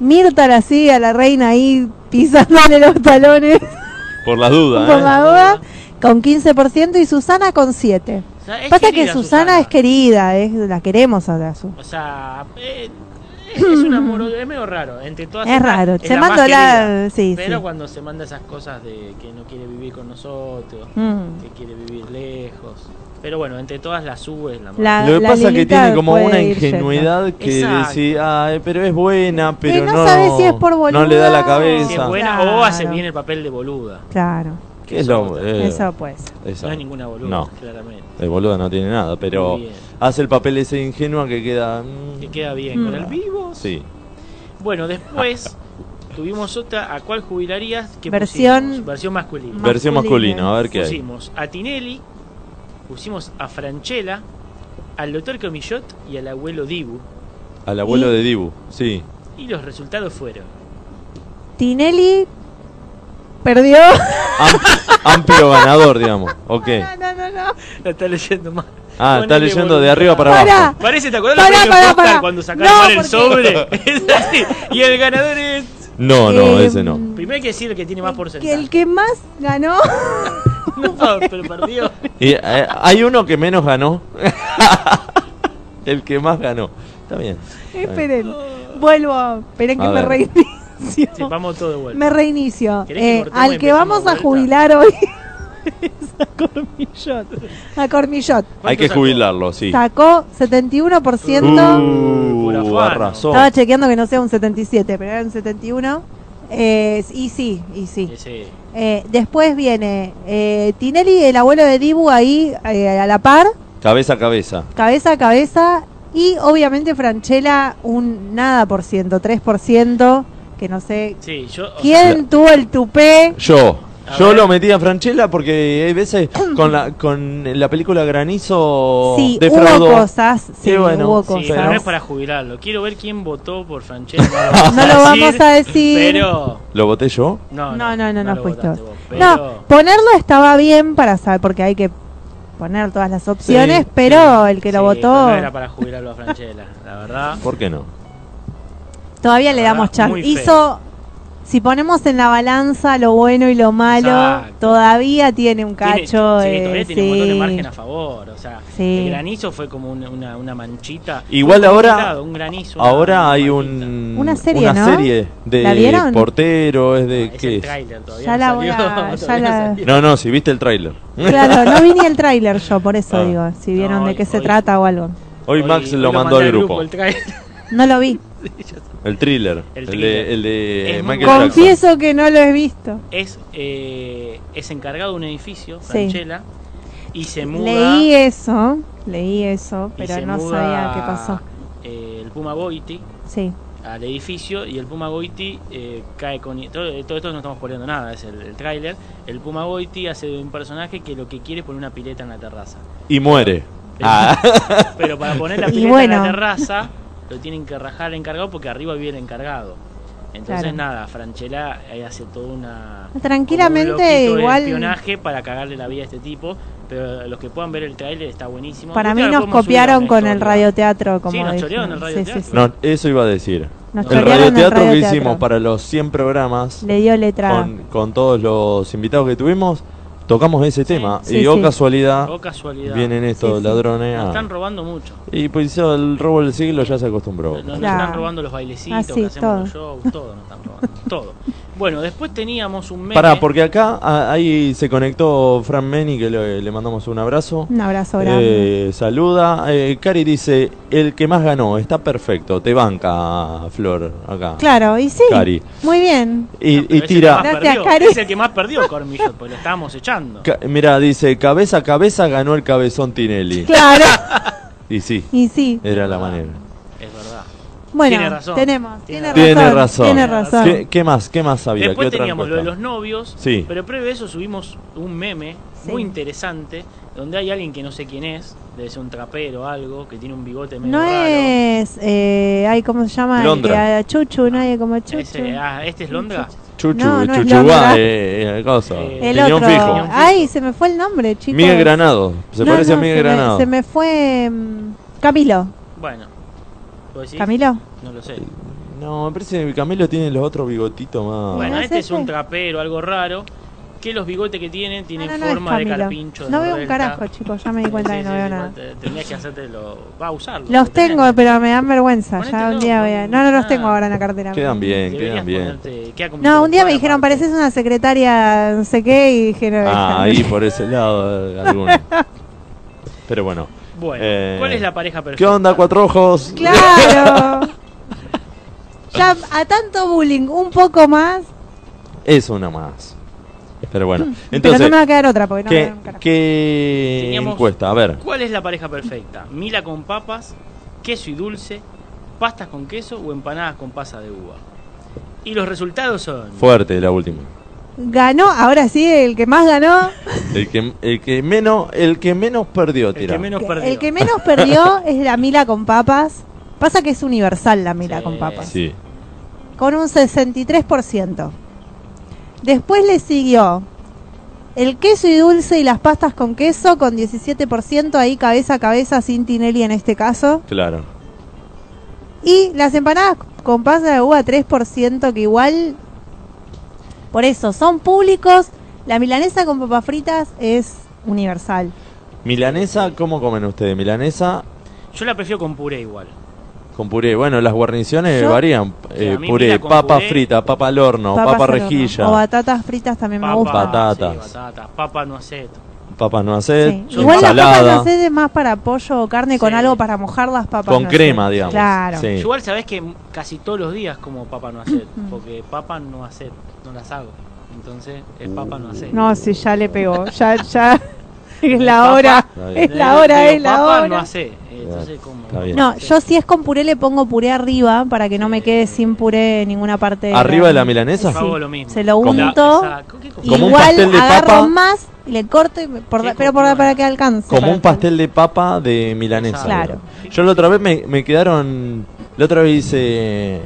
B: Mirta la sigue a la reina ahí pisándole los talones (laughs)
A: por las
B: por
A: dudas, ¿eh?
B: la duda, con 15% y Susana con 7.
C: O sea, es
B: Pasa que
C: querida
B: Susana, es querida, es, la queremos a la Su.
C: O sea, eh, es un amor,
B: (clears throat)
C: es medio raro. Entre todas
B: Es
C: estas,
B: raro,
C: es
B: se
C: la más
B: mandó la...
C: querida.
B: Sí,
C: Pero
B: sí.
C: cuando se manda esas cosas de que no quiere vivir con nosotros,
B: Mm.
C: que quiere vivir lejos. Pero bueno, entre todas las subes la más.
B: La-
A: Lo que
B: la
A: pasa es que
B: Lilita
A: tiene como
B: puede
A: una
B: ir yendo.
A: ingenuidad que
C: Exacto.
A: decís, "Ay, pero es buena, pero
B: no
A: no,
B: sabe si es por
A: no le da
B: boluda o-
A: la
C: Si es
A: cabeza.
C: buena o hace bien el papel de boluda.
B: Claro,
A: ¿Qué es lo- eh,
B: eso pues.
A: esa.
C: No es ninguna boluda,
A: No.
C: claramente.
A: De boluda no tiene nada, pero
C: Muy bien.
A: hace el papel ese ingenua que queda. mm,
C: Que queda bien con el vivo.
A: Sí.
C: Bueno, después tuvimos otra, ¿a cuál jubilarías? que
B: Versión-
C: pusimos? Versión masculina.
B: Ma-
A: Versión
B: Masculina.
A: masculina, a ver qué hay.
C: pusimos a Tinelli, pusimos a Franchella, al doctor Comillot y al abuelo Dibu.
A: Al abuelo de Dibu, sí.
C: Y los resultados fueron. (laughs)
B: Tinelli (laughs) perdió.
A: Am- amplio ganador, digamos. Ok.
B: no, no, no.
C: La está leyendo mal.
A: Ah, está
C: Ponele
A: leyendo de
C: voluntad.
A: arriba para
B: Pará.
A: abajo.
C: Parece, ¿te acordás
B: Pará,
C: la
B: pará,
C: Oscar
B: pará.
C: cuando
B: No,
C: sacaron mal el
B: porque-
C: sobre? (laughs) Es así. Y el ganador es.
A: No, no,
B: Eh,
A: ese no.
C: Primero hay que decir el que tiene más
B: Que
C: porcentaje.
B: el que más
A: (laughs)
B: ganó. (laughs)
C: (laughs) No, pero perdió.
A: Y, eh, hay uno que menos ganó. (laughs) El que más ganó. Está bien. está bien.
B: Esperen, vuelvo, esperen que
A: A
B: me
A: ver.
B: reinicio.
C: Sí, vamos todo de vuelta.
B: Me reinicio.
C: ¿Querés que
B: Eh,
C: cortemos y
B: al que
C: empecemos
B: vamos a
C: vuelta?
B: jubilar hoy (laughs) es a Cormillot. A Cormillot.
A: Hay que jubilarlo, sí.
B: Sacó 71%.
A: Uh, arrasó.
B: Estaba chequeando que no sea un 77, pero era un 71. Eh, y sí, y sí.
C: Ese-
B: Eh, después viene eh, Tinelli, el abuelo de Dibu, ahí eh, a la par,
A: Cabeza a cabeza.
B: cabeza a cabeza. Y obviamente Franchella, un nada por ciento, 3%, que no sé.
C: Sí, yo. o
B: ¿Quién tuvo el tupé?
A: Yo.
C: A
A: Yo
C: ver.
A: lo metí a Franchella porque hay
B: (coughs)
A: veces con la, con la película Granizo
B: Sí,
A: defraudó.
B: hubo cosas. Sí,
A: Y bueno,
B: hubo
C: sea,
B: cosas.
C: sí, pero no es para jubilarlo. Quiero ver quién votó por Franchella. No
B: (laughs) No lo vamos a decir.
C: Pero.
A: ¿Lo voté yo?
C: No,
B: No, no, no, no
C: lo
B: fuiste
C: votaste
B: vos.
C: vos,
B: No,
C: pero-
B: ponerlo estaba bien para saber, porque hay que poner todas las opciones,
A: Sí,
B: pero el que lo
C: Sí,
B: votó,
C: pero No era para jubilarlo a Franchella, la verdad.
A: ¿Por qué no?
B: todavía
C: la
B: le
C: verdad,
B: damos chance.
C: muy feo.
B: Hizo, si ponemos en la balanza lo bueno y lo malo,
C: Exacto.
B: todavía tiene un cacho.
C: Tiene, sí,
B: de-
C: todavía tiene un montón de
B: sí.
C: margen a favor. O sea,
B: Sí.
C: el granizo fue como una, una, una manchita.
A: Igual
C: Un
A: ahora-
C: congelado, un granizo, una-
A: Ahora
C: una
A: hay
C: manchita.
A: un,
B: Una serie,
A: una
B: ¿no?
A: serie de
B: ¿La vieron?
A: portero, es de...
C: Ah, Es
A: ¿qué
C: el
A: es?
C: tráiler todavía.
B: Ya
C: (laughs) no
B: la voy a-
C: salió,
B: ya
C: todavía
B: la-
C: salió.
A: No, no, si viste el tráiler.
B: Claro, no vi ni
C: (laughs)
B: el tráiler yo, por eso
A: Ah.
B: digo, si vieron
C: No,
B: de
C: hoy-
B: qué se
C: hoy-
B: trata o algo.
A: Hoy Max lo mandó al grupo.
C: el tráiler.
B: No lo vi.
A: El thriller. El,
C: El
A: de,
C: thriller.
A: el de
C: Es muy
A: Michael
C: bueno.
A: Jackson.
B: Confieso que no lo he visto.
C: es, eh, es encargado de un edificio,
B: Sí.
C: Franchella, y se muda.
B: Leí eso, leí eso,
C: y
B: pero
C: se
B: no
C: muda,
B: sabía qué pasó.
C: eh, el Puma Goiti
B: Sí.
C: al edificio y el Puma Goiti eh, cae con. Todo, todo esto no estamos poniendo nada, es el, el tráiler. El Puma Goiti hace de un personaje que lo que quiere es poner una pileta en la terraza.
A: Y muere.
C: Pero,
A: Ah,
C: pero para poner la
B: (laughs) Y
C: pileta en
B: bueno.
C: la terraza, lo tienen que rajar el encargado porque arriba vive el encargado. Entonces
B: Claro.
C: nada, Franchella eh, hace toda una como un
B: Tranquilamente,
C: loquito de
B: igual
C: espionaje para cagarle la vida a este tipo, pero los que puedan ver el tráiler está buenísimo.
B: para
C: Creo
B: mí
C: que lo
B: nos
C: podemos subir a
B: copiaron
C: una
B: con el
C: historia.
B: radioteatro. Como
C: nos
B: dijimos.
C: chorearon el radioteatro.
A: (laughs) no, eso iba a decir.
B: Nos
A: El
B: chorearon
A: radioteatro que
B: radioteatro.
A: hicimos para los 100 programas
B: Le dio letra.
A: con, con todos los invitados que tuvimos, tocamos ese tema.
B: Sí,
A: y oh
B: sí.
A: casualidad,
C: Oh, casualidad.
A: vienen estos
B: Sí, sí.
A: ladrones.
C: Nos
A: ah.
C: están robando mucho.
A: Y pues hizo el robo del siglo, ya se acostumbró.
C: Nos, nos
B: Claro. Ah,
C: están robando los bailecitos,
B: Así,
C: que hacemos los shows, todo nos están robando.
B: (laughs)
C: todo. Bueno, después teníamos un meme.
A: Pará, porque acá ah, ahí se conectó Fran Meni, que le, le mandamos un abrazo.
B: Un abrazo grande.
A: Eh, saluda. Eh, Cari dice, el que más ganó, está perfecto. Te banca, Flor, acá.
B: claro, y sí.
A: Cari.
B: Muy bien.
A: Y,
C: No, pero
A: y
C: es el que
A: tira.
C: más
B: Gracias,
C: perdió.
B: Cari.
C: Es el que más perdió, Cormillo, porque lo estábamos echando.
A: ca- mira, dice, cabeza a cabeza ganó el cabezón Tinelli. (laughs)
B: Claro.
A: Y sí,
B: y sí.
A: era la manera.
C: Es verdad.
B: Bueno,
C: Tiene razón.
B: tenemos. Tiene,
C: Tiene
A: Tiene
B: razón.
A: razón.
B: Tiene razón.
A: ¿Qué, qué más? ¿Qué más había?
C: Después
A: ¿Qué otra
C: teníamos lo de
A: encuesta?
C: los novios,
A: Sí.
C: pero previo a eso subimos un meme
B: Sí.
C: muy interesante donde hay alguien que no sé quién es, debe ser un trapero o algo, que tiene un bigote medio
B: No
C: raro.
B: es. Eh, ay, ¿cómo se llama? El que
A: Londra.
B: a Chuchu, nadie como Chuchu.
C: Ese- ah, ¿Este es Londra?
A: Chuchu,
B: No, no es
A: Chuchuá,
B: Londra.
A: eh, eh, cosa,
C: Eh,
B: El
A: Piñón
B: otro.
A: fijo.
B: Ay, se me fue el nombre, chicos.
A: Miguel Granado. Se
B: No,
A: parece a
B: no,
A: Miguel
B: se me-
A: Granado.
B: se me fue. mm, Camilo.
C: Bueno. ¿Vos decís?
B: Camilo.
C: No lo sé.
A: No, me parece que Camilo tiene los otros bigotitos más.
C: Bueno,
B: ¿es
C: este es un
B: ese?
C: trapero, algo raro, que los bigotes que tiene tienen
B: Ah, No, no, no es
C: forma de
B: Camilo.
C: carpincho. de
B: No veo un
C: revuelta.
B: carajo, chicos, ya me di cuenta
C: Sí,
B: que no
C: sí,
B: veo
C: sí,
B: nada.
C: te- Tenías que hacerte lo... Va a usarlo.
B: Los
C: tenés
B: tengo,
C: que-
B: pero me dan vergüenza. Ya
C: Ponételo,
B: un día voy a... No, no los tengo
C: ah.
B: ahora en la cartera.
A: Quedan bien,
C: deberías
A: quedan bien.
C: ponerte- queda como
B: No, un día me
C: tucumano,
B: dijeron,
C: aparte.
B: pareces una secretaria, no sé qué, y dije, no, esta
A: Ah,
B: no.
A: ahí por ese lado eh,
B: (laughs)
A: alguno. Pero bueno.
C: Bueno,
A: Eh,
C: ¿cuál es la pareja perfecta?
A: ¿Qué onda, cuatro ojos? (laughs)
B: ¡Claro! ya, a tanto bullying, un poco más,
A: Es una más. Pero bueno.
B: pero no
A: Entonces,
B: me va a quedar otra, porque no me
A: ¿qué,
B: dan un carajo.
A: qué
C: Teníamos-
A: encuesta? A ver.
C: ¿Cuál es la pareja perfecta? ¿Mila con papas, queso y dulce, pastas con queso o empanadas con pasa de uva? Y los resultados son.
A: Fuerte la última.
B: Ganó, ahora sí, el que más ganó,
A: El que, el que menos, el que menos perdió,
C: el que
A: tira.
C: menos
B: que-
C: perdió.
B: el que menos perdió
C: (laughs)
B: es la Mila con papas. Pasa que es universal la Mila
C: Sí.
B: con papas.
A: Sí.
B: con un 63%. Después le siguió el queso y dulce y las pastas con queso con 17%, ahí cabeza a cabeza sin Tinelli en este caso.
A: Claro.
B: Y las empanadas con pasa de uva 3%, que igual, por eso, son públicos. La milanesa con papas fritas es universal.
A: Milanesa, ¿cómo comen ustedes? Milanesa
C: Yo la prefiero con puré igual.
A: Con puré. Bueno, las guarniciones
B: Yo-
A: varían. Eh,
C: a mí
A: puré,
C: mira con
A: papa
C: puré.
A: frita, papa al horno,
B: Papas
A: papa
B: al horno.
A: rejilla,
B: O batatas fritas también me gustan.
A: Patatas.
C: sí, batatas. Papa no aceto.
A: papas no hacer,
B: Sí. Igual las papas
A: ensalada.
B: las es más para pollo o carne con algo para mojar las papas.
A: Con
B: no
A: crema,
B: sé.
A: digamos.
B: Claro.
A: Sí.
C: Yo igual sabés que casi todos los días como papa no aceto.
B: Mm.
C: porque papa no aceto, no las hago. Entonces es papa no aceto.
B: No, sí, ya le pegó. Ya,
A: (laughs)
B: ya. Es la
C: Papa-
B: hora. Es la hora,
C: Digo,
B: es la
C: papa no
B: hora.
C: hace. Entonces como...
A: Está bien.
B: No, yo si es con puré le pongo puré arriba para que no me quede sin puré en ninguna parte. de
A: ¿Arriba de la milanesa?
B: Sí.
A: Yo hago
C: lo mismo.
B: Se lo
A: Como-
B: unto.
A: Como un
B: igual
A: pastel de
B: agarro
A: papa.
B: más y le corto, y me- por- pero por- para que alcance.
A: Como
B: para
A: un
B: que-
A: pastel de papa de milanesa.
B: Claro.
A: Yo la otra vez me, me quedaron. La otra vez hice.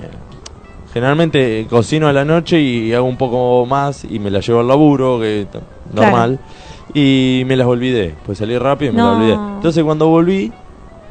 A: Generalmente cocino a la noche y hago un poco más y me la llevo al laburo, que t-
B: Claro.
A: normal. Y me las olvidé. Pues salí rápido y me
B: No.
A: las olvidé. Entonces cuando volví,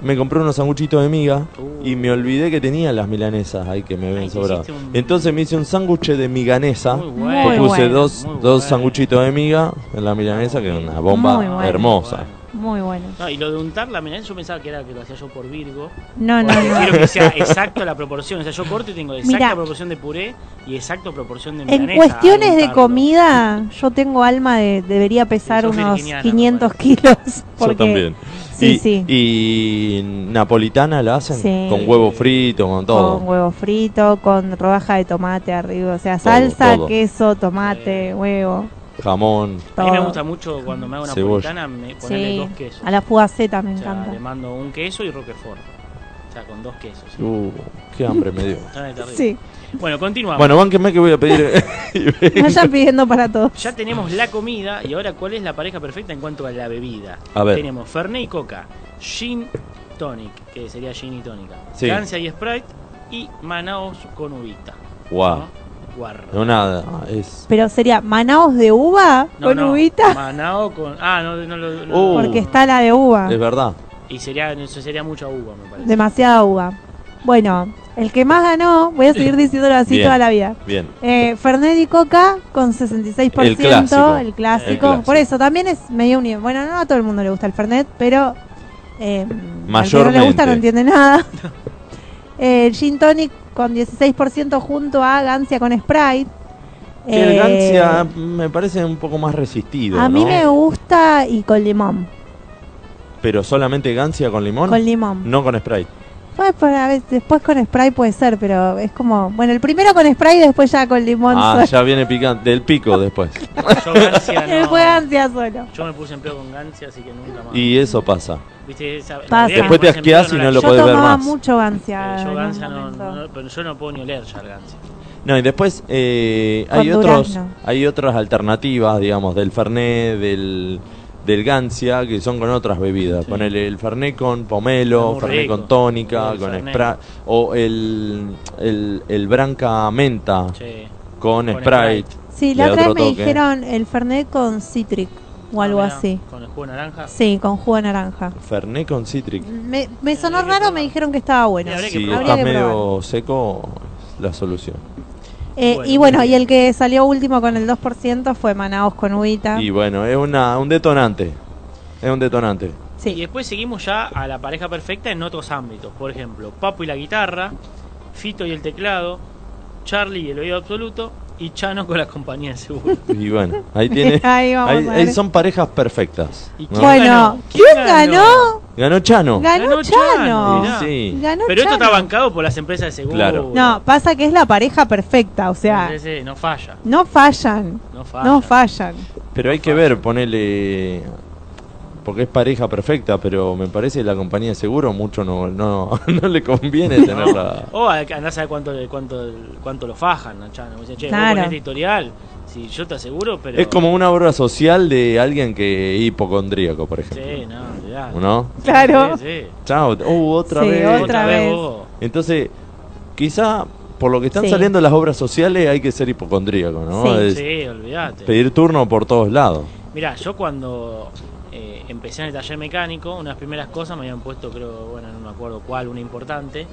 A: me compré unos sanguchitos de miga
B: Uh.
A: y me olvidé que tenía las milanesas ahí que me habían sobrado. Entonces me hice un sándwich de miganesa.
B: bueno.
A: que
B: Muy
A: puse
B: bueno,
A: dos, dos sanguchitos ¿eh? de miga en la milanesa, que es una bomba
B: Muy bueno.
A: hermosa.
B: Muy bueno.
C: No, y lo de untar la milanesa yo pensaba que era que lo hacía yo por Virgo.
B: No, no,
C: Porque
B: no.
C: Quiero que sea exacta la proporción. O sea, yo corto y tengo exacta
B: Mirá.
C: proporción de puré y exacta proporción de milanesa.
B: En cuestiones de
C: Untarlo.
B: comida, yo tengo alma de debería pesar
C: Sí, sos
B: unos
C: virginiana,
B: 500 kilos. (laughs) Porque
A: Yo también.
B: Sí,
A: y,
B: sí.
A: y napolitana la hacen
B: Sí.
A: con huevo frito, con todo.
B: Con huevo frito, con rodaja de tomate arriba. O sea,
A: Todo,
B: salsa,
A: todo.
B: queso, tomate, huevo.
A: Jamón.
C: Eh, A mí me
B: todo.
C: gusta mucho cuando me hago una
A: Cebolla.
C: napolitana me ponerle
B: Sí,
C: dos quesos.
B: a la fugaceta me
C: O sea,
B: encanta.
C: le mando un queso y roquefort. O sea, con dos quesos.
A: Uh, qué hambre me dio.
C: Está terrible.
B: Sí,
C: Bueno, continuamos.
A: Bueno, bánquenme que voy a pedir. (laughs)
B: (laughs) vayan pidiendo para todos.
C: Ya tenemos la comida y ahora cuál es la pareja perfecta en cuanto a la bebida.
A: A ver.
C: Tenemos Fernet y Coca, Gin Tonic, que sería Gin y Tónica,
A: Sí.
C: Francia y Sprite y Manaos con uvita.
A: Guau.
C: Guarra.
A: No, nada. Es.
B: Pero sería manaos de uva
C: No,
B: con
C: no,
B: uvita,
C: Manao con... Ah, no, no lo... no-
A: Uh,
B: porque está la de uva.
A: Es verdad.
C: Y sería, eso sería mucha uva, me parece.
B: Demasiada uva. Bueno, el que más ganó, voy a seguir diciéndolo
A: (laughs)
B: así
A: Bien.
B: toda la vida.
A: Bien.
B: Eh, Fernet y Coca con 66%,
A: El clásico.
B: el clásico.
A: El clásico.
B: Por eso también es medio unido. Bueno, no a todo el mundo le gusta el Fernet, pero eh, al que no le
A: Mayormente.
B: gusta no entiende nada. (laughs) Eh, el Gin Tonic con 16% junto a Gancia con Sprite.
A: Que el
B: Eh,
A: Gancia me parece un poco más resistido.
B: A mí
A: ¿no?
B: me gusta y con limón.
A: Pero solamente Gancia con limón.
B: Con limón.
A: No con Sprite.
B: Pues, para ver, después con Sprite puede ser, pero es como. Bueno, el primero con Sprite y después ya con limón.
A: Ah,
B: solo.
A: ya viene picante. Del pico después.
C: Yo, Gancia,
B: (laughs)
C: no.
B: Después Gancia solo.
C: Yo me puse en pedo con Gancia, así que nunca más.
A: Y eso pasa.
C: ¿Viste? Esa, la
B: Pasa.
C: idea que
A: Después te
C: pones en pedo
A: asqueás y no
C: la-
A: lo
B: yo
A: podés ver
B: tomaba
A: más.
B: mucho Gancia.
C: Eh, Yo
B: en
C: Gancia
B: un
C: no,
B: momento.
C: no- pero yo no puedo ni oler ya el Gancia.
A: No, y después eh,
B: Con
A: hay otros
B: durazno.
A: hay otras alternativas, digamos, del Fernet, del, del Gancia, que son con otras bebidas. Ponele el Fernet con
C: Está
A: pomelo,
C: muy
A: Fernet
C: rico.
A: con tónica,
C: El
A: con
C: Fernet.
A: Sprite, o el, el, el Branca Menta
C: Che.
A: con,
C: Con
A: Sprite.
B: Sí,
A: Le
B: la
A: da
B: otra vez
A: otro
B: me
A: toque.
B: dijeron el Fernet con Citric o algo
C: Ah, mirá,
B: así.
C: Con el jugo de naranja.
B: Sí, con jugo de naranja.
A: Fernet con Citric.
B: Me, me sonó raro, me dijeron que estaba bueno.
C: Sí, habría que
A: Si
C: probar.
A: estás
B: Habría que probar.
A: medio seco, es la solución.
B: Eh,
C: Bueno,
B: y bueno, y el que salió último con el 2% fue Manaos con Uita.
A: Y bueno, es una, un detonante. Es un detonante.
C: Y
B: Sí.
C: después seguimos ya a la pareja perfecta en otros ámbitos. Por ejemplo, Papo y la guitarra, Fito y el teclado, Charlie y el oído absoluto y Chano con la compañía
B: (laughs)
C: de seguro.
A: Y bueno, ahí tiene.
B: Ahí vamos
A: ahí-
B: a
A: ahí
B: ver.
A: son parejas perfectas.
C: ¿Y
A: ¿no?
C: quién
B: Bueno,
C: ganó?
B: ¿quién
C: ¿Quién
B: ganó?
C: ganó?
A: Ganó Chano.
B: Ganó,
C: Ganó
B: Ah, Chano.
C: Chano,
A: Y
C: mirá.
A: sí.
B: Ganó
C: Pero esto
B: Chano.
C: está bancado por las empresas de seguro.
A: Claro.
B: No, pasa que es la pareja perfecta, o sea,
C: Sí, sí, eh, no falla,
B: no fallan,
C: no falla.
B: no fallan.
A: Pero hay que ver, ponele. Porque es pareja perfecta, pero me parece que la compañía de seguro mucho no, no, (laughs) no le conviene tenerla.
C: O andás a saber cuánto, le- cuánto, cuánto lo fajan a Chano. Dicen, che,
B: Claro.
C: vos ponés editorial, si yo te aseguro, pero...
A: Es como una obra social de alguien que es hipocondríaco, por ejemplo.
C: Sí, no, mirá.
A: ¿No?
B: Claro.
C: Sí, sí.
A: Chao, uh, otra
B: Sí,
A: vez.
B: Otra vez.
C: vos.
A: Entonces, quizá por lo que están
B: Sí.
A: saliendo las obras sociales hay que ser hipocondríaco, ¿no?
B: Sí.
A: Es
C: Sí, olvidate.
A: pedir turno por todos lados.
C: Mirá, yo cuando eh, empecé en el taller mecánico, unas primeras cosas me habían puesto, creo, bueno, no me acuerdo cuál, una importante.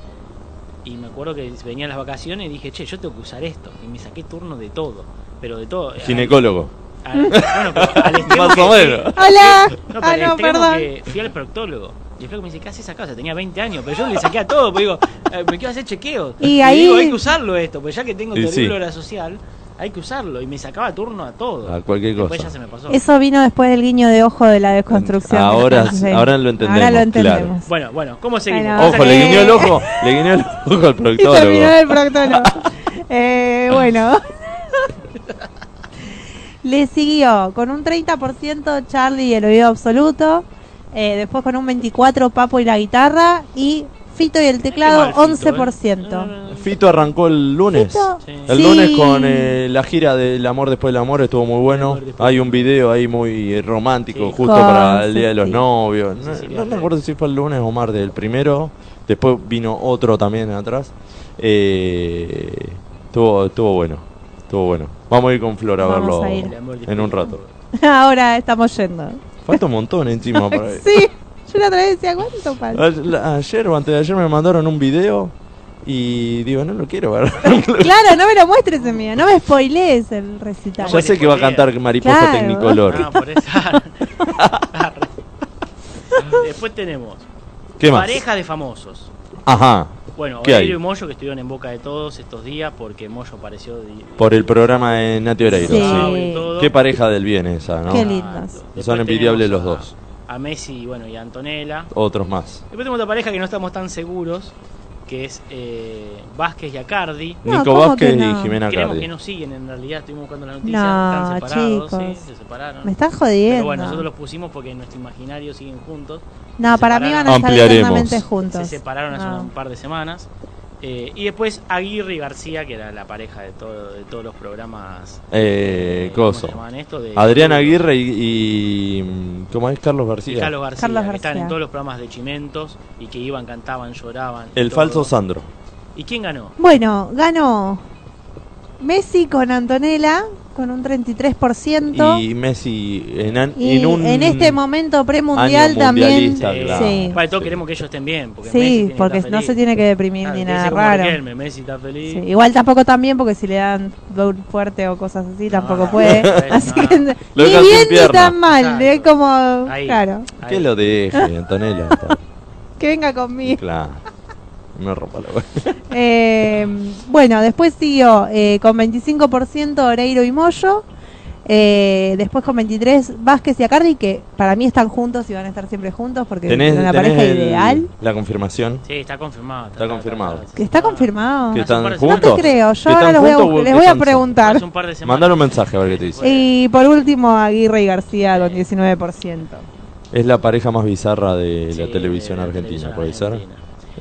C: Y me acuerdo que venían las vacaciones y dije, che, yo tengo que usar esto. Y me saqué turno de todo, pero de todo.
A: Ginecólogo. (laughs)
C: Al- al- bueno, pero al extremo
A: Más o
C: que-
A: menos.
B: Hola.
C: No, este, pero
B: ah,
C: al
B: no,
C: extremo
B: perdón.
C: que fui al proctólogo. Y el flaco me dice, ¿qué haces acá? O sea, tenía 20 años, pero yo le saqué a todo, pues digo, eh, me quiero hacer chequeo.
B: Y ahí-
C: digo, hay que usarlo esto, pues ya que tengo
A: Y
C: terrible
A: sí.
C: hora social, hay que usarlo. Y me sacaba turno a todo.
A: A cualquier
C: Después
A: cosa.
C: ya se me pasó.
B: Eso vino después del guiño de ojo de la desconstrucción.
A: Ahora-
B: Sí.
A: ahora lo entendemos,
B: Ahora lo
A: claro.
B: entendemos.
C: Bueno, bueno, ¿cómo seguimos?
B: Bueno.
A: Ojo, le guiñó el ojo, le guiñó el ojo al
B: Ah, (laughs) Y terminó
A: productor.
B: el proctólogo.
A: (laughs)
B: Eh, bueno. Le siguió con un 30% Charlie y el oído absoluto. eh, después con un 24% Papo y la guitarra. Y Fito y el teclado,
C: mal Fito, ¿eh?
B: 11%.
A: Fito arrancó el lunes.
B: Fito,
A: El
B: sí.
A: lunes con eh, la gira del amor después del amor estuvo muy bueno. Hay un video ahí muy eh, romántico
C: Sí.
A: justo
B: Con
A: para el día de los
B: Ceci.
A: novios. No,
C: sí,
A: no me
C: bien.
A: acuerdo si fue el lunes o martes el primero. Después vino otro también atrás. Eh, estuvo, estuvo bueno, estuvo bueno. Vamos a ir con Flor a
B: Vamos
A: verlo
B: a ir.
C: El amor
A: en un
C: difícil.
A: rato.
B: (laughs) Ahora estamos yendo.
A: Falta un montón
B: (laughs)
A: encima. para-
B: Sí, yo la otra vez decía, ¿cuánto falta?
A: A- la- Ayer o antes de ayer me mandaron un video y digo, no lo quiero ver.
B: (laughs)
A: (laughs)
B: Claro, no me lo muestres, mío. No me spoilees el recital.
A: ya sé que va a cantar Mariposa
B: Claro.
A: Tecnicolor.
C: Ah, por eso. (laughs) Arre. Después tenemos
A: ¿Qué más?
C: pareja de famosos.
A: Ajá.
C: Bueno,
A: ¿Qué hay?
C: Aurelio y Moyo que estuvieron en boca de todos estos días porque Moyo pareció di-
A: Por el programa de Nati Oreiro.
B: Sí.
A: sí.
C: y todo.
A: Qué pareja del bien esa, ¿no?
B: Qué lindo.
C: Exacto.
B: lindos.
C: Después
A: Son envidiables
C: tenemos
A: los
C: a-
A: dos.
C: A Messi bueno, y a Antonella.
A: Otros más.
C: Después tenemos otra pareja que no estamos tan seguros, que es eh, Vázquez y Acardi.
B: No,
A: Nico
B: ¿cómo
A: Vázquez
B: que no?
A: y Jimena
C: Creemos que
A: Cardi.
C: no siguen en realidad, estuvimos buscando las noticias,
B: No,
C: están separados,
B: chicos.
C: sí, se separaron.
B: Me están
C: Pero
B: jodiendo.
C: bueno, nosotros los pusimos porque en nuestro imaginario siguen juntos.
B: no,
C: se
B: para mí van a estar
A: Ampliaremos.
B: eternamente juntos. Ah.
C: Se separaron hace
B: No.
C: un par de semanas. Eh, y después Aguirre y García, que era la pareja de, todo, de todos los programas.
A: Eh,
C: ¿cómo
A: coso.
C: se llamaban esto? De-
A: Adrián Aguirre y, y, mm, ¿Cómo es? Carlos
C: y
A: García.
C: Carlos García,
B: Carlos
C: que estaban
B: García.
C: en todos los programas de Chimentos y que iban, cantaban, lloraban. y
A: El
C: todo.
A: falso Sandro.
C: ¿Y quién ganó?
B: Bueno, ganó Messi con Antonella con un 33%.
A: Y Messi en, an-
B: Y
A: en un.
B: este momento premundial también.
A: mundialista,
C: Sí.
A: claro.
B: Sí.
C: Para todo
A: Sí.
C: Eh, queremos que ellos estén bien. Porque Messi tiene
B: Sí,
C: que
B: porque
C: estar
B: no
C: feliz.
B: se tiene que deprimir
C: Claro,
B: ni
C: tiene que
B: nada
C: ser como
B: raro.
C: Riquelme, Messi está feliz.
B: Sí, igual tampoco también porque si le dan dolor fuerte o cosas así tampoco
C: no,
B: puede.
C: no,
B: (laughs) así
C: Ah, no.
B: que
C: Lo
B: ni
A: dejan sin
B: bien ni
A: pierna.
B: tan mal,
C: Exacto.
B: es como
C: Ahí.
B: claro,
C: Ahí.
A: Que lo
B: (laughs)
A: deje, Antonella.
B: que venga conmigo.
A: claro. Me rompa la hue-
B: Eh, bueno, después siguió eh, con 25% Oreiro y Moyo. eh, después con 23 Vázquez y Acardi, que para mí están juntos y van a estar siempre juntos
A: (laughs)
B: porque
A: ¿Tenés,
B: es una
A: tenés
B: pareja
A: el-
B: ideal.
A: La confirmación.
C: Sí, está confirmado.
A: Está confirmado.
B: Que está confirmado.
A: Ah, Que
C: Hace un
A: están
C: par de
B: No
A: juntos.
B: te creo,
A: ¿Que
B: yo ahora
A: están
B: los voy a
A: juntos o
B: bus-
A: que
B: les voy a
A: están solos?
B: preguntar.
C: Hace un par de semanas.
A: Mandale un mensaje a ver qué te dice.
B: Y por último Aguirre y García con 19%.
A: Es la pareja más bizarra de
C: Sí,
A: Eh, la televisión
C: de la
A: argentina,
C: televisión
A: ¿puede ser?
C: argentina.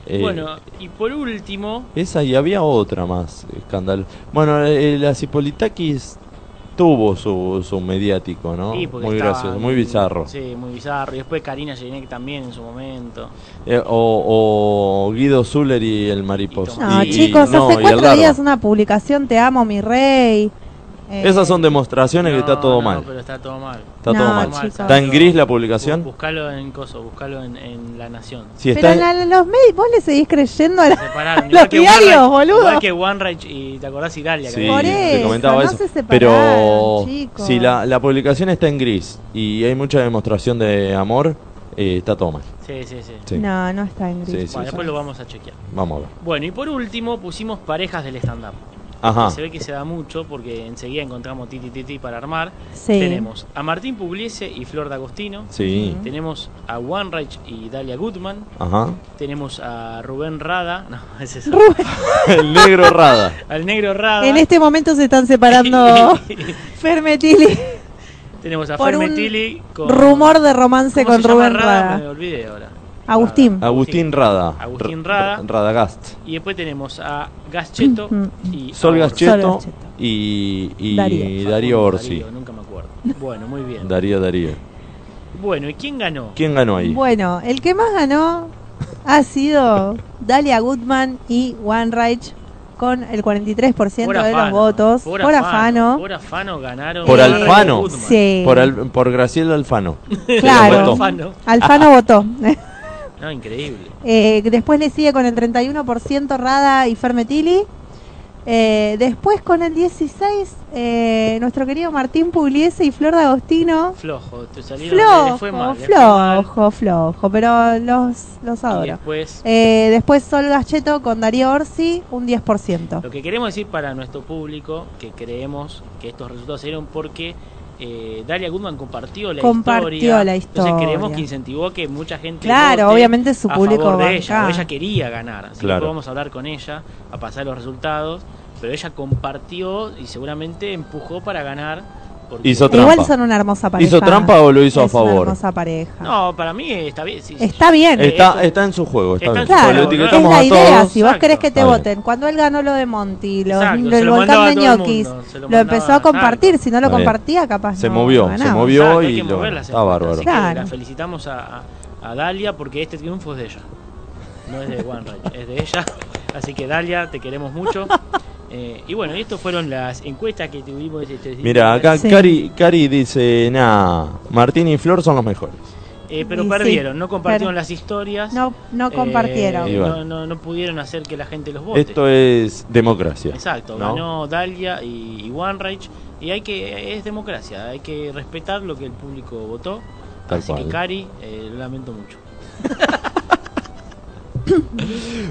A: Eh,
C: Bueno, y por último,
A: Esa y había otra más, escándalo. Bueno, eh, la Cipolitakis tuvo su, su mediático, ¿no?
C: Sí, porque
A: muy
C: estaban-
A: gracioso, muy bizarro.
C: Sí, muy bizarro. Y después Karina Jelinek también en su momento.
A: Eh, o, o Guido Zuller y el mariposa.
B: No,
A: Y- y-
B: chicos,
A: no, y
B: hace
A: el
B: cuatro
A: Larva.
B: días una publicación, te amo, mi rey. Eh,
A: Esas son demostraciones que está todo
C: No, no,
A: mal.
C: pero está todo mal.
A: Está
B: No,
A: todo mal.
B: Ah, chicos.
A: Está en gris la publicación.
C: Bu- Buscalo en Coso, buscalo en, en La Nación.
A: Si
B: Pero
A: está en-
B: la- los medios, vos le seguís creyendo a
C: Se
B: la-
C: separaron.
B: los
C: Igual que
B: diarios,
C: Wanreich-
B: boludo.
C: Igual que OneRage y te acordás Italia.
A: Sí,
B: Por
A: te
B: eso,
A: comentaba
B: no
A: eso.
B: se separaron,
A: Pero
B: chicos.
A: si la, la publicación está en gris y hay mucha demostración de amor, eh, está todo mal.
C: Sí, sí, sí.
A: Sí.
B: No, no está en gris.
A: Sí, sí,
C: Bueno,
A: sí.
C: después lo vamos a chequear.
A: Vamos a ver.
C: Bueno, y por último pusimos parejas del stand-up.
A: Ajá.
C: Se ve que se da mucho porque enseguida encontramos Titi Titi para armar.
B: Sí.
C: Tenemos a Martín Pugliese y Flor D'Agostino.
A: Sí.
C: Tenemos a OneRage y Dalia Goodman.
A: Ajá. (laughs)
C: Tenemos a Rubén Rada. (laughs) No, ese es
B: Rubén,
A: El negro Rada.
C: Al negro Rada.
B: en este momento se están
C: (laughs)
B: separando Fermetili.
C: Tenemos a
B: por
C: Ferme
B: un
C: Tilly con.
B: Rumor de romance
C: ¿Cómo
B: con
C: se llama
B: Rubén
C: Me
B: Rada.
C: olvidé ahora.
B: Agustín.
C: Rada.
A: Ah, Agustín Rada.
C: Agustín
A: R-
C: Rada.
A: R- Radagast.
C: Y después tenemos a Gascheto
B: Mm,
C: y.
A: Sol
C: Ahorro.
A: Gaschetto
B: Gaschetto.
A: y, y
B: Darío.
A: Darío. Orsi.
C: Darío, nunca me acuerdo. Bueno, muy bien.
A: Darío, Darío.
C: Bueno, ¿y quién ganó?
A: ¿Quién ganó ahí?
B: Bueno, el que más ganó ha sido Dalia Goodman y Wanreich con el 43%
C: Por
B: de los
C: Afano.
B: votos. Por, afano.
C: Por Afano ganaron.
A: Por
B: Eh,
C: Warren
A: Alfano.
C: Goodman.
B: Sí.
A: Por, Al- por Graciela
B: (laughs)
A: Alfano.
B: Claro.
A: Por
C: Alfano.
B: Alfano
C: (laughs)
B: votó.
C: No, increíble.
B: Eh, después le sigue con el 31% Rada y Fermetili. Eh, después con el 16 eh, nuestro querido Martín Pugliese y Flor de Agostino.
C: Flojo, te salieron le
B: Flojo,
C: fue mal. le fue mal.
B: flojo, flojo, pero los, los
C: Y
B: adoro.
C: después,
B: Eh, después Sol Gacheto con Darío Orsi, un 10%.
C: lo que queremos decir para nuestro público, que creemos que estos resultados se dieron porque eh, Dalia Goodman compartió la
B: Compartió
C: historia.
B: la
C: Entonces creemos
B: historia.
C: que incentivó que mucha gente
B: Claro,
C: vote
B: obviamente su
C: a
B: público
C: favor de
B: banca.
C: ella. o Ella quería ganar. Así que
A: Claro.
C: vamos a hablar con ella, a pasar los resultados. Pero ella compartió y seguramente empujó para ganar. porque-
A: Hizo trampa.
B: Igual son una hermosa pareja.
A: ¿Hizo trampa o lo hizo a
B: Es una
A: favor?
B: hermosa pareja.
C: No, para mí está bien. sí, sí,
B: Está bien.
A: Está, está en su juego, está,
C: Está
A: bien.
C: en su
A: Pues
C: juego,
A: lo
C: claro.
B: es
A: etiquetamos
B: la
A: a
B: idea,
A: todos.
B: si vos querés que te
A: Está bien.
B: voten. Cuando él ganó lo de Monty, los,
C: Exacto,
B: lo-
C: se
B: el
C: lo mandaba
B: volcán de
C: a todo el
B: ñoquis,
C: mundo, se lo
B: lo,
C: mandaba,
B: empezó a compartir. Si no lo
A: Está bien.
B: compartía, capaz
A: Se
B: no-
A: movió,
B: no
A: se
B: ganaba.
A: movió. Vio
C: Exacto, hay
A: y
C: que
A: lo-
C: mover las
A: está
C: encuestas,
A: bárbaro.
C: así que
B: Claro.
C: la felicitamos a, a- a Dalia porque este triunfo es de ella. No es de One Right, es de ella. Así que Dalia, te queremos
B: (laughs)
C: mucho. Eh, y bueno, y estas fueron las encuestas que tuvimos. este,
A: Mira, acá
B: Sí.
A: Cari, Cari dice, nah, Martín y Flor son los mejores.
C: Eh, pero
B: Y sí,
C: perdieron, no compartieron
B: pero-
C: las historias.
B: No, no
C: eh,
B: compartieron.
A: Y bueno.
C: no, no, no pudieron hacer que la gente los vote.
A: Esto es democracia.
C: Exacto,
A: ¿no?
C: ganó Dalia y, y Wanreich y hay que es democracia, hay que respetar lo que el público votó.
A: Tal
C: así
A: cual.
C: que Cari, eh, lo lamento mucho.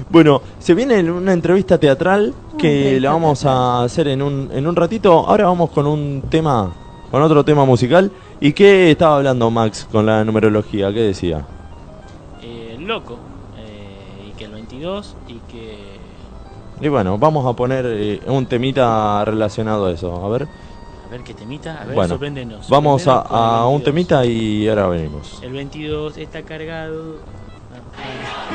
A: Bueno, se viene una entrevista teatral
B: Una
A: que
B: entrevista
A: la vamos a hacer en un, en un ratito. Ahora vamos con un tema, con otro tema musical. ¿Y qué estaba hablando Max con la numerología? ¿Qué decía?
C: eh, loco eh, y que el 22 y que
A: Y bueno, vamos a poner eh, un temita relacionado a eso. A ver,
C: a ver qué temita a ver
A: Bueno,
C: sorpréndenos
A: vamos a,
C: sorpréndenos con el
A: a un
C: 22.
A: temita y ahora venimos.
C: el 22 está
K: (laughs)
C: cargado Ah,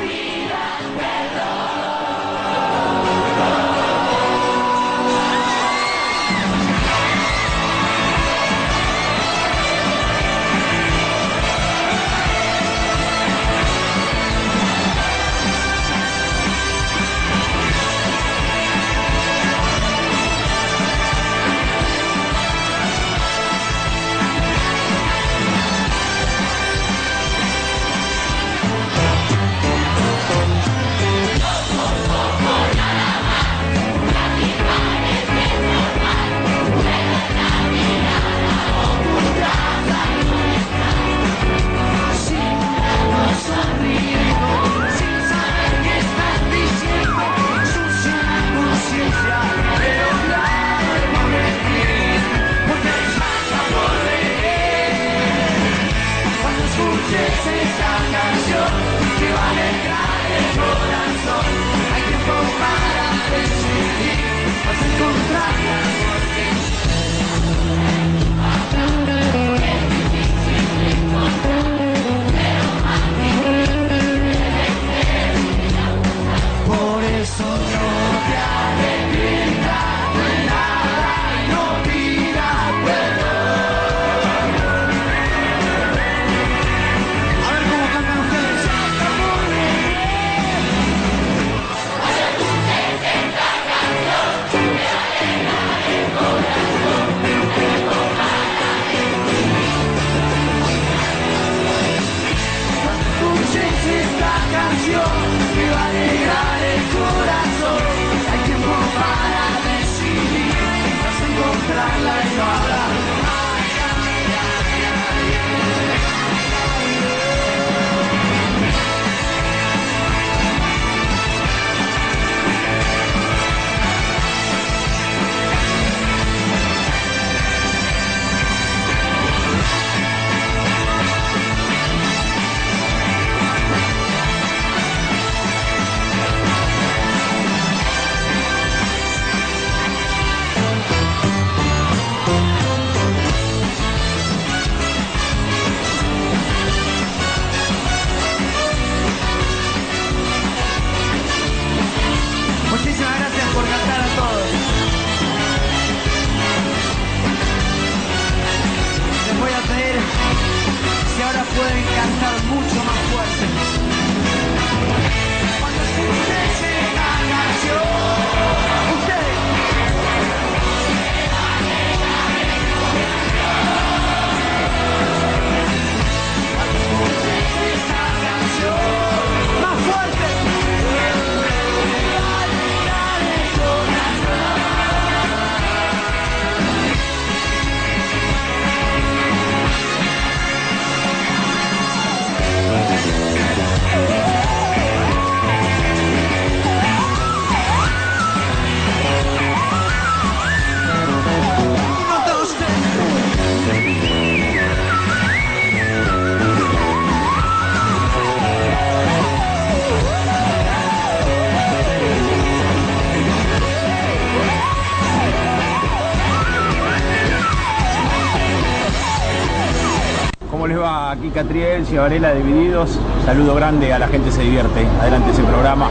L: ¿cómo les va? Aquí Catriel, Varela, Divididos. Saludo grande a la gente se divierte. Adelante ese programa.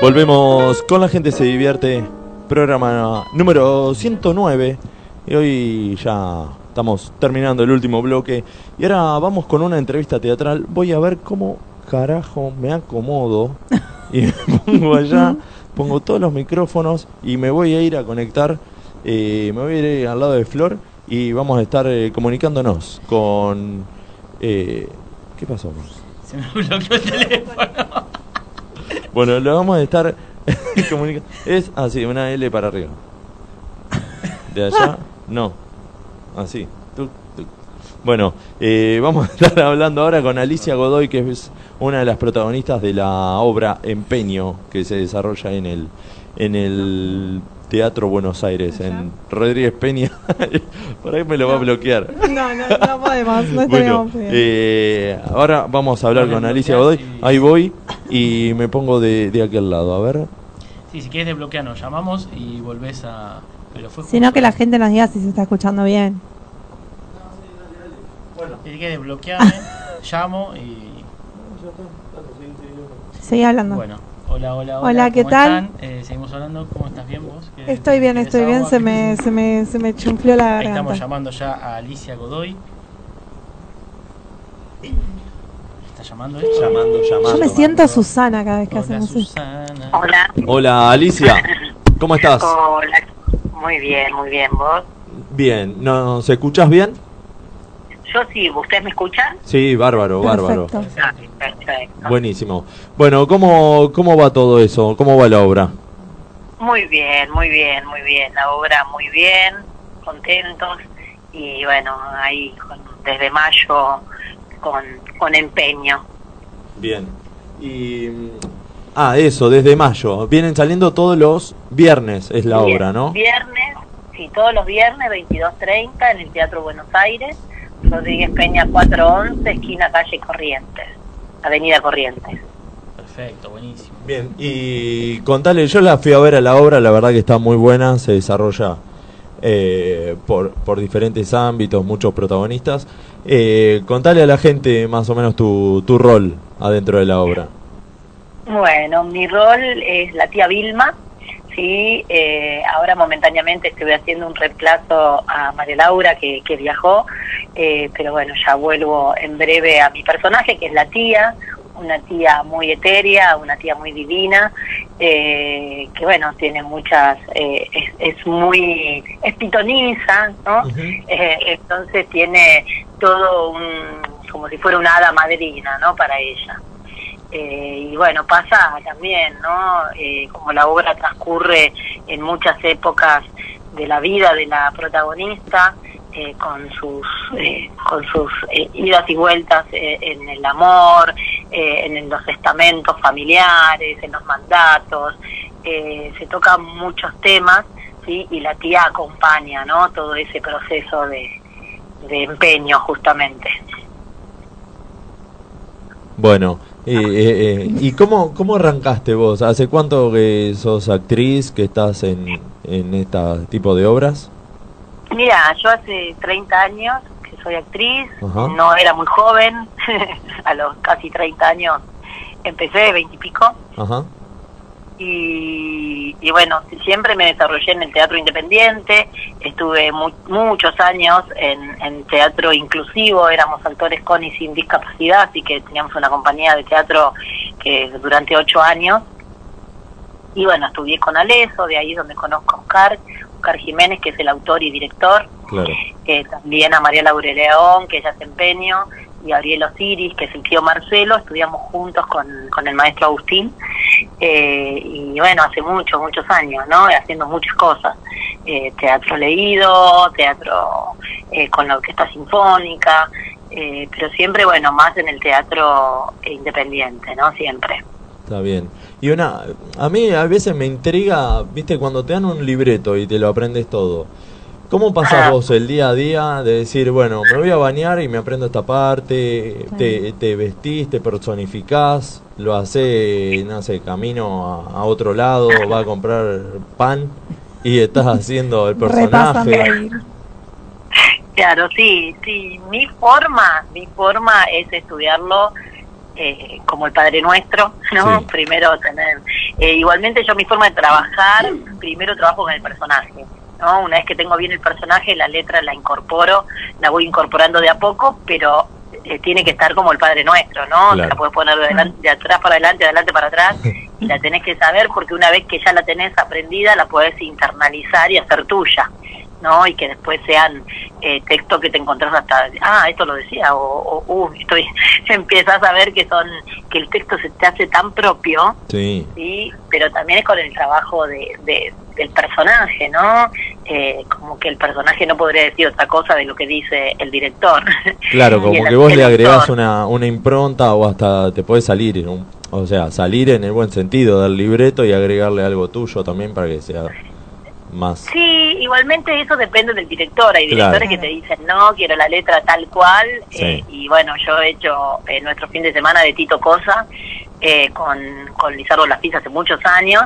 A: Volvemos con la gente se divierte, programa número 109. Y hoy ya estamos terminando el último bloque. Y ahora vamos con una entrevista teatral. Voy a ver cómo carajo me acomodo. Y me (laughs) pongo allá, pongo todos los micrófonos y me voy a ir a conectar. eh, me voy a ir al lado de Flor y vamos a estar eh, comunicándonos con... eh, ¿Qué pasó?
K: Se me bloqueó el teléfono.
A: Bueno, lo vamos a estar (laughs) comunica- Es así, una L para arriba. De
B: (laughs)
A: allá, no. Así. tuc, tuc. Bueno, eh, vamos a estar hablando ahora con Alicia Godoy, que es una de las protagonistas de la obra Empeño, que se desarrolla en el, en el Teatro Buenos Aires, en Rodríguez Peña. (laughs) Por ahí me lo va a bloquear.
B: No, no, no podemos, no
A: Bueno,
B: estaríamos bien.
A: eh, ahora vamos a hablar con Alicia Godoy. Ahí voy y me pongo de, de aquel lado. A ver.
K: Sí, si quieres desbloquearnos, llamamos y volvés a. Pero fue
B: Sino que la gente nos diga si se está escuchando bien.
K: Bueno. Si quieres
B: (laughs)
K: desbloquearme, llamo y.
B: Seguí hablando.
K: Bueno, hola, hola, hola.
B: Hola, ¿qué
K: ¿cómo
B: tal?
K: están? Eh, seguimos hablando, ¿cómo estás bien vos? ¿Qué-
B: Estoy bien,
C: eh,
K: querés
B: estoy bien.
K: agua?
B: Se
K: (laughs)
B: me, se me, se me chumplió la
K: Ahí Estamos
B: garganta.
K: llamando ya a Alicia Godoy. ¿Está llamando ella?
A: Llamando,
B: Yo me siento Susana cada vez que hacemos esto.
F: Hola.
A: Hola, Alicia. ¿Cómo estás?
F: Hola. Muy bien, muy bien. ¿Vos?
A: Bien. ¿Nos escuchás bien?
F: Yo sí, ¿ustedes me escuchan?
A: Sí, bárbaro, bárbaro.
F: Ah, perfecto.
A: Buenísimo. Bueno, ¿cómo, ¿cómo va todo eso? ¿Cómo va la obra?
F: Muy bien, muy bien, muy bien. La obra muy bien, contentos. Y bueno, ahí con- desde mayo con, con empeño.
A: Bien. Y. Ah, eso, desde mayo. Vienen saliendo todos los viernes, es la obra, ¿no?
F: Viernes, sí, todos los viernes, 22.30 en el Teatro Buenos Aires, Rodríguez Peña 411, esquina calle Corrientes, Avenida Corrientes.
K: Perfecto, buenísimo.
A: Bien, y contale, yo la fui a ver a la obra, la verdad que está muy buena, se desarrolla eh, por, por diferentes ámbitos, muchos protagonistas. Eh, contale a la gente más o menos tu, tu rol adentro de la obra.
F: Bueno, mi rol es la tía Vilma, sí, eh, ahora momentáneamente estuve haciendo un reemplazo a María Laura que, que viajó, eh, pero bueno, ya vuelvo en breve a mi personaje que es la tía, una tía muy etérea, una tía muy divina, eh, que bueno, tiene muchas, eh, es, es muy, es pitoniza, ¿no? Eh, entonces tiene todo un, como si fuera una hada madrina, ¿no? Para ella. Eh, y bueno, pasa también, ¿no? Eh, como la obra transcurre en muchas épocas de la vida de la protagonista, eh, con sus, eh, con sus eh, idas y vueltas eh, en el amor, eh, en los estamentos familiares, en los mandatos, eh, se tocan muchos temas, ¿sí? Y la tía acompaña, ¿no? Todo ese proceso de, de empeño, justamente.
A: Bueno, eh, eh, eh, ¿y cómo, cómo arrancaste vos? ¿Hace cuánto que sos actriz, que estás en, en este tipo de obras?
F: Mira, yo hace 30 años que soy actriz,
A: Ajá.
F: no era muy joven, (laughs) a los casi 30 años empecé, 20 y pico,
A: Ajá.
F: y, y bueno, siempre me desarrollé en el teatro independiente, estuve mu- muchos años en, en teatro inclusivo, éramos actores con y sin discapacidad, así que teníamos una compañía de teatro que durante ocho años, y bueno, estudié con Aleso, de ahí es donde conozco a Oscar, Oscar Jiménez, que es el autor y director,
A: Claro.
F: eh, también a María Laure León, que ella es empeño, y a Ariel Osiris, que es el tío Marcelo, estudiamos juntos con, con el maestro Agustín, eh, y bueno, hace muchos, muchos años, ¿no? Haciendo muchas cosas, Eh, teatro leído, teatro eh, con la orquesta sinfónica, eh, pero siempre, bueno, más en el teatro independiente, ¿no? Siempre.
A: Está bien. Y una, a mí a veces me intriga, viste, cuando te dan un libreto y te lo aprendes todo. ¿Cómo pasás vos el día a día de decir, bueno, me voy a bañar y me aprendo esta parte, te, te vestís, te personificás, lo hace, no sé, camino a, a otro lado, va a comprar pan y estás haciendo el personaje?
B: Repasando ahí.
M: Claro, sí, sí. Mi forma, mi forma es estudiarlo eh, como el Padre Nuestro, (laughs) ¿no?
N: Sí.
M: Primero tener. eh, igualmente yo mi forma de trabajar, primero trabajo con el personaje, ¿no? Una vez que tengo bien el personaje, la letra la incorporo, la voy incorporando de a poco, pero eh, tiene que estar como el Padre Nuestro, ¿no?
N: Claro.
M: La puedes poner de, adelan- de atrás para adelante, de adelante para atrás, y la tenés que saber porque una vez que ya la tenés aprendida, la podés internalizar y hacer tuya. ¿no? y que después sean eh, textos que te encontrás hasta, ah, esto lo decía, o, o, "Uh, estoy, (laughs) empiezas a ver que son, que el texto se te hace tan propio,
A: Sí.
M: ¿sí? pero también es con el trabajo de, de- del personaje, ¿no? Eh, como que el personaje no podría decir otra cosa de lo que dice el director.
A: Claro,
M: Y
A: como
M: el-
A: que vos
M: el
A: le agregás
M: actor.
A: una, una impronta o hasta te podés salir, en un- o sea, salir en el buen sentido del libreto y agregarle algo tuyo también para que sea más...
M: Sí, igualmente eso depende del director. Hay
A: Claro.
M: directores que te dicen, no, quiero la letra tal cual.
A: Sí.
M: eh, y bueno, yo he hecho eh, nuestro fin de semana de Tito Cosa eh, con, con Lizardo Lafiz hace muchos años.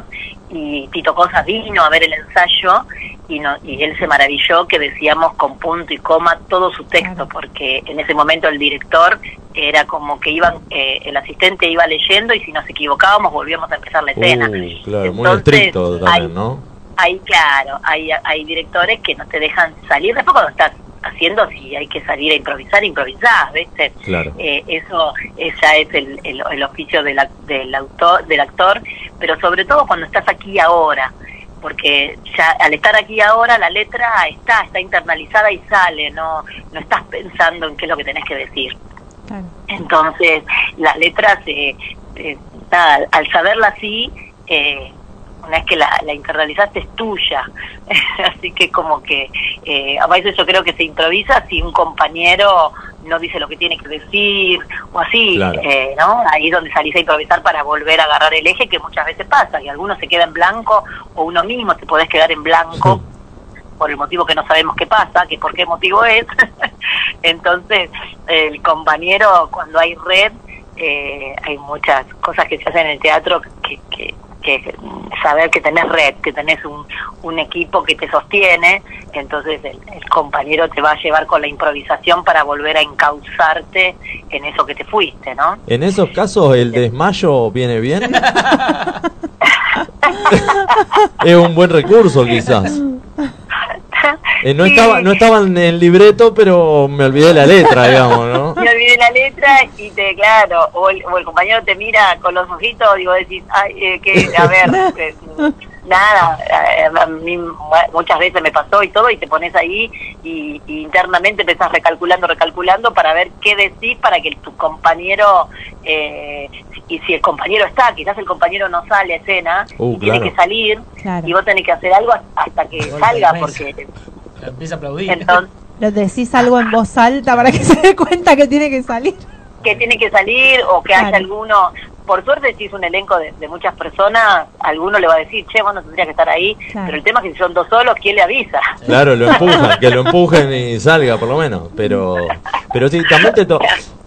M: Y Tito Cosa vino a ver el ensayo y, no, y él se maravilló que decíamos con punto y coma todo su texto, porque en ese momento el director era como que iban, eh, el asistente iba leyendo y si nos equivocábamos volvíamos a empezar la escena.
A: Uh, claro, muy
M: Entonces,
A: estricto
M: hay-
A: también, ¿no?
M: Ahí, claro, hay, hay directores que no te dejan salir. Después cuando estás haciendo, si hay que salir a improvisar, improvisás, ¿viste?
A: Claro.
M: Eh, eso eh, ya es el, el, el oficio del, ac- del, autor, del actor, pero sobre todo cuando estás aquí ahora, porque ya al estar aquí ahora la letra está, está internalizada y sale, no, no estás pensando en qué es lo que tenés que decir. Entonces, las letras, eh, eh, nada, al saberla así, eh, una vez que la, la internalizaste es tuya. (laughs) así que como que eh, a veces yo creo que se improvisa si un compañero no dice lo que tiene que decir o así,
N: Claro.
M: eh, ¿no? Ahí es donde salís a improvisar para volver a agarrar el eje que muchas veces pasa y algunos se queda en blanco o uno mismo te podés quedar en blanco por el motivo que no sabemos qué pasa, que por qué motivo es. (laughs) Entonces, el compañero, cuando hay red, eh, hay muchas cosas que se hacen en el teatro que, que, que saber que tenés red, que tenés un, un equipo que te sostiene, entonces el, el compañero te va a llevar con la improvisación para volver a encauzarte en eso que te fuiste, ¿no?
A: En esos casos, ¿el desmayo viene bien?
M: (laughs)
A: es un buen recurso, quizás. Eh, no,
M: Sí.
A: estaba, no estaban en el libreto, pero me olvidé la letra, digamos, ¿no?
M: Me olvidé la letra y te, claro, o el, o el compañero te mira con los ojitos y vos decís, ay, eh, que, a ver,
K: (laughs)
M: eh, nada, eh, a mí mu- muchas veces me pasó y todo, y te pones ahí y, y internamente empezás recalculando, recalculando para ver qué decís para que tu compañero, eh, y si el compañero está, quizás el compañero no sale a escena,
K: Uh,
M: y tiene
K: claro.
M: que salir, y vos tenés que hacer algo hasta que
K: Golpe
M: salga,
K: de mesa.
M: porque
K: Empieza a aplaudir.
M: entonces...
B: ¿Le decís algo en voz alta para que se dé cuenta que tiene que salir?
M: que tiene que salir o que haya alguno. Por suerte, si es un elenco de, de muchas personas, alguno le va a decir, che, vos no tendrías que estar ahí. Pero el tema es que si son dos solos, ¿quién le avisa?
A: Claro, lo empujan, que lo empujen y salga por lo menos. Pero, pero sí, también te, to-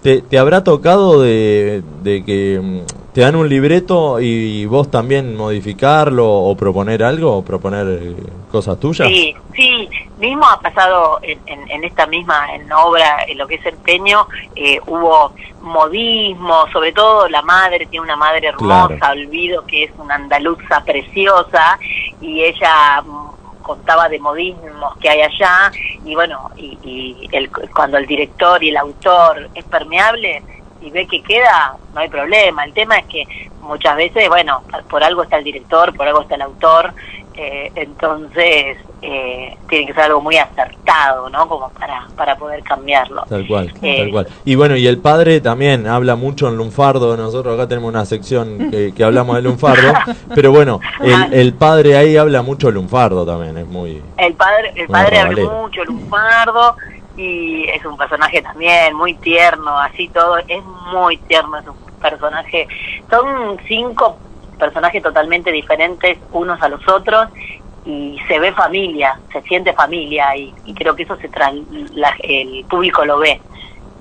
A: te, te habrá tocado de, de que mm, te dan un libreto y vos también modificarlo o proponer algo, o proponer eh, cosas tuyas.
M: Sí, sí, mismo ha pasado en, en- en esta misma en obra, en lo que es empeño, eh, hubo modismo, sobre todo la madre, tiene una madre hermosa,
N: Claro.
M: olvido que es una andaluza preciosa, y ella mm, contaba de modismos que hay allá, y bueno, y, y el- cuando el director y el autor es permeable y ve que queda, no hay problema. El tema es que muchas veces, bueno, por algo está el director, por algo está el autor, eh, entonces, eh, tiene que ser algo muy acertado, ¿no? Como para, para poder cambiarlo.
A: Tal cual,
M: Eh.
A: tal cual. Y bueno, y el padre también habla mucho en lunfardo. Nosotros acá tenemos una sección que, que hablamos de lunfardo. Pero bueno, el, el padre ahí habla mucho lunfardo también. Es muy.
M: El padre, el
A: Bueno,
M: padre habla
A: Valero.
M: mucho, Lunfardo, y es un personaje también muy tierno, así todo, es muy tierno, es un personaje. Son cinco personajes totalmente diferentes unos a los otros y se ve familia, se siente familia y, y creo que eso se tras- la- el público lo ve.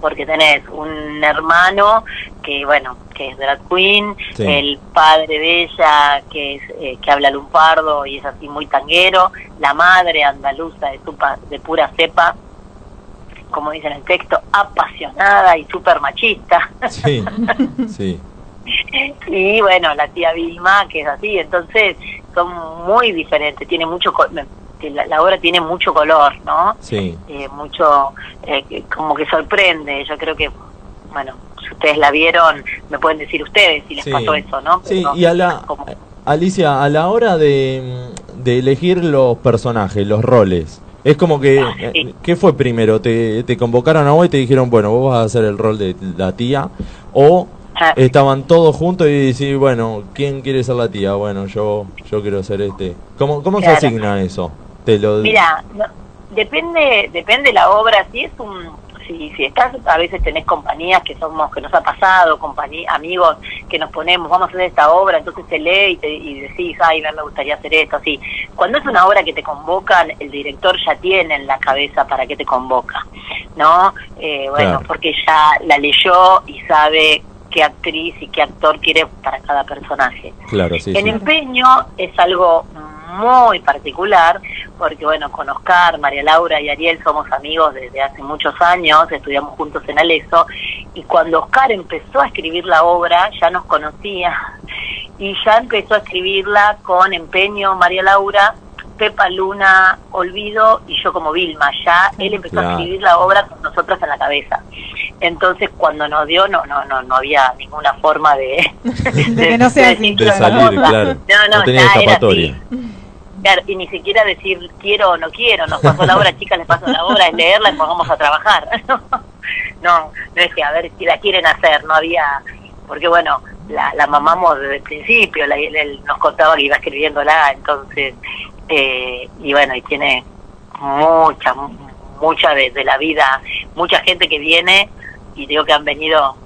M: porque tenés un hermano que bueno que es drag queen
N: Sí.
M: el padre de ella que es, eh, que habla lumpardo y es así muy tanguero la madre andaluza de, tupa- de pura cepa como dice en el texto, apasionada y súper machista.
A: Sí, sí.
M: y bueno, la tía Vilma, que es así, entonces son muy diferentes, tiene mucho co- la, la obra tiene mucho color, ¿no?
A: Sí.
M: Eh, mucho, eh, que- como que sorprende, yo creo que, bueno, si ustedes la vieron, me pueden decir ustedes si les
A: Sí.
M: pasó eso, ¿no?
A: Sí,
M: Pero-
A: y a la, Alicia, a la hora de, de elegir los personajes, los roles, es como que,
M: Ah,
A: eh, ¿qué fue primero? ¿Te, te convocaron a vos y te dijeron, bueno, vos vas a hacer el rol de la tía? ¿O
M: ah,
A: estaban todos juntos y decís, bueno, ¿quién quiere ser la tía? Bueno, yo, yo quiero ser este. ¿Cómo, cómo
M: Claro.
A: se asigna eso? Te lo,
M: Mira, no, depende, depende la obra. Si es un, si, si estás, a veces tenés compañías que somos, que nos ha pasado, compañía, amigos que nos ponemos, vamos a hacer esta obra, entonces se lee y, te, y decís, ay, no me gustaría hacer esto, así. Cuando es una obra que te convocan, el director ya tiene en la cabeza para qué te convoca, ¿no? Eh, bueno,
N: Claro.
M: porque ya la leyó y sabe qué actriz y qué actor quiere para cada personaje.
A: claro, sí,
M: el
A: sí.
M: empeño es algo muy particular, porque bueno, con Oscar, María Laura y Ariel somos amigos desde hace muchos años, estudiamos juntos en Aleso, y cuando Oscar empezó a escribir la obra, ya nos conocía, (laughs) y ya empezó a escribirla con empeño María Laura, Pepa Luna, Olvido y yo como Vilma, ya él empezó a
N: Claro.
M: escribir la obra con nosotros en la cabeza. Entonces cuando nos dio no no no no había ninguna forma de
B: (laughs) De que no sea así.
A: De salir, claro.
M: (laughs) No, no,
A: tenía
M: ya era
A: escapatoria.
M: Claro, y ni siquiera decir quiero o no quiero, nos pasó la obra, chicas, les pasó la obra, es leerla y nos vamos a trabajar. (laughs) no, no es que a ver si la quieren hacer, no había, porque bueno, la, la mamamos desde el principio, la- él nos contaba que iba escribiéndola, entonces, eh, y bueno, y tiene mucha, mu- mucha de, de la vida, mucha gente que viene, y digo que han venido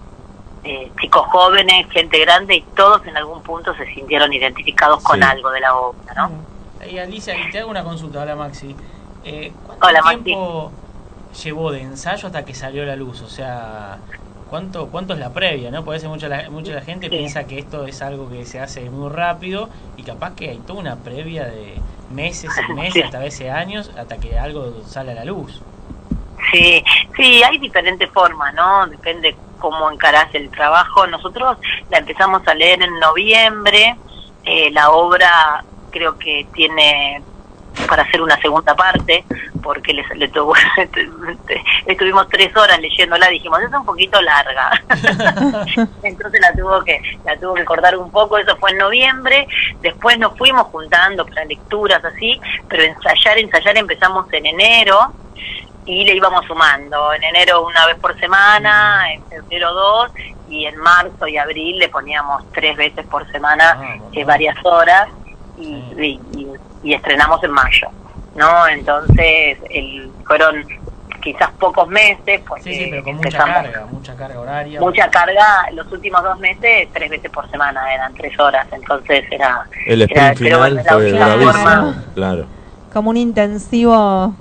M: eh, chicos jóvenes, gente grande, y todos en algún punto se sintieron identificados con
K: Sí.
M: algo de la obra, ¿no?
K: Y Alicia, y te hago una consulta, hola Maxi. Eh, ¿Cuánto
M: Hola, Maxi.
K: tiempo llevó de ensayo hasta que salió a la luz? O sea, ¿cuánto, cuánto es la previa? ¿no? Porque a veces mucha la, mucha la gente piensa que esto es algo que se hace muy rápido y capaz que hay toda una previa de meses y meses, hasta a veces años, hasta que algo sale a la luz.
M: Sí, sí, hay diferentes formas, ¿no? Depende cómo encarás el trabajo. Nosotros la empezamos a leer en noviembre. Eh, la obra creo que tiene para hacer una segunda parte, porque les, le tuvo- (laughs) estuvimos tres horas leyéndola, dijimos, es un poquito larga. Entonces la tuvo que la tuvo que cortar un poco, eso fue en noviembre, después nos fuimos juntando para lecturas así, pero ensayar, ensayar empezamos en enero, y le íbamos sumando. En enero una vez por semana, en febrero dos, y en marzo y abril le poníamos tres veces por semana eh, varias horas y, y- y- y estrenamos en mayo, ¿no? Entonces el, fueron quizás pocos meses, pues
K: Sí, sí, pero con mucha
M: empezamos.
K: carga, mucha carga horaria.
M: Mucha carga, los últimos dos meses, tres veces por semana, eran tres horas, entonces era...
A: El
M: era-
A: sprint
M: pero bueno,
A: final
M: la
A: fue
M: única
A: bravísimo.
M: forma-
A: Claro.
B: Como un intensivo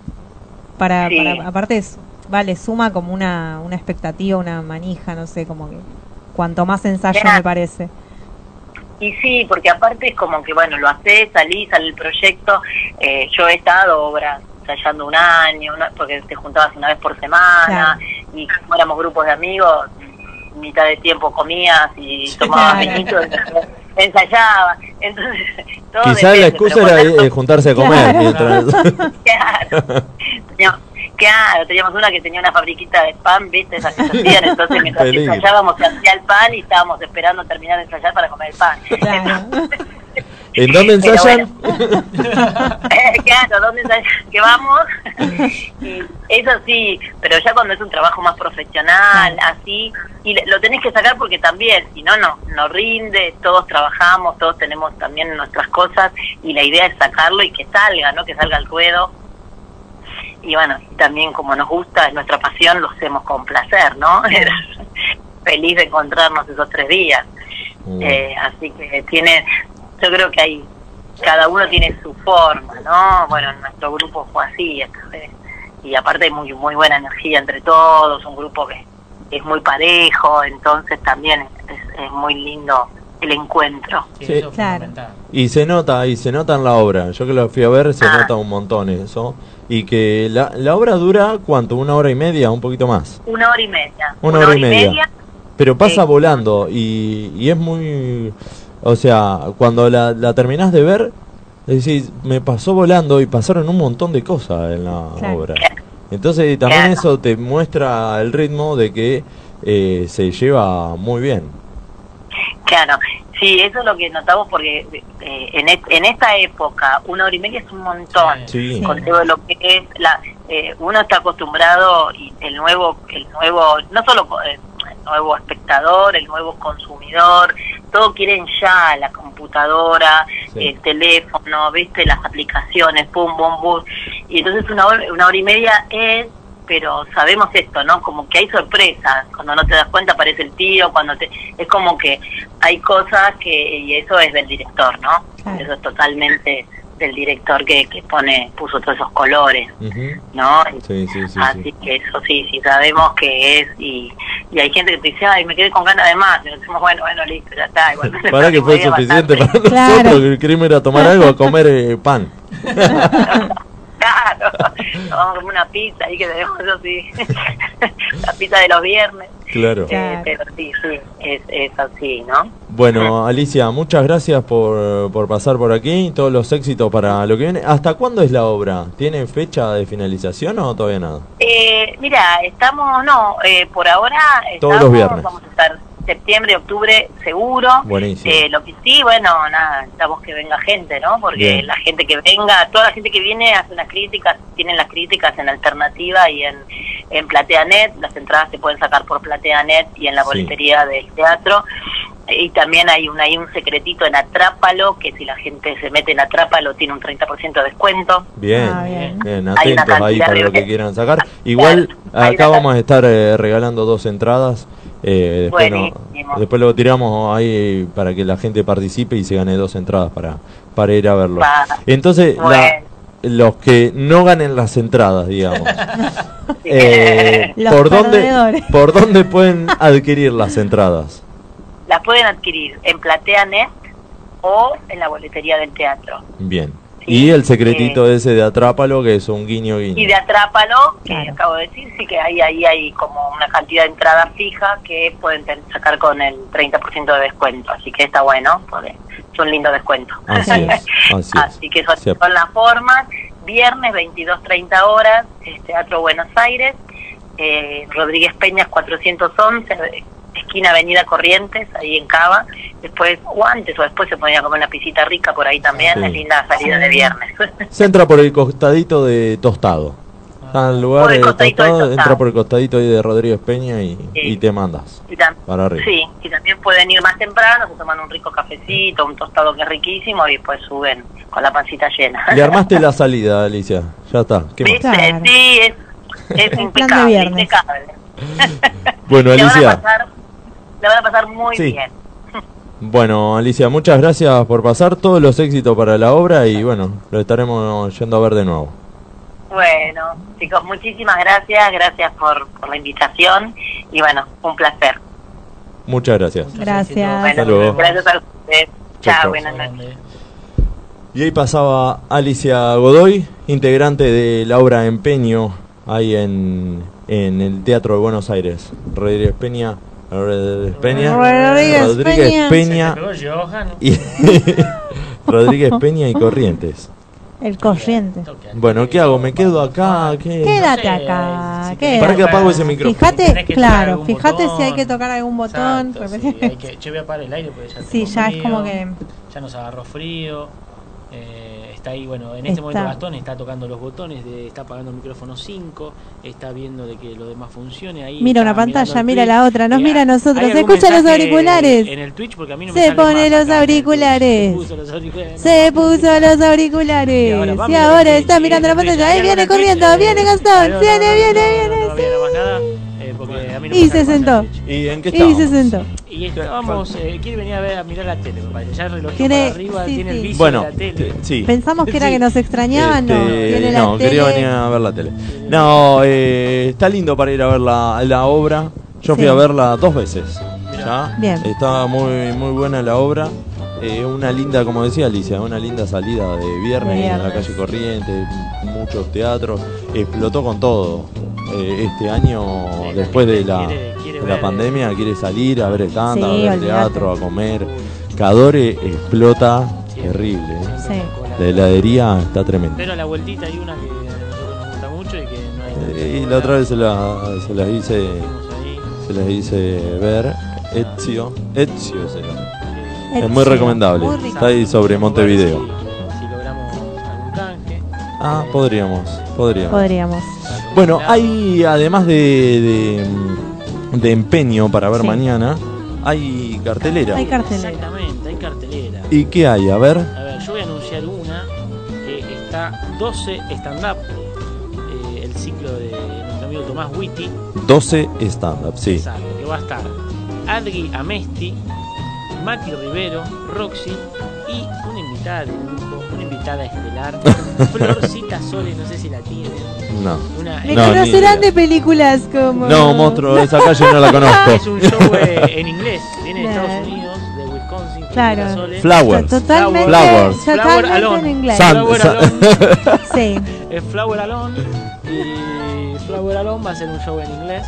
B: para,
M: Sí.
B: para- aparte es- vale, suma como una, una expectativa, una manija, no sé, como que cuanto más ensayo
M: Era-
B: me parece.
M: Y sí, porque aparte es como que, bueno, lo haces, salís, sale el proyecto. Eh, yo he estado obras ensayando un año, una- porque te juntabas una vez por semana, y como éramos grupos de amigos, mitad de tiempo comías y tomabas
B: Claro.
M: vinito, ensayabas. Entonces, (laughs) todo
A: Quizás la
M: depende,
A: excusa
M: pero
A: era
M: bueno,
A: eh, juntarse a comer.
M: Claro. (laughs)
A: mientras-
M: Teníamos- Claro, teníamos una que tenía una fabriquita de pan, ¿viste? Esas que se hacían, entonces
A: (laughs)
M: mientras
A: Peligro.
M: ensayábamos se hacía el pan y estábamos esperando terminar de ensayar para comer el pan.
B: (laughs) Ah,
A: ¿En dónde
M: Pero
A: ensayan?
M: Eh, (laughs) claro, ¿dónde está- que vamos? Y eso sí, pero ya cuando es un trabajo más profesional, así, y le- lo tenés que sacar porque también, si no, no, no rinde, todos trabajamos, todos tenemos también nuestras cosas, y la idea es sacarlo y que salga, ¿no? Que salga al ruedo. Y bueno, y también como nos gusta, es nuestra pasión, lo hacemos con placer, ¿no? (laughs) Era Feliz de encontrarnos esos tres días.
A: uh, Mm.
M: Eh, así que tiene, yo creo que hay, cada uno tiene su forma, ¿no? Bueno, nuestro grupo fue así, esta vez. y aparte hay muy, muy buena energía entre todos, un grupo que es muy parejo, entonces también es, es muy lindo el encuentro.
A: Sí. Y se nota, y se nota en la obra. Yo que lo fui a ver, se
M: Ah.
A: nota un montón eso. Y que la, la obra dura, ¿cuánto? ¿Una hora y media? Un poquito más.
M: Una hora y media.
A: Una, hora, y media. Pero pasa volando y, y es muy... O sea, cuando la, la terminás de ver, decís, me pasó volando y pasaron un montón de cosas en la
M: Claro.
A: obra. Entonces también eso te muestra el ritmo de que eh, se lleva muy bien.
M: Claro, sí, eso es lo que notamos porque eh, en, et- en esta época una hora y media es un montón.
A: Sí.
M: Con todo lo que es la, eh, uno está acostumbrado y el nuevo, el nuevo, no solo co- eh, el nuevo espectador, el nuevo consumidor, todo quieren ya la computadora,
F: Sí.
M: el teléfono, viste las aplicaciones, pum, bum, bum. Y entonces una hora, una hora y media es pero sabemos esto, ¿no? Como que hay sorpresas, cuando no te das cuenta aparece el tío, cuando te... Es como que hay cosas que... Y eso es del director, ¿no? Eso es totalmente del director que, que pone, puso todos esos colores, ¿no?
A: Sí, sí, sí.
M: Así que eso sí, sí sabemos que es y, y hay gente que te dice, ay, me quedé con ganas de más, y nos decimos, bueno, bueno, listo, ya está, igual.
A: Para que fue suficiente
M: (laughs)
A: para nosotros que queríamos ir a tomar algo, a comer eh, pan.
M: Claro, nos vamos a comer una pizza ahí que tenemos así, (laughs) la pizza de los viernes.
A: Claro.
M: Eh, pero sí, sí, es, es así, ¿no?
A: Bueno, Alicia, muchas gracias por, por pasar por aquí. Todos los éxitos para lo que viene. ¿Hasta cuándo es la obra? ¿Tiene fecha de finalización o todavía nada?
M: Eh, mira, estamos, no, eh, por ahora estamos,
A: Todos los viernes.
M: vamos a estar septiembre, octubre, seguro.
A: Buenísimo.
M: Eh, lo que sí, bueno, nada, necesitamos que venga gente, ¿no? Porque
A: Bien.
M: la gente que venga, toda la gente que viene hace unas críticas, tienen las críticas en Alternativa y en, en PlateaNet, las entradas se pueden sacar por PlateaNet y en la
F: Sí.
M: boletería del teatro. Y también hay un, hay un secretito en Atrápalo, que si la gente se mete en Atrápalo tiene un 30% de descuento.
A: Bien,
B: Ah,
A: bien,
M: Hay una
A: atentos ahí
M: cantidad
A: para
M: de
A: lo que
M: veces.
A: quieran
M: (laughs)
A: sacar. Igual acá vamos a estar eh, regalando dos entradas. eh, después, no-
M: Buenísimo.
A: después lo tiramos ahí para que la gente participe y se gane dos entradas para, para ir a verlo.
M: Va.
A: Entonces, la-
M: Bueno.
A: los que no ganen las entradas, digamos,
M: (laughs)
A: (laughs)
M: Sí.
A: eh,
M: Los
A: ¿por, dónde,
M: perdedores.
A: ¿por dónde pueden adquirir las entradas?
M: Las pueden adquirir en PlateaNet o en la boletería del teatro.
A: Bien. Y el secretito ese de Atrápalo, que es un guiño
M: Y
A: guiño.
M: de Atrápalo, que acabo de decir, sí que ahí, ahí hay como una cantidad de entrada fija que pueden ten- sacar con el 30% de descuento. Así que está bueno, porque es un lindo descuento.
A: Así es, así es.
M: (laughs) Así que son,
A: Cierto.
M: son las formas. Viernes 22.30 horas, eh, Teatro Buenos Aires, eh, Rodríguez Peñas 411, eh, esquina Avenida Corrientes, ahí en Cava. Después, o antes o después se podía comer una pisita rica por ahí también,
A: Sí.
M: es linda salida de viernes. (laughs)
A: Se entra por el costadito de Tostado. Está en el lugar
M: Por el
A: de
M: costadito de
A: tostado,
M: Tostado.
A: entra por el costadito ahí de Rodríguez Peña y, y te mandas.
M: Y tam-
A: Para arriba.
M: Sí, y también pueden ir más temprano, se toman un rico cafecito, un tostado que es riquísimo y después suben con la pancita
A: (laughs)
M: llena.
A: Le armaste la salida, Alicia. Ya está. ¿Qué más?
M: ¿Viste? Sí, es, es impecable,
B: viernes.
M: impecable.
A: Bueno,
M: Le van a
A: Alicia.
M: pasar- La van a pasar muy
A: Sí.
M: bien.
A: Bueno, Alicia, muchas gracias por pasar. Todos los éxitos para la obra y bueno, lo estaremos yendo a ver de nuevo.
M: Bueno, chicos, muchísimas gracias, gracias por, por la invitación y bueno, un placer.
A: Muchas gracias.
B: Gracias.
A: Hasta luego.
M: Gracias a ustedes. Chao, buenas noches.
A: Y ahí pasaba Alicia Godoy, integrante de la obra Empeño, ahí en, en el Teatro de Buenos Aires. Rodríguez Peña. Rodríguez Peña.
K: Rodríguez Peña.
A: Rodríguez Peña.
K: Se te pegó Johan.
A: y- (laughs) Rodríguez Peña y Corrientes.
B: El corriente.
A: Bueno, ¿qué hago? ¿Me quedo acá? ¿Qué?
B: Quédate acá. quédate.
A: ¿Para que apago ese micrófono?
B: Fíjate,
K: Tenés que tocar
B: claro,
K: algún
B: fíjate
K: botón.
B: si hay que tocar algún botón. (laughs)
K: Exacto, sí, hay que, che, voy a parar el aire porque ya
B: Sí,
K: tengo
B: ya es
K: frío,
B: como que-
K: Ya nos agarró frío. eh, está ahí, bueno, en este
B: Está.
K: momento Gastón está tocando los botones, de- está apagando el micrófono 5, está viendo de que lo demás funcione. Ahí
B: Mira
K: está
B: una pantalla,
K: mirando
B: mira
K: el
B: la
K: Twitch.
B: otra, nos
K: Eh,
B: mira a
K: ¿hay
B: nosotros, se
K: algún
B: escucha los
K: mensaje
B: auriculares.
K: En el Twitch porque a mí no me
B: Se
K: sale
B: pone
K: más
B: los
K: acá,
B: auriculares.
K: Se puso los auriculares.
B: Se puso los auriculares.
K: ahora va a
B: y
K: mirar
B: ahora
K: el Twitch,
B: está mirando la
K: mira el
B: pantalla.
K: Twitch,
B: Ahí
K: mira
B: viene
K: el Twitch,
B: corriendo,
K: eh,
B: viene
K: no,
B: Gastón.
K: no,
B: Viene,
K: no,
B: viene, viene.
K: No había más nada, eh, porque a mí no me
B: Y
K: sale más
B: se sentó.
A: ¿Y en qué
B: Y
A: estábamos?
B: se sentó.
K: Y estábamos, eh, quiere venir a, ver, a mirar la tele, me parece. Ya el reloj
B: Tiene-
K: para arriba,
B: sí,
K: tiene el
B: sí.
K: vicio
A: Bueno,
K: de la tele.
A: te- sí.
B: Pensamos que era que nos extrañaban. No,
A: Este,
B: Viene la
A: no, quería
B: tele.
A: venir a ver la tele. No, eh, está lindo para ir a ver la, la obra. Yo fui
B: Sí.
A: a verla dos veces. ya.
B: Bien.
A: Estaba muy, muy buena la obra. Eh, una linda, como decía Alicia, una linda salida de viernes,
B: De
A: en la
B: viernes.
A: calle Corriente, muchos teatros. Explotó con todo. Eh, este año, después de la, de la pandemia, quiere eh. salir a ver stand, a
B: Sí,
A: ver
B: olvidate.
A: teatro, a comer. Cadore explota terrible. eh.
B: Sí.
A: La heladería está tremenda.
C: Pero a la vueltita hay una que nos gusta mucho y que no hay.
A: Eh, Y la otra vez se, la- se las hice se las hice ver Ezio Ezio se llama. es muy
C: Ezio,
A: recomendable
C: muy rico.
A: está ahí sobre Montevideo
C: Si logramos algún canje.
A: ah podríamos podríamos
B: Podríamos.
A: bueno hay además de de, de empeño para ver
C: Sí.
A: mañana hay cartelera
C: Hay cartelera. Exactamente, hay cartelera.
A: y qué hay a ver
C: A ver, yo voy a anunciar una que está 12 stand-up, eh, el ciclo de nuestro amigo Tomás Witty,
A: 12 stand up sí
C: Exacto, que va a estar Adri Amesti, Mati Rivero, Roxy y una invitada de lujo, una
A: (laughs)
C: invitada estelar, Florcita Soles, no sé si la tienen.
A: no
C: Una-
B: Me
A: No, ni
B: conocerán de películas como.
A: no monstruo esa calle no
C: (laughs)
A: la conozco
C: Es un show eh, en inglés, viene de
B: Claro.
C: Estados Unidos, de Wisconsin,
B: Claro.
C: Florcita Soles.
A: Flowers.
B: Totalmente-
A: Flowers.
B: totalmente
C: Flower Alone.
B: en inglés.
A: San-
C: Flower
A: San-
C: Alone.
B: Sí.
C: Es Flower Alone. Y Flower Alone va a ser un show en inglés.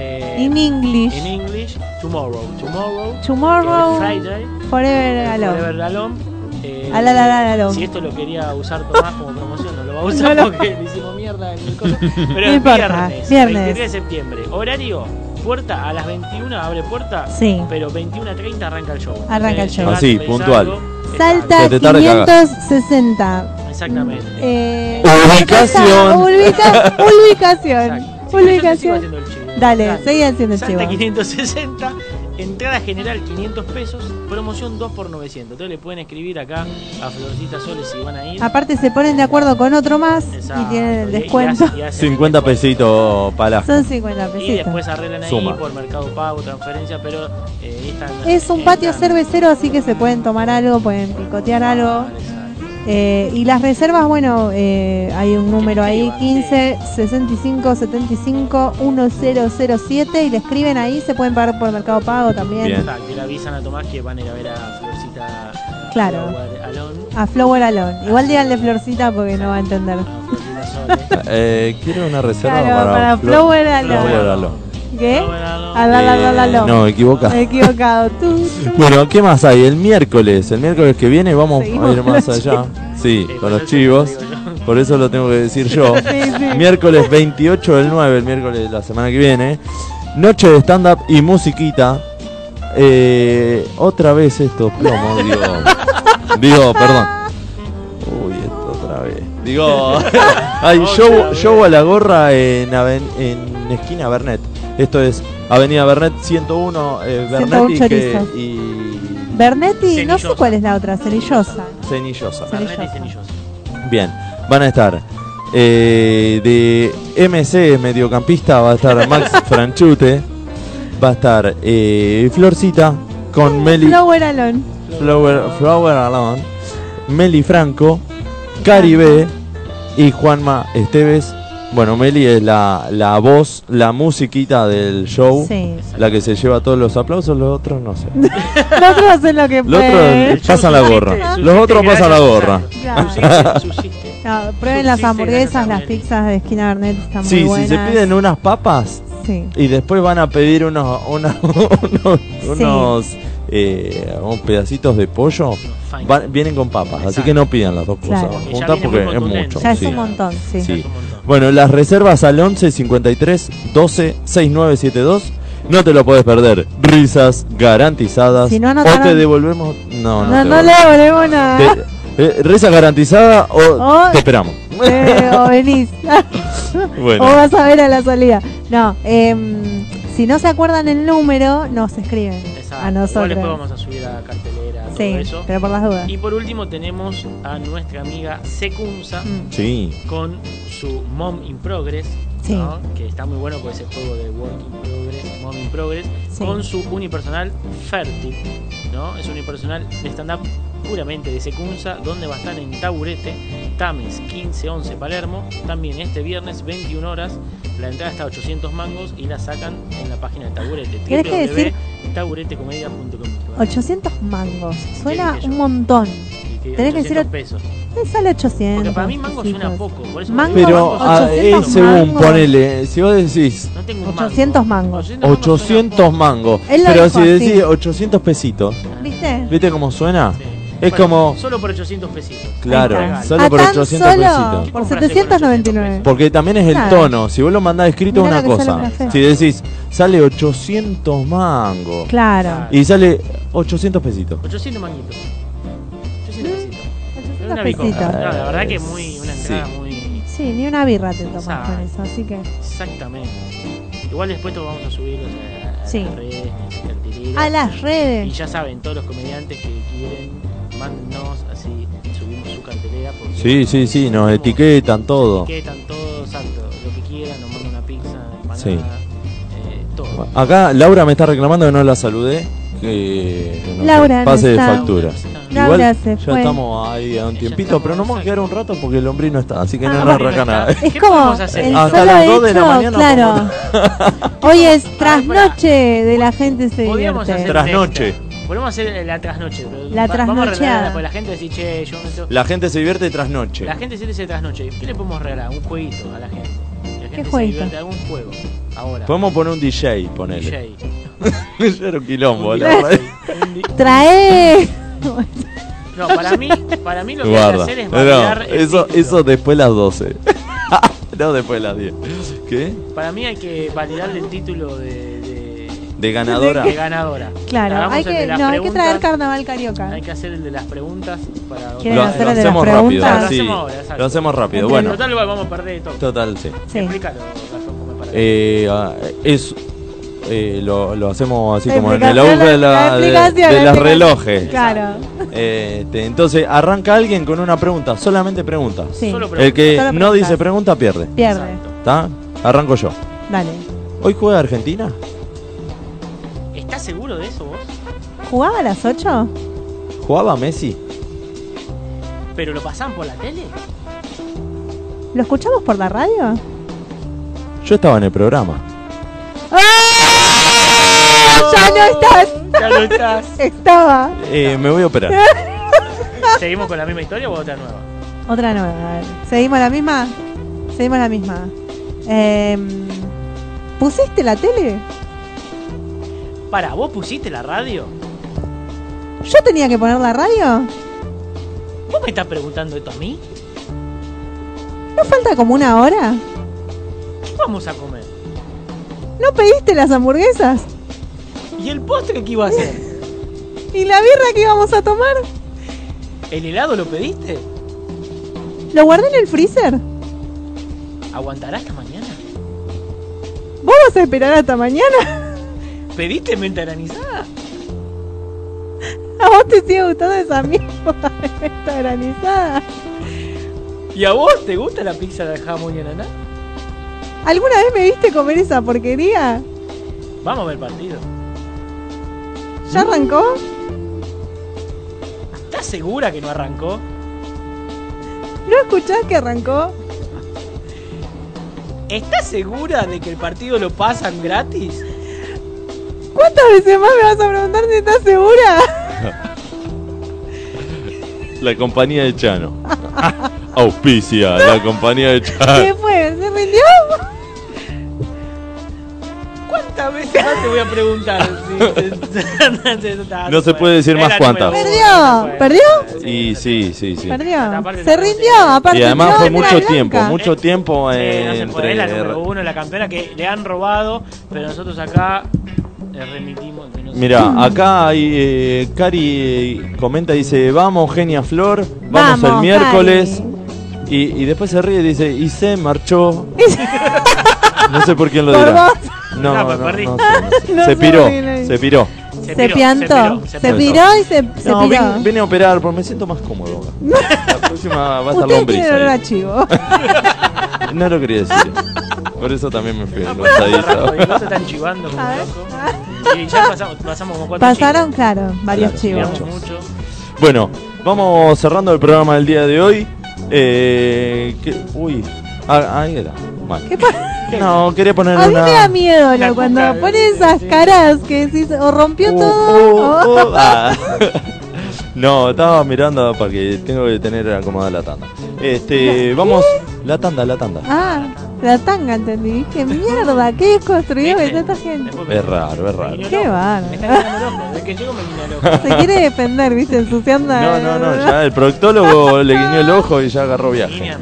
C: Eh,
B: In English.
C: In English. Tomorrow. Tomorrow.
B: Tomorrow.
C: eh, Friday.
B: Forever
C: eh,
B: Alone.
C: Forever Alone. eh,
B: Ala, la, la, la, alone.
C: Si esto lo quería usar Tomás como promoción, no lo va a
B: (laughs)
C: usar
B: No lo-
C: porque le hicimos mierda en el coso. Pero
B: No
C: es
B: importa,
C: viernes,
B: viernes.
C: 23 de septiembre. Horario, puerta a las 21, abre puerta.
B: Sí.
C: Pero 21.30 arranca el show.
B: Arranca el
C: Eh,
B: show.
C: llegás,
A: Así,
C: pensás
A: puntual.
C: algo,
B: Salta
A: Se te tarda
B: 560.
C: Exactamente.
B: Eh,
A: Ubicación.
B: (laughs) ubica- ubicación.
C: Yo
B: ubicación.
C: te sigo haciendo el chivo.
B: Dale, seguí haciendo el
C: Salta
B: chivo.
C: 560, entrada general 500 pesos, promoción 2 por 900. Entonces le pueden escribir acá a Florcita Soles si van a ir.
B: Aparte se ponen de acuerdo con otro más y
C: Exacto,
B: tienen el
C: y- y
B: descuento.
C: hace- y hace-
A: 50 pesitos para
B: (laughs) Son 50
C: Y
B: pesitos.
C: después arreglan ahí
A: Suma.
C: por Mercado Pago, transferencia, pero eh, están-
B: Es un patio
C: están-
B: cervecero, así que se pueden tomar algo, pueden picotear algo. Eh, y las reservas, bueno, eh, hay un número ahí, 15 65 75 1007 y le escriben ahí, se pueden pagar por Mercado Pago también.
C: Exacto, y le avisan a Tomás que van a ir a ver a Florcita a
B: Claro.
C: Flower Alone,
B: A Flower Alone. Igual díganle Florcita porque no va a entender.
C: Ah, Florcita Soles.
B: (laughs)
A: Eh, quiero una reserva
B: Claro,
A: para,
B: para
A: Flo-
B: Flower Alone.
A: Flower Alone.
B: ¿Qué? ¿Eh? A la, la, la, la,
A: Eh,
B: la.
A: no, equivocado.
B: Me he equivocado. Tú, tú.
A: Bueno, ¿qué más hay? El miércoles, el miércoles que viene vamos
B: Seguimos
A: a ir
B: con
A: más
B: los
A: allá.
B: chivos.
A: Sí, con los chivos. Por eso lo tengo que decir yo.
B: (laughs) Sí, sí.
A: Miércoles 28 del 9, el miércoles de la semana que viene. Noche de stand-up y musiquita. Eh, otra vez estos plomos,
B: (laughs)
A: digo. Digo, perdón. Uy, esto otra vez.
B: (laughs)
A: Digo, hay show, show a la gorra en, aven- en esquina Bernet. Esto es Avenida Bernet 101, eh,
B: 101
A: Bernet y, que-
B: chorizo.
A: y
B: Bernetti, no sé cuál es la otra, Cerillosa.
A: Cenillosa.
B: Cenillosa.
A: Bien, van a estar eh, de MC, mediocampista, va a
B: (laughs)
A: estar Max Franchute, va a estar eh, Florcita con Meli
B: Flower Alone.
A: Flower, Flower Alone, Meli Franco, Caribe y Juanma Esteves. Bueno, Meli es la, la voz, la musiquita del show,
B: Sí.
A: (laughs) la que se lleva todos los aplausos, los otros no sé.
B: Los otros hacen lo que
A: Los
B: pueden.
A: otros pasan la gorra, los otros pasan la gorra.
B: Claro. No, prueben las hamburguesas, las pizzas de esquina Bernet están
A: Sí,
B: muy
A: si
B: buenas.
A: se piden unas papas
B: Sí.
A: y después van a pedir unos unos, (laughs) unos, unos, eh, unos pedacitos de pollo, van- vienen con papas, así que no pidan las dos cosas
B: Claro. Que ya
A: juntas
B: viene
A: porque
B: muy
A: es
B: contundente.
A: mucho.
B: Ya es
A: sí.
B: un montón, sí.
A: Sí. Bueno, las reservas al 11 53 12 6972. No te lo puedes perder. Risas garantizadas.
B: Si no
A: o
B: anotaron-
A: te devolvemos. No, no.
B: No,
A: te
B: no le
A: devolvemos.
B: volvemos nada.
A: Te- eh, risa garantizada o
B: O-
A: te esperamos.
B: (laughs) Eh, o venís.
A: (laughs) Bueno.
B: O vas a ver a la salida. No, em, si no se acuerdan el número, nos escriben a
C: Igual después
B: nosotros.
C: vamos a subir a cartelera, todo
B: Sí,
C: eso.
B: pero por las dudas.
C: Y por último tenemos a nuestra amiga Secunza
B: Mm.
A: Sí.
C: con su Mom in Progress,
B: Sí.
C: ¿no? que está muy bueno con ese juego de Work in Progress, Mom in Progress,
B: Sí.
C: con su unipersonal fértil, ¿no? Es un unipersonal de stand-up puramente de Secunza, donde va a estar en Taburete, Tames 1511 Palermo, también este viernes 21 horas, la entrada está a 800 mangos y la sacan en la página de Taburete.
B: ¿Querés que decir
C: taburetecomedia.com
B: 800 mangos. Suena
C: dije yo?
B: un montón.
C: que
B: Tenés que decir.
C: 800 pesos.
B: ¿Qué sale 800?
C: Porque para mí mango suena
B: chicos?
C: poco, por eso-
B: Mango,
A: Pero ah, es
B: 800
A: según,
B: mangos.
A: ponele, si vos decís
B: 800 mangos.
A: 800 mangos,
B: Él lo
A: pero si
B: dijo así.
A: decís 800 pesitos,
B: ¿Viste?
A: ¿viste cómo suena? Es
C: Bueno,
A: como,
C: Solo por 800 pesitos.
A: claro,
C: Regalo.
A: solo por
B: Ah, tan
A: 800
B: solo
A: pesitos.
B: por 799.
A: Porque también es el
B: Claro.
A: tono, si vos lo mandás escrito
B: Mirá
A: una
B: lo que sale
A: cosa,
B: el café.
A: si decís sale 800 mangos
B: Claro.
A: y sale 800 pesitos.
C: 800 manguitos. 800
B: Mm.
C: pesitos. Es una
B: pesitos.
C: bicoca. No, la verdad que es muy, una entrada
A: Sí.
C: muy.
B: Sí, ni una birra te tomas
C: Exacto.
B: con eso, así que.
C: Exactamente. Igual después todos vamos a subirlos a, a
B: Sí.
C: las redes, a las carteleras.
B: A las redes.
C: Y ya saben, todos los comediantes que quieren, mándennos así, subimos su cartelera. Porque
A: Sí, sí, sí, nos etiquetan todo.
C: Etiquetan todo, exacto. Lo que quieran, nos mandan una pizza, empanada,
A: Sí.
C: eh, todo.
A: Acá Laura me está reclamando que no la saludé. Que que no
B: Laura no
A: pase
B: está.
A: de factura.
B: Laura
A: Igual
B: se
A: ya
B: fue.
A: estamos ahí a un tiempito, pero no vamos a quedar un rato porque el hombre no está, así que
B: Ah,
A: no nos
B: bueno,
A: arranca nada.
B: Es como
A: hacer?
B: el
A: Hasta
B: solo
A: las dos de la
B: hecho,
A: mañana
B: claro. (laughs) Hoy es trasnoche de la gente se
C: Podríamos
B: divierte.
C: hacer
A: Trasnoche.
C: Podemos hacer la trasnoche. Pero
B: La
C: va- Vamos a regalar,
B: trasnocheada.
C: pues la gente dice, che, yo no sé-
A: La gente se divierte tras noche.
C: La gente se dice trasnoche. ¿Qué le podemos regalar? Un jueguito a la gente. La gente se
B: jueguito?
C: divierte, algún juego. Ahora.
A: Podemos poner un DJ, ponele.
C: DJ.
A: (laughs) Era un quilombo,
C: Un
A: la
C: DJ.
A: verdad.
C: (laughs)
B: Trae.
C: No, para mí, para mí lo que hay que
A: Guarda.
C: hacer es
A: No,
C: validar. el
A: eso,
C: título.
A: eso después las 12. (laughs) no, después las 10. ¿Qué?
C: Para mí hay que validar el título de. de,
A: ¿De ganadora?
C: de ganadora.
B: Claro,
C: Hagamos
B: hay
C: el de
B: que,
C: las
B: no, hay que traer
C: preguntas.
B: carnaval carioca.
C: Hay que hacer el de las preguntas para.
B: ¿Quieren
A: Lo,
B: hacer
A: lo
B: el de las
A: hacemos rápido, Ah,
B: preguntas?
A: sí.
C: Lo hacemos ahora, exacto.
A: Lo hacemos rápido,
C: Porque
A: bueno.
C: En total lo vamos a perder de todo.
A: Total, sí.
B: Sí.
C: Explícalo, Gastón, cómo es para-
A: Eh, ah, es eh, lo, lo hacemos así
B: La
A: como en el
B: explicación,
A: auge de,
B: la
A: la- de-
B: explicación,
A: de
B: la
A: los
B: explicación.
A: relojes.
B: Claro.
A: Eh, este, entonces arranca alguien con una pregunta, solamente pregunta.
B: Sí. Solo
A: El que
B: preguntas. Solo
A: no dice pregunta pierde.
B: Pierde.
A: ¿Está? Arranco yo.
B: Dale.
A: ¿Hoy juega Argentina?
C: ¿Estás seguro de eso vos?
B: ¿Jugaba a las 8?
A: ¿Jugaba Messi?
C: ¿Pero lo pasaban por la tele?
B: ¿Lo escuchamos por la radio?
A: Yo estaba en el programa.
B: ¡Ah! ¡Ya no estás!
C: Ya no estás.
B: Estaba.
A: Eh, me voy a
C: (laughs)
A: operar.
C: ¿Seguimos con la misma historia o otra nueva?
B: Otra nueva. A ver. ¿Seguimos la misma? Seguimos la misma. Em, ¿Pusiste la tele?
C: Para, ¿vos pusiste la radio?
B: ¿Yo tenía que poner la radio?
C: ¿Vos me estás preguntando esto a mí?
B: ¿No falta como una hora?
C: ¿Qué vamos a comer?
B: ¿No pediste las hamburguesas?
C: ¿Y el postre qué iba a hacer?
B: ¿Y la birra que íbamos a tomar?
C: ¿El helado lo pediste?
B: ¿Lo guardé en el freezer?
C: ¿Aguantarás hasta mañana?
B: ¿Vos vas a esperar hasta mañana? (laughs)
C: ¿Pediste menta granizada?
B: ¿A vos te sigue gustando esa mierda (laughs) de esta granizada?
C: ¿Y a vos te gusta la pizza de jamón y ananá?
B: ¿Alguna vez me viste comer esa porquería?
C: Vamos a ver el partido.
B: ¿Ya arrancó?
C: ¿Estás segura que no arrancó?
B: ¿No escuchás que arrancó?
C: ¿Estás segura de que el partido lo pasan gratis?
B: ¿Cuántas veces más me vas a preguntar si estás segura?
A: La compañía de Chano. (laughs) Auspicia, la compañía de
B: ¿Qué
A: Chano.
B: fue? ¿Se rindió?
C: ¿Cuántas veces más te voy a
A: (laughs)
C: preguntar? (laughs) si-
A: No se puede decir más
C: Era
A: cuántas.
C: número
B: ¿Perdió? ¿Perdió?
A: Y sí, sí, sí.
B: ¿Perdió? ¿Se rindió? Aparte,
A: Y además fue
B: no, no era
A: mucho
B: blanca. (laughs)
A: tiempo, mucho tiempo
C: Sí, no
A: eh,
C: se puede, es la
A: entre
C: número uno, la campeona que le han robado, pero nosotros acá le remitimos. que no se-
A: Mira, acá hay, eh, Cari eh, comenta, dice, vamos, genia Flor, vamos,
B: Vamos,
A: el miércoles. Y, y después se ríe y dice, y se marchó. no sé por quién
C: (laughs)
A: lo
B: Por
A: dirá.
B: vos.
A: No,
C: No,
A: no,
C: pues
A: no,
C: perdí. (laughs)
A: sé, no
B: No
A: sé. se piró,
B: sabía.
A: se piró.
C: Se
B: Se
C: piró,
B: piantó.
C: se piró, se
B: Se
C: piró.
B: piró y se, se
A: No,
B: piró.
A: ven- vine a operar porque me siento más cómodo. La próxima va a estar
B: Ustedes
A: lombriz.
B: tienen olor
A: ahí. (laughs)
B: a chivo.
A: No lo quería decir. Por eso también me fui enrosadito.
C: Porque no se están chivando como
B: A ver.
C: loco. Y ya pasamos, pasamos como cuatro
B: Pasaron, claro, varios
A: Claro,
B: chivos.
C: chivos. Mucho.
A: Bueno, vamos cerrando el programa del día de hoy. Eh, que- uy, Ah, ahí era. Bueno.
B: ¿Qué pasa?
A: No, quería poner
B: A mí
A: una.
B: me da miedo loco, cuando ponen esas caras que decís, o rompió
A: Uh,
B: todo. Oh. o-
A: Ah. (laughs) No, estaba mirando porque tengo que tener acomodada la tanda. Este, vamos, la tanda, la tanda.
B: Ah, la tanga, entendí. Qué mierda, qué desconstruido que está esta gente.
A: Es raro, es raro.
B: Qué bárbaro. (laughs) Se quiere defender, viste, ensuciando.
A: No, no, no, ya el proctólogo le guiñó el ojo y ya agarró viaje.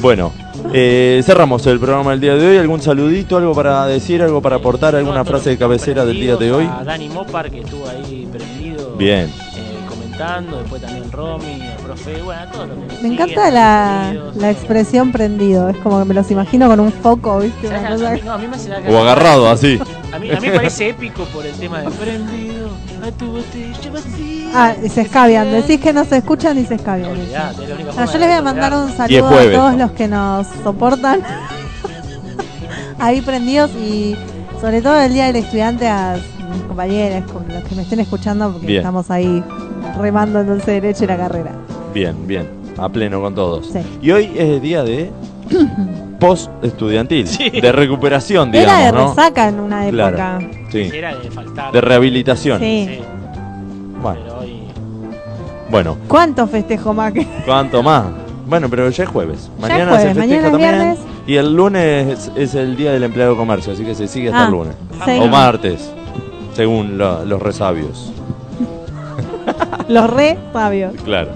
A: Bueno, eh, cerramos el programa del día de hoy. ¿Algún saludito, algo para decir, algo para aportar, alguna frase de cabecera del día de hoy?
C: A Dani Mopar, que estuvo ahí prendido.
A: Bien.
C: eh, comentando, después también Romy, el profe, bueno, a todos los que nos
B: (laughs) Me
C: siguen,
B: encanta la, la expresión prendido. Es como que me los imagino con un foco, viste. una
C: ¿Sabes? A
B: cosa-
C: mí- no, a mí me hace la
A: O agarrado, así.
C: A mí, a mí me parece épico por el tema de prendido a tu botella vacía.
B: Ah, y se escabian. Decís que no se escuchan y se escabian.
C: Olvidate, es la única
B: Bueno,
C: forma
B: yo
C: de
B: les voy a
C: controlar.
B: mandar un
A: Y es
B: saludo a
A: jueves.
B: todos los que nos soportan (laughs) ahí prendidos y sobre todo el Día del Estudiante a mis compañeros, con los que me estén escuchando porque
A: Bien.
B: estamos ahí remando en dulce derecho y la carrera.
A: Bien, bien. A pleno con todos.
B: Sí.
A: Y hoy es el día
B: (coughs)
A: de post estudiantil,
B: Sí.
A: de recuperación,
B: Era de
A: digamos, ¿no?
B: resaca en una época.
A: Claro, sí.
C: Era de faltar.
A: De rehabilitación.
B: Sí.
A: Bueno. Bueno,
B: ¿Cuánto festejo más (laughs) que
A: ¿cuánto más? Bueno, pero ya es jueves. Mañana
B: jueves,
A: se
B: mañana
A: festeja
B: es
A: también.
B: viernes.
A: Y el lunes es, es el día del empleado de comercio, así que se sigue hasta
B: Ah,
A: el lunes.
B: sí.
A: O martes, según la- los resabios.
B: los re sabios?
A: Claro.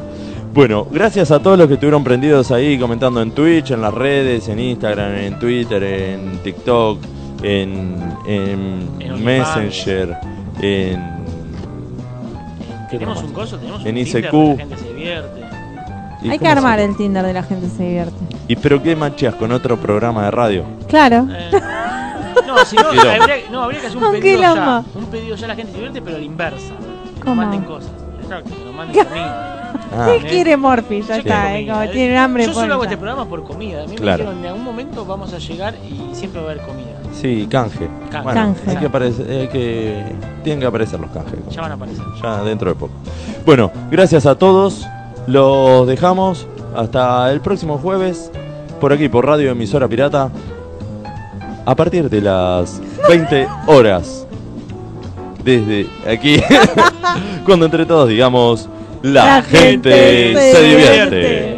A: Bueno, gracias a todos los que estuvieron prendidos ahí comentando en Twitch, en las redes, en Instagram, en Twitter, en TikTok, en, en Messenger, en. ¿qué
C: Tenemos
A: más?
C: un coso, tenemos
A: En
C: un Tinder,
A: ICQ.
C: donde la gente se divierte.
A: ¿Y
B: Hay que
A: cómo se-
B: armar el Tinder de la gente se divierte.
A: ¿Y pero qué machías con otro programa de
B: (laughs)
A: radio?
B: Claro.
C: Eh, No, si no,
A: Quilombo.
C: habría, no, habría que hacer un,
B: Un
C: pedido ya.
B: quilombo.
C: Un pedido ya a la gente se divierte, pero a la inversa. Que
B: ¿Cómo?
C: nos manden cosas. Exacto, que nos manden comida.
A: Ah.
B: ¿Qué quiere Morphy? Ya
C: Yo
B: está,
C: quiero
B: eh,
C: comida,
B: como
C: ¿eh?
B: tiene hambre.
C: Yo
B: pobre,
C: solo hago
B: ya.
C: este programa por comida. A mí
A: Claro.
C: me dijeron en algún momento vamos a llegar y siempre va a haber comida.
A: Sí, canje.
C: Canje.
A: Bueno,
C: Canje.
A: Hay que aparecer, hay que, tienen que aparecer los canjes.
C: Ya van a aparecer.
A: Ya dentro de poco. Bueno, gracias a todos. Los dejamos hasta el próximo jueves por aquí, por Radio Emisora Pirata, a partir de las 20 horas. Desde aquí, (laughs) cuando entre todos digamos, la, gente, se divierte.